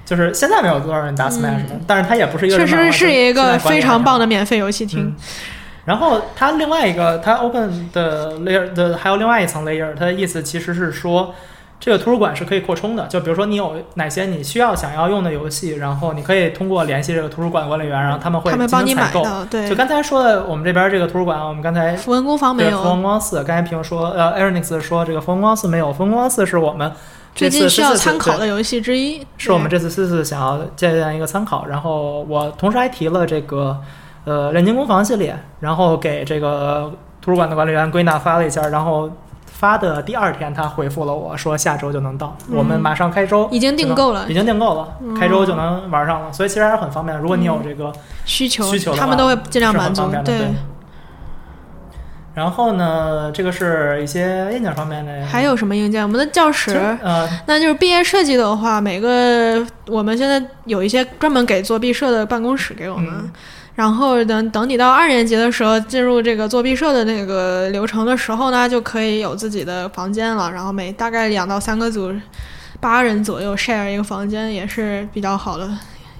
A: 就是现在没有多少人打 Smash 了，但是它也不是一个
C: 嗯确实是一个非常棒
A: 的。
C: 的免费游戏厅
A: 嗯。然后它另外一个，它 Open 的 layer 的还有另外一层 layer，它的意思其实是说，这个图书馆是可以扩充的。就比如说你有哪些你需要想要用的游戏，然后你可以通过联系这个图书馆管理员，然后他们会
C: 他们
A: 进
C: 帮你
A: 行采
C: 买
A: 购。
C: 到，对
A: 就。刚才说的，我们这边这个图书馆，我们刚才
C: 符文工坊哦没
A: 对，风
C: 有，
A: 光寺，刚才评说，呃 e r i n x 说这个风光寺没有，风光寺是我们这
C: 最
A: 次
C: 近需要
A: 14次
C: 参考
A: 对
C: 的嗯游戏之一，
A: 是我们这
C: 对
A: 次四次想要借鉴一个参考。然后我同时还提了这个呃炼金工坊系列，然后给这个图书馆的管理员归纳发了一下，然后发的第二天他回复了我说下周就能到，我们马上开周。
C: 嗯已经订购了嗯
A: 已经订购了，开周就能玩上了，所以其实还是很方便的。如果你有这个
C: 需求，
A: 需求的
C: 他们
A: 话
C: 都会尽量
A: 是很
C: 满足
A: 方便。的对然后呢，这个是一些硬件方面的，
C: 还有什么硬件？我们的教
A: 其实
C: 室，
A: 呃，
C: 那就是毕业设计的话，每个我们现在有一些专门给做毕设的办公室给我们。
A: 嗯
C: 然后等等你到二年级的时候进入这个做毕设的那个流程的时候呢，就可以有自己的房间了。然后每大概两到三个组，八人 <laughs> 左右 share 一个房间也是比较好的，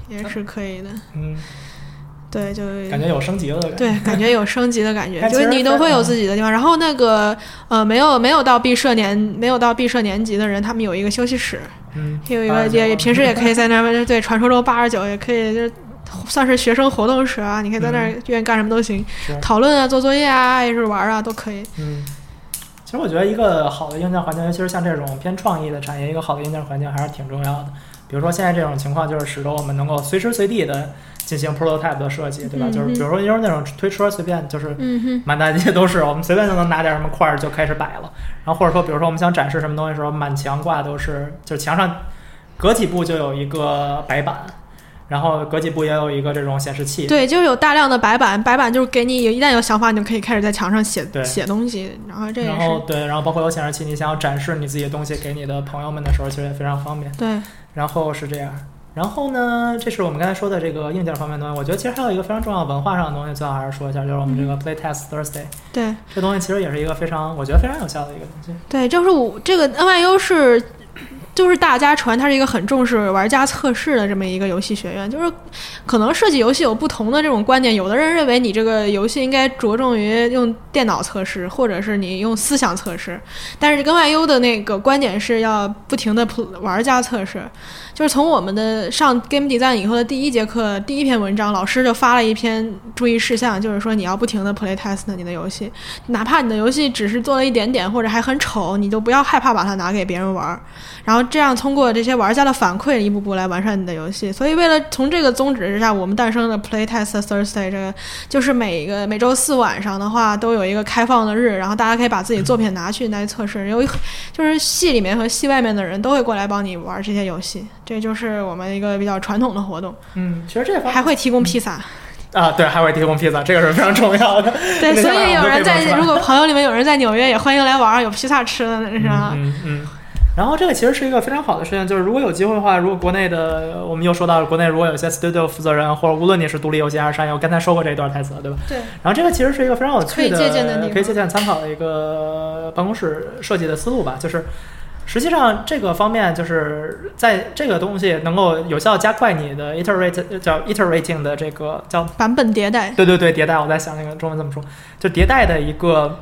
C: 也是可以的。
A: 嗯，
C: 对，就
A: 感觉有升级了的感觉。
C: 对，感觉有升级的感觉，
A: 但
C: 就
A: 其
C: 是
A: 实
C: 你
A: 非
C: 都会有
A: 嗯
C: 自己的地方。然后那个呃，没有没有到毕设年没有到毕设年级的人，他们有一个休息室，
A: 嗯，
C: 有一
A: 八
C: 个
A: 十九
C: 也也平时也可以在那儿对传说中八十九也可以就是。算是学生活动室啊，你可以在那儿愿意干什么都行，
A: 嗯是
C: 讨论啊、做作业啊、也是玩啊都可以。
A: 嗯，其实我觉得一个好的硬件环境，尤其是像这种偏创意的产业，一个好的硬件环境还是挺重要的。比如说现在这种情况，就是使得我们能够随时随地的进行 prototype 的设计，对吧？
C: 嗯
A: 就是比如说就是那种推车，随便就是
C: 嗯哼，
A: 满大街都是，我们随便就能拿点什么块儿就开始摆了。然后或者说，比如说我们想展示什么东西的时候，满墙挂都是，就墙上隔几步就有一个白板，然后隔几步也有一个这种显示器。
C: 对，就是有大量的白板，白板就是给你有一旦有想法，你就可以开始在墙上写
A: 对
C: 写东西。然后这也
A: 然后
C: 是
A: 对，然后包括有显示器，你想要展示你自己的东西给你的朋友们的时候，其实也非常方便。
C: 对，
A: 然后是这样，然后呢，这是我们刚才说的这个硬件方面的东西。我觉得其实还有一个非常重要的文化上的东西，最好还是说一下，就是我们这个 Playtest Thursday，、
C: 对
A: 这东西其实也是一个非常我觉得非常有效的一个东西。
C: 对，就是我这个 NYU 是，就是大家传它是一个很重视玩家测试的这么一个游戏学院，就是可能设计游戏有不同的这种观点，有的人认为你这个游戏应该着重于用电脑测试，或者是你用思想测试，但是 NYU 的那个观点是要不停的玩家测试，就是从我们的上 Game Design 以后的第一节课第一篇文章，老师就发了一篇注意事项，就是说你要不停的 play test 你的游戏，哪怕你的游戏只是做了一点点或者还很丑，你都不要害怕把它拿给别人玩儿，然后这样通过这些玩家的反馈，一步步来完善你的游戏。所以，为了从这个宗旨之下，我们诞生了 Playtest Thursday，这个就是每个每周四晚上的话都有一个开放的日，然后大家可以把自己作品拿去来测试，有一就是系里面和系外面的人都会过来帮你玩这些游戏，这就是我们一个比较传统的活动，
A: 嗯，其实这方
C: 还会提供披萨。
A: 啊，对，还会提供披萨，这个是非常重要的。
C: <laughs> 对，
A: 这个
C: 所以
A: 想法
C: 有
A: 我
C: 人
A: 们都可以弄出
C: 在
A: 来
C: 如果朋友里面有人在纽约，也欢迎来玩儿，有披萨吃的，是啊吧？
A: 嗯嗯。嗯然后这个其实是一个非常好的事情，就是如果有机会的话，如果国内的我们又说到了国内，如果有些 studio 负责人，或者无论你是独立游戏还是商业，我刚才说过这一段台词了，对吧？
C: 对，
A: 然后这个其实是一个非常有趣的，
C: 可以借鉴的地方
A: 可以借鉴参考的一个办公室设计的思路吧。就是实际上这个方面，就是在这个东西能够有效加快你的 iterate 叫 iterating 的这个叫
C: 版本迭代，
A: <laughs> 对对对迭代，我在想那个中文怎么说，就迭代的一个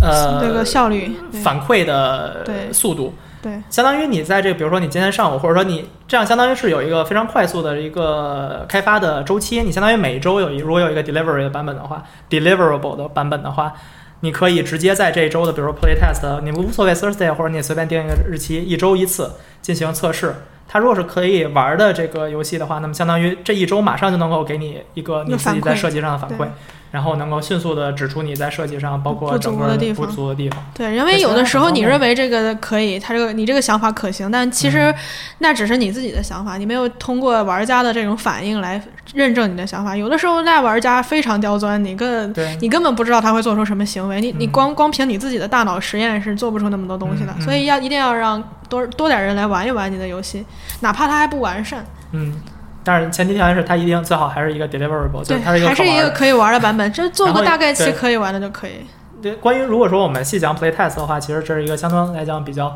A: 呃
C: 这个效率，对
A: 反馈的
C: 对
A: 速度。
C: 对
A: 相当于你在这个，比如说你今天上午，或者说你这样，相当于是有一个非常快速的一个开发的周期。你相当于每周有一，如果有一个 delivery 的版本的话，deliverable 的版本的话，你可以直接在这一周的，比如说 playtest，你无所谓 Thursday，或者你随便定一个日期，一周一次进行测试。它如果是可以玩的这个游戏的话，那么相当于这一周马上就能够给你一个你自己
C: 有反
A: 在
C: 馈
A: 设计上的反馈
C: 对，
A: 然后能够迅速的指出你在设计上包括
C: 不足
A: 整个
C: 的地
A: 不
C: 方
A: 足的地方。
C: 对，因为有的时候你认为这个可以，他这个你这个想法可行，但其
A: 嗯
C: 实那只是你自己的想法，你没有通过玩家的这种反应来认证你的想法。有的时候那玩家非常刁钻，你根
A: 对
C: 你根本不知道他会做出什么行为，你你
A: 嗯
C: 光光凭你自己的大脑实验是做不出那么多东西的，
A: 嗯嗯
C: 所以要一定要让多多点人来玩一玩你的游戏，哪怕它还不完善，
A: 嗯，但是前提条件是它一定最好还是一个 deliverable，就
C: 对，
A: 是它是一个
C: 还
A: 可
C: 是一
A: 玩
C: 个
A: 的。
C: 可以玩的版本，这做
A: 然后
C: 个大概其
A: 对
C: 可以玩的就可以。
A: 对，关于如果说我们细讲 playtest 的话，其实这是一个相对来讲比较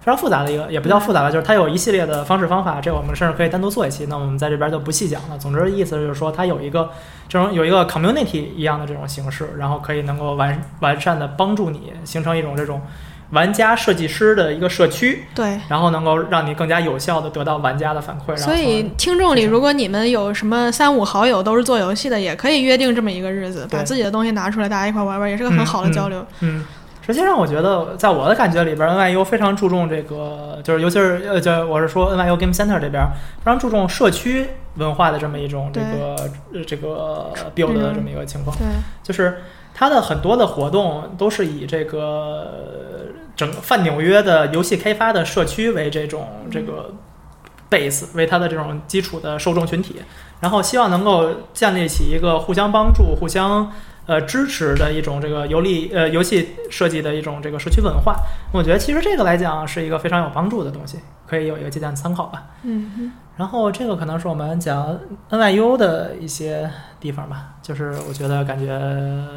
A: 非常复杂的一个，也不叫复杂吧，就是它有一系列的方式方法，这我们甚至可以单独做一期。那我们在这边就不细讲了。总之意思就是说，它有一个这种有一个 community 一样的这种形式，然后可以能够完完善的帮助你形成一种这种玩家设计师的一个社区，
C: 对，
A: 然后能够让你更加有效的得到玩家的反馈。然后
C: 所以
A: 从而
C: 听众里，如果你们有什么三五好友都是做游戏的，也可以约定这么一个日子，
A: 对
C: 把自己的东西拿出来，大家一块玩玩，也是个很好的交流。
A: 嗯，实际上我觉得，在我的感觉里边，NYU 非常注重这个，就是尤其是呃，就我是说 NYU Game Center 这边非常注重社区文化的这么一种这
C: 对
A: 个呃这个 build 的这么一个情况，
C: 对
A: 就是它的很多的活动都是以这个呃整泛纽约的游戏开发的社区为这种这个 base 为它的这种基础的受众群体，然后希望能够建立起一个互相帮助、互相呃支持的一种这个游历呃游戏设计的一种这个社区文化。我觉得其实这个来讲是一个非常有帮助的东西，可以有一个借鉴参考吧。
C: 嗯，嗯
A: 然后这个可能是我们讲 NYU 的一些地方吧，就是我觉得感觉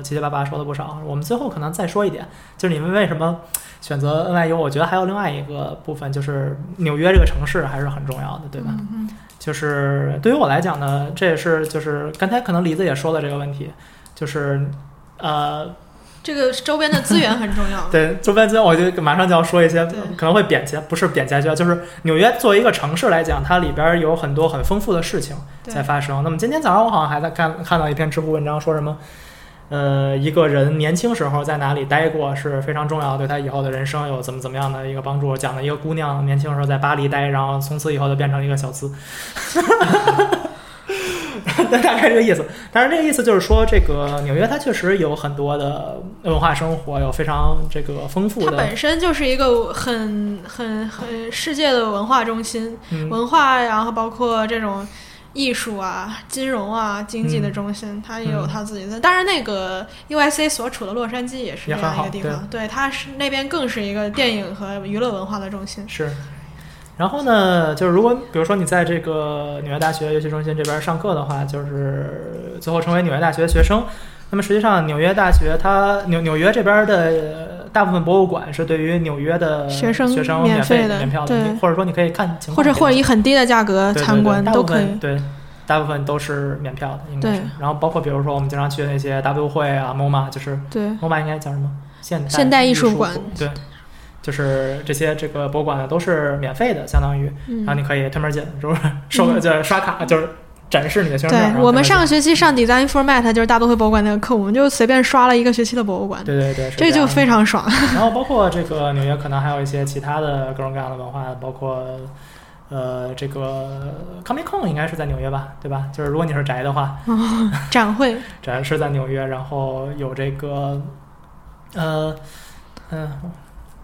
A: 七七八八说了不少。我们最后可能再说一点，就是你们为什么选择 NYU？我觉得还有另外一个部分，就是纽约这个城市还是很重要的，对吧？
C: 嗯
A: 就是对于我来讲呢，这也是就是刚才可能梨子也说了这个问题，就是呃，。
C: 这个周边的资源很重要啊
A: 对，周边资源，我就马上就要说一些
C: 对
A: 可能会贬下，不是贬下去，啊就是纽约作为一个城市来讲，它里边有很多很丰富的事情
C: 对
A: 在发生。那么今天早上我好像还在看看到一篇知乎文章，说什么，呃，一个人年轻时候在哪里待过是非常重要，对他以后的人生有怎么怎么样的一个帮助。讲了一个姑娘年轻时候在巴黎待，然后从此以后就变成一个小资， <laughs> 大概这个意思。当然，这个意思就是说，这个纽约它确实有很多的文化生活，有非常这个丰富
C: 它
A: 的
C: 本身就是一个很很很世界的文化中心，
A: 嗯
C: 文化，然后包括这种艺术啊、金融啊、经济
A: 嗯
C: 的中心，它也有它自己的。当然，那个 U I C 所处的洛杉矶也是
A: 也
C: 这样
A: 很
C: 一
A: 好
C: 个地方，对，它是那边更是一个电影和娱乐文化的中心。
A: 是。然后呢，就是如果比如说你在这个纽约大学游戏中心这边上课的话，就是最后成为纽约大学的学生。那么实际上，纽约大学它纽纽约这边的大部分博物馆是对于纽约的
C: 学生
A: 学生
C: 免
A: 费
C: 费的
A: 门票的
C: 对
A: 或者说你可以看情况
C: 或者
A: 给
C: 或者以很低的价格
A: 对对
C: 呃参
A: 对
C: 观
A: 大
C: 都
A: 部
C: 可
A: 分
C: 以。
A: 对，大部分都是免票的，应该是
C: 对。
A: 然后包括比如说我们经常去的那些 W 会啊、MoMA，就是
C: 对，
A: MoMA 应该叫什么？现代
C: 嗯现代艺
A: 艺
C: 术
A: 术
C: 馆
A: 对，就是这些这个博物馆呢都是免费的，相当于，然后
C: 嗯，
A: 啊你可以推门进，就是收就是刷卡，就是展示你的学生证。
C: 对
A: 然后
C: 我
A: 推
C: 们
A: 门
C: 上学期上 Design Format 就是大都会博物馆那个课，我们就随便刷了一个学期的博物馆
A: 进。，对对对，是
C: 这
A: 样
C: 就
A: 的
C: 非常爽。
A: 然后包括这个纽约，可能还有一些其他的各种各样的文化，包括呃这个 Comic Con 应该是在纽约吧，对吧？就是如果你是宅的话，
C: 展会，
A: 宅是在纽约，然后有这个呃嗯。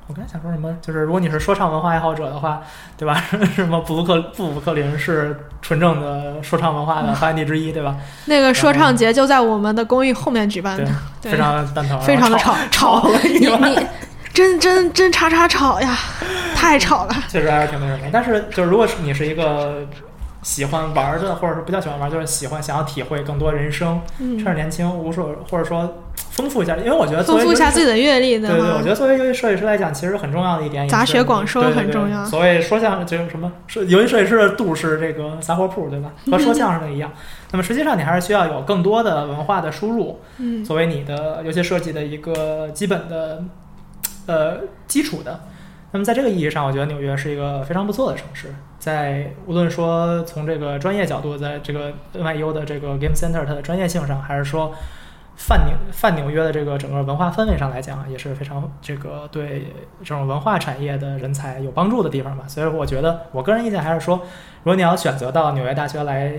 A: 我刚才想说什么？就是如果你是说唱文化爱好者的话，对吧？ <laughs> 什么布鲁克布鲁克林是纯正的说唱文
C: 嗯
A: 化的发源地之一，对吧？
C: 那个说唱节就在我们的公寓后面举办的
A: 对，
C: 对
A: 非常蛋疼，
C: <laughs> 非常的
A: 然后
C: 吵，吵
A: 了
C: 你
A: 一晚
C: 你 <laughs> 真真真叉叉吵呀，太吵
A: <laughs>
C: 了。
A: 确实还是挺那什么。但是，就是如果是你是一个喜欢玩儿的，或者是不叫喜欢玩儿，就是喜欢想要体会更多人生，趁着
C: 嗯，
A: 年轻，无所或者说丰富一下，因为我觉得作
C: 丰
A: 为
C: 富一下自己
A: 己。
C: 的阅历
A: 对
C: 的
A: 对，我
C: 话
A: 觉，得作为游戏设计师来讲，其实很重要的一点也是，
C: 杂学广收
A: 对对对
C: 很重要
A: 所谓说相声就是什么，是游戏设计师的度是这个撒泼铺，对吧？和说相声的一
C: <laughs>
A: 样。那么实际上，你还是需要有更多的文化的输入，
C: 嗯，
A: 作为你的游戏设计的一个基本的呃基础的。那么在这个意义上，我觉得纽约是一个非常不错的城市，在无论说从这个专业角度，在这个 NYU 的这个 Game Center 它的专业性上，还是说泛纽泛纽约的这个整个文化氛围上来讲，也是非常这个对这种文化产业的人才有帮助的地方吧。所以我觉得，我个人意见还是说，如果你要选择到纽约大学来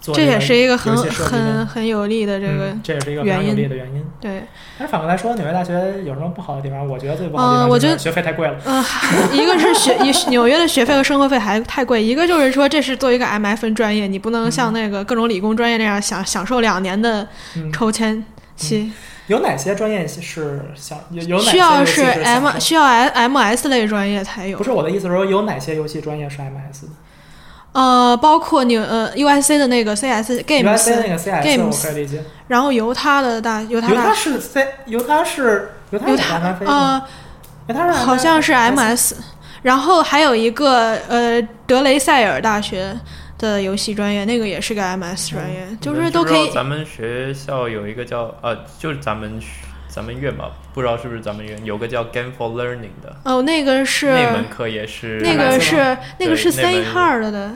A: 做
C: 这
A: 个
C: 也是一个很
A: 游戏设计的
C: 很很有利的这个
A: 嗯、这也是一个非常有利的原因。
C: 对，
A: 但是反过来说，纽约大学有什么不好的地方？我觉得最不好的地
C: 嗯
A: 方
C: 我
A: 就
C: 觉
A: 是
C: 得
A: 学费太贵了。
C: 呃，一个是学一纽约的学费和生活费还太贵，一个就是说这是做一个 M F N 专业，你不能像那个各种理工专业那样享享受两年的
A: 嗯，
C: 抽签期。
A: 有哪些专业是想有有哪些
C: 需要
A: 游戏
C: 是
A: 是
C: M
A: 想
C: 需要 M S 类专业才有
A: 不，是我的意思是说有哪些游戏专业是 MS 的
C: 呃，包括你呃 U I C 的那个 C S
A: ？USC
C: Games，
A: 那个 CS 我
C: Games
A: 可以理解，
C: 然后犹他的大犹他
A: 犹他
C: 大
A: 是 C 犹他是犹他
C: 犹
A: 是
C: 他
A: 南非吗，
C: 呃
A: 犹他是
C: 好像是 M
A: MS
C: S，然后还有一个呃德雷塞尔大学的游戏专业，那个也是个 M S 专业，就是都可
D: 嗯你们知道
C: 以
D: 咱们学校有一个叫呃，就是咱们学咱们院吧，不知道是不是咱们院有个叫 Game for Learning 的，
C: 哦，那个是
D: 那门课也是
C: 那个是那个是
D: 对那
C: C
D: 门
C: hard 的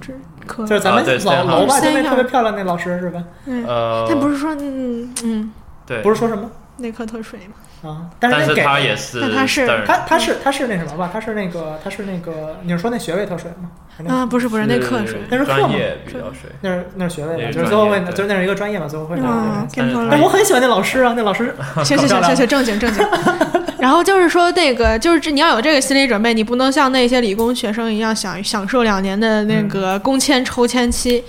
C: 这课
A: 就，是咱
D: 啊对
A: 们老
D: Stanford
A: 楼吧，就那
C: ，Stanford
A: 特别漂亮那老师是吧？
C: 嗯，
D: 呃，
C: 但不是说嗯嗯
D: 对，
A: 不是说什么
C: 那课特水嘛，
A: 啊？
D: 但
A: 是那
D: 是
A: 给
D: 他也是 Stern，
C: 但他是
A: 他他是他是那什么吧？他是那个他是那个，你是说那学位特水吗？还是那
C: 啊不是不是那课水。
A: 那是课吗
D: 专业比较水，
A: 那是那是学位
D: 那
A: 吧，
D: 是
A: 就是
D: 专
A: 最后
D: 业
A: 会，
D: 对
A: 就是那是一个专业嘛，最后会拿这
C: 啊
A: 个。
C: ，Game
D: 但是
C: for Life
D: 它
A: 但我很喜欢那老师啊，那老师 <laughs>
C: 行行行行行，正经正经。 <laughs> 然后就是说，那个就是这你要有这个心理准备，你不能像那些理工学生一样享享受两年的那个工签抽签期。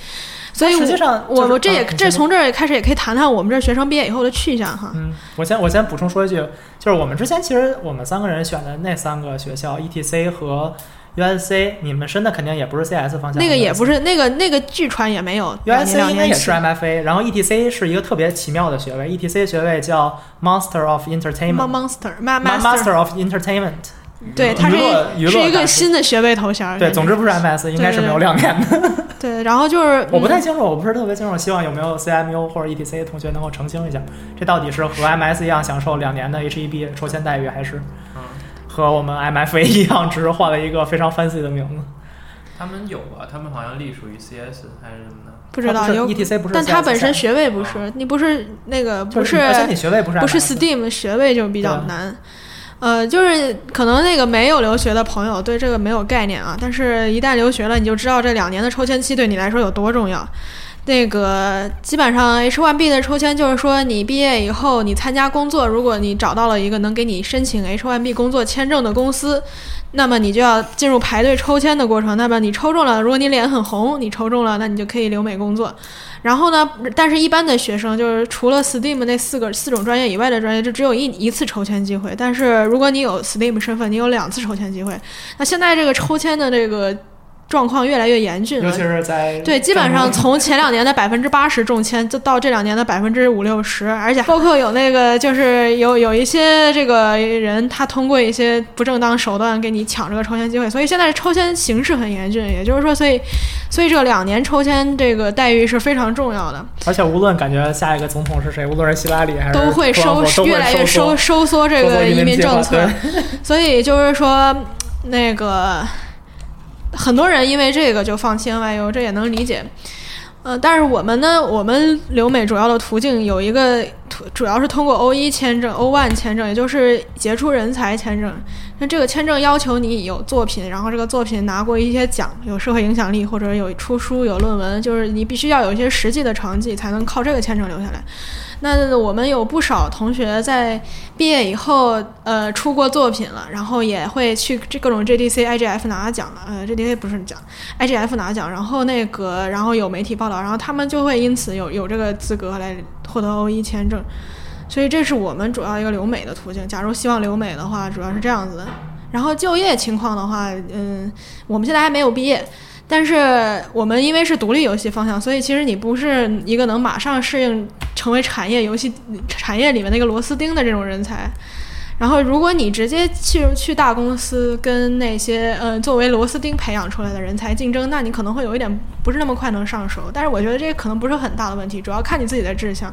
C: 所以
A: 嗯实际
C: 我，
A: 上
C: 我
A: 就是
C: 我这也
A: 啊你
C: 这
A: 先
C: 从这儿开始也可以谈谈我们这学生毕业以后的去向哈。
A: 嗯，我先我先补充说一句，就是我们之前其实我们三个人选的那三个学校，E T C 和 USC 你们申的肯定也不是 CS 方向，
C: 那个也不
A: 是。
C: 是那个那个据传也没有两年
A: USC
C: 两
A: 应该
C: 年
A: 也
C: 起
A: 是 MFA，然后 ETC 是一个特别奇妙的学位，ETC 学位叫 Master of
C: Ma-
A: Entertainment。
C: Monster Ma-
A: Ma-
C: Master，
A: Master of Entertainment，
D: 嗯
C: 对，它是
A: 娱乐娱
C: 一
A: 乐
C: 是一
A: 大
C: 个
A: 师
C: 新的学位头衔儿。
A: 对，总之不是 MS，应该是没有两年的。
C: 对，然后就是
A: <laughs> 我不太
C: 嗯
A: 清楚，我不是特别清楚，希望有没有 CMU 或者 ETC 的同学能够澄清一下，这到底是和 MS 一样享受两年的 HEB 抽签待遇，还是和我们 MFA 一样，只是换了一个非常 fancy 的名字？
D: 他们有吧？他们好像隶属于 CS 还是什么的？
C: 不知道
A: 它啊不是
C: 有
A: ETC 不是
C: 但它
A: CSS
C: 本身学位不是，你不是那个
A: 哦就
C: 不
A: 是你，而且你学位不是
C: 不是
A: MS
C: Steam 的学位就比较
A: 对
C: 难。呃，就是可能那个没有留学的朋友对这个没有概念啊，但是一旦留学了，你就知道这两年的抽签期对你来说有多重要。那个基本上 H1B 的抽签就是说，你毕业以后你参加工作，如果你找到了一个能给你申请 H1B 工作签证的公司，那么你就要进入排队抽签的过程。那么你抽中了，如果你脸很红，你抽中了，那你就可以留美工作。然后呢，但是一般的学生就是除了 STEAM 那四个四种专业以外的专业，就只有一一次抽签机会。但是如果你有 STEAM 身份，你有两次抽签机会。那现在这个抽签的这个状况越来越严峻
A: 尤
C: 了
A: 其，是在
C: 对，基本上从前两年的百分之八十中签，就到这两年的百分之五六十，而且包括有那个就是有有一些这个人，他通过一些不正当手段给你抢这个抽签机会，所以现在抽签形势很严峻，也就是说，所以所以这两年抽签这个待遇是非常重要的，
A: 而且无论感觉下一个总统是谁，无论是希拉里还是
C: 都会
A: 特朗普都
C: 收
A: 会
C: 越来越
A: 收
C: 收收缩这
A: 收缩
C: 个
A: 移
C: 移
A: 民
C: 民
A: 计划
C: 政策，所以就是说，那个很多人因为这个就放弃 NYU，这也能理解。呃，但是我们呢，我们留美主要的途径有一个途，主要是通过 O 一签证、O one 签证，也就是杰出人才签证。那这个签证要求你有作品，然后这个作品拿过一些奖，有社会影响力，或者有出书、有论文，就是你必须要有一些实际的成绩，才能靠这个签证留下来。那我们有不少同学在毕业以后，呃，出过作品了，然后也会去这各种 JDC、IGF 拿奖了，呃，JDC 不是哎奖，IGF 拿奖，然后那个，然后有媒体报道，然后他们就会因此有有这个资格来获得 O 一签证，所以这是我们主要一个留美的途径。假如希望留美的话，主要是这样子的。然后就业情况的话，嗯，我们现在还没有毕业，但是我们因为是独立游戏方向，所以其实你不是一个能马上适应成为产业游戏产业里面那个螺丝钉的这种人才。然后，如果你直接去去大公司跟那些呃作为螺丝钉培养出来的人才竞争，那你可能会有一点不是那么快能上手。但是我觉得这可能不是很大的问题，主要看你自己的志向。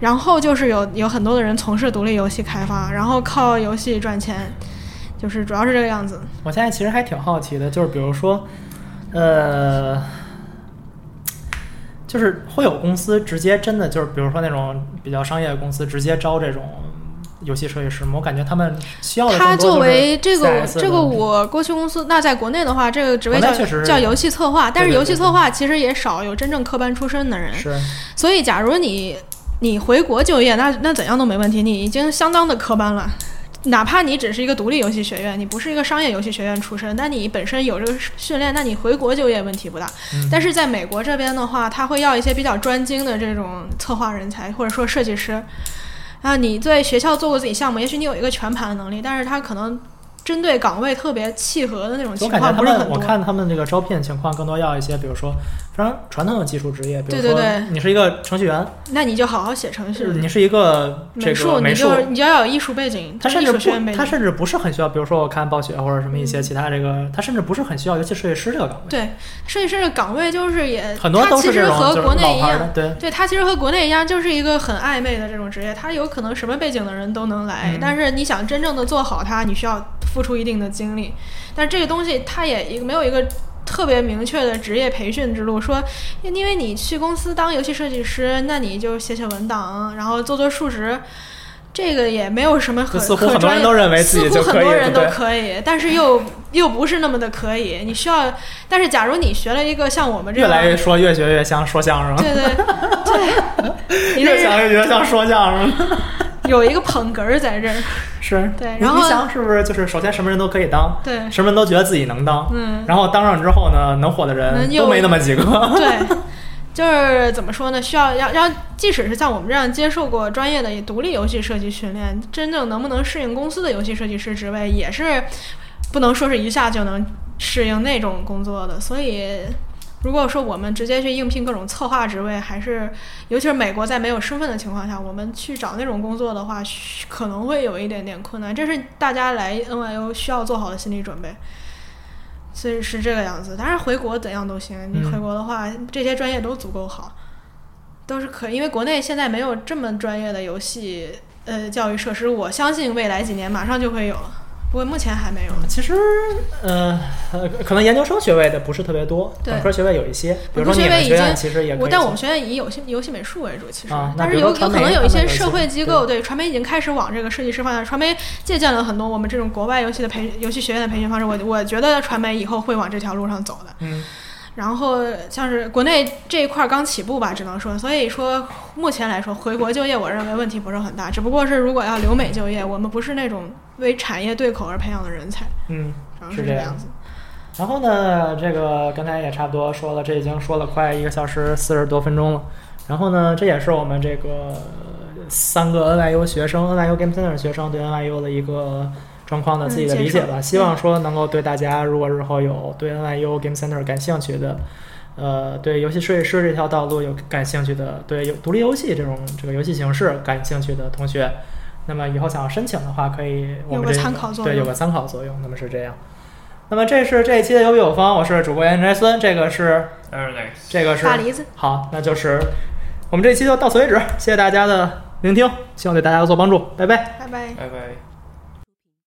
C: 然后就是有有很多的人从事独立游戏开发，然后靠游戏赚钱，就是主要是这个样子。
A: 我现在其实还挺好奇的，就是比如说，呃，就是会有公司直接真的就是，比如说那种比较商业的公司直接招这种游戏设计师吗？我感觉他们需要的
C: 他
A: 更多
C: 作为这
A: 就是
C: 个
A: CS
C: 这个
A: 的
C: 我过去公司，那在国内的话，这个职位
A: 国内
C: 叫
A: 确实是
C: 叫游戏策划，但是
A: 对对
C: 游戏
A: 对
C: 策划其实也少有真正科班出身的人，
A: 是
C: 所以假如你你回国就业，那那怎样都没问题，你已经相当的科班了。哪怕你只是一个独立游戏学院，你不是一个商业游戏学院出身，那你本身有这个训练，那你回国就业问题不大。
A: 嗯
C: 但是在美国这边的话，他会要一些比较专精的这种策划人才，或者说设计师。啊，你在学校做过自己项目，也许你有一个全盘的能力，但是他可能针对岗位特别契合的那种
A: 我
C: 情
A: 感觉
C: 况
A: 他
C: 不是
A: 们，
C: 很
A: 我
C: 多。
A: 看他们这个招聘情况更多要一些，比如说非常传统的技术职业，比如
C: 对对
A: 说
C: 对
A: 你是一个程序员，
C: 那你就好好写程序，
A: 你是一个嗯这
C: 美术
A: 个
C: 你
A: 美术
C: 就，你就要有艺术背景，
A: 他
C: 就是
A: 甚至
C: 艺术嗯学院
A: 不，
C: 背
A: 他
C: 景。
A: 甚至不是很需要，比如说我看暴雪或者什么一些其他这个，他甚至不是很需要，尤其设计师这个岗位，
C: 对，设计师的岗位就是也，
A: 很多
C: 它
A: 都
C: 其
A: 是
C: 实
A: 这种
C: 和
A: 就是
C: 国内
A: 老
C: 一
A: 牌的
C: 样，，
A: 对，
C: 对，它其实和国内一样，就是一个很暧昧的这种职业，它有可能什么背景的人都能来，
A: 嗯
C: 但是你想真正的做好它，你需要付出一定的精力。但这个东西它也一个没有一个特别明确的职业培训之路，说因为你去公司当游戏设计师，那你就写写文档，然后做做数值。这个也没有什么
A: 就
C: 很
A: 似乎
C: 可
A: 很多人
C: 专业
A: 都认为自己
C: 似
A: 就
C: 乎
A: 可
C: 很
A: 以
C: 多
A: 对
C: 人
A: 不
C: 都
A: 对
C: 可以，但是又又不是那么的可以。你需要，但是假如你学了一个像我们这
A: 越
C: 样，
A: 来越说越学越像说相声，
C: 对对对，你
A: 越想
C: 这
A: 越觉得像说相
C: <laughs>
A: 声，
C: 有一个捧哏儿在这儿，
A: 是
C: 对
A: 你
C: 然后
A: 你想是不是就是首先什么人都可以当，
C: 对
A: 什么人都觉得自己能当，
C: 嗯
A: <laughs> 然后当上之后呢，能火的人
C: 能
A: 都
C: 有
A: 没那么几个，
C: <laughs> 对，就是怎么说呢？需要要要，即使是像我们这样接受过专业的独立游戏设计训练，真正能不能适应公司的游戏设计师职位，也是不能说是一下就能适应那种工作的，所以。如果说我们直接去应聘各种策划职位，还是尤其是美国在没有身份的情况下，我们去找那种工作的话，需可能会有一点点困难。这是大家来 NYU 需要做好的心理准备，所以是这个样子。当然回国怎样都行，你
A: 嗯
C: 回国的话，这些专业都足够好，都是可以。因为国内现在没有这么专业的游戏呃教育设施，我相信未来几年马上就会有了，不过目前还没有。
A: 其实，呃，呃可能研究生学位的不是特别多，
C: 对
A: 本科学位有一些，比如说
C: 本科
A: 你
C: 学
A: 们
C: 位已
A: 学院
C: 经
A: 其实也可以做。
C: 我但我们学院以游戏游戏美术为主，其实，
A: 啊那
C: 但
A: 比
C: 是
A: 如说
C: 有有
A: 传
C: 可能
A: 媒
C: 有
A: 他
C: 一
A: 们
C: 些
A: 有一
C: 社
A: 些
C: 会机构对传媒已经开始往这个设计师方向，传媒借鉴了很多我们这种国外游戏的培游戏学院的培训方式。我我觉得传媒以后会往这条路上走的。
A: 嗯，
C: 然后像是国内这一块儿刚起步吧，只能说，所以说目前来说回国就业，我认为问题不是很大，只不过是如果要留美就业，我们不是那种为产业对口而培养的人才，
A: 嗯，
C: 主要
A: 是
C: 这
A: 这
C: 个
A: 样
C: 样子。
A: 然后呢，这个刚才也差不多说了，这已经说了快一个小时四十多分钟了。然后呢，这也是我们这个呃三个 NYU 学生，NYU Game Center 学生对 NYU 的一个状况的
C: 嗯
A: 自己的理解吧。
C: 介绍
A: 希望说能够对大家，如果日后有对 NYU Game Center 感兴趣的，呃，对游戏设计师这条道路有感兴趣的，对有独立游戏这种这个游戏形式感兴趣的同学，那么以后想要申请的话，可以我
C: 有
A: 们
C: 个
A: 这
C: 参考作
A: 对，
C: 用
A: 有个参考作用。那么是这样。那么这是这一期的有比有方，我是主播严摘孙，这个是这个是
C: 大梨子，
A: 好，那就是我们这一期就到此为止，谢谢大家的聆听，希望对大家有所帮助，拜拜。
C: 拜拜。
D: 拜拜。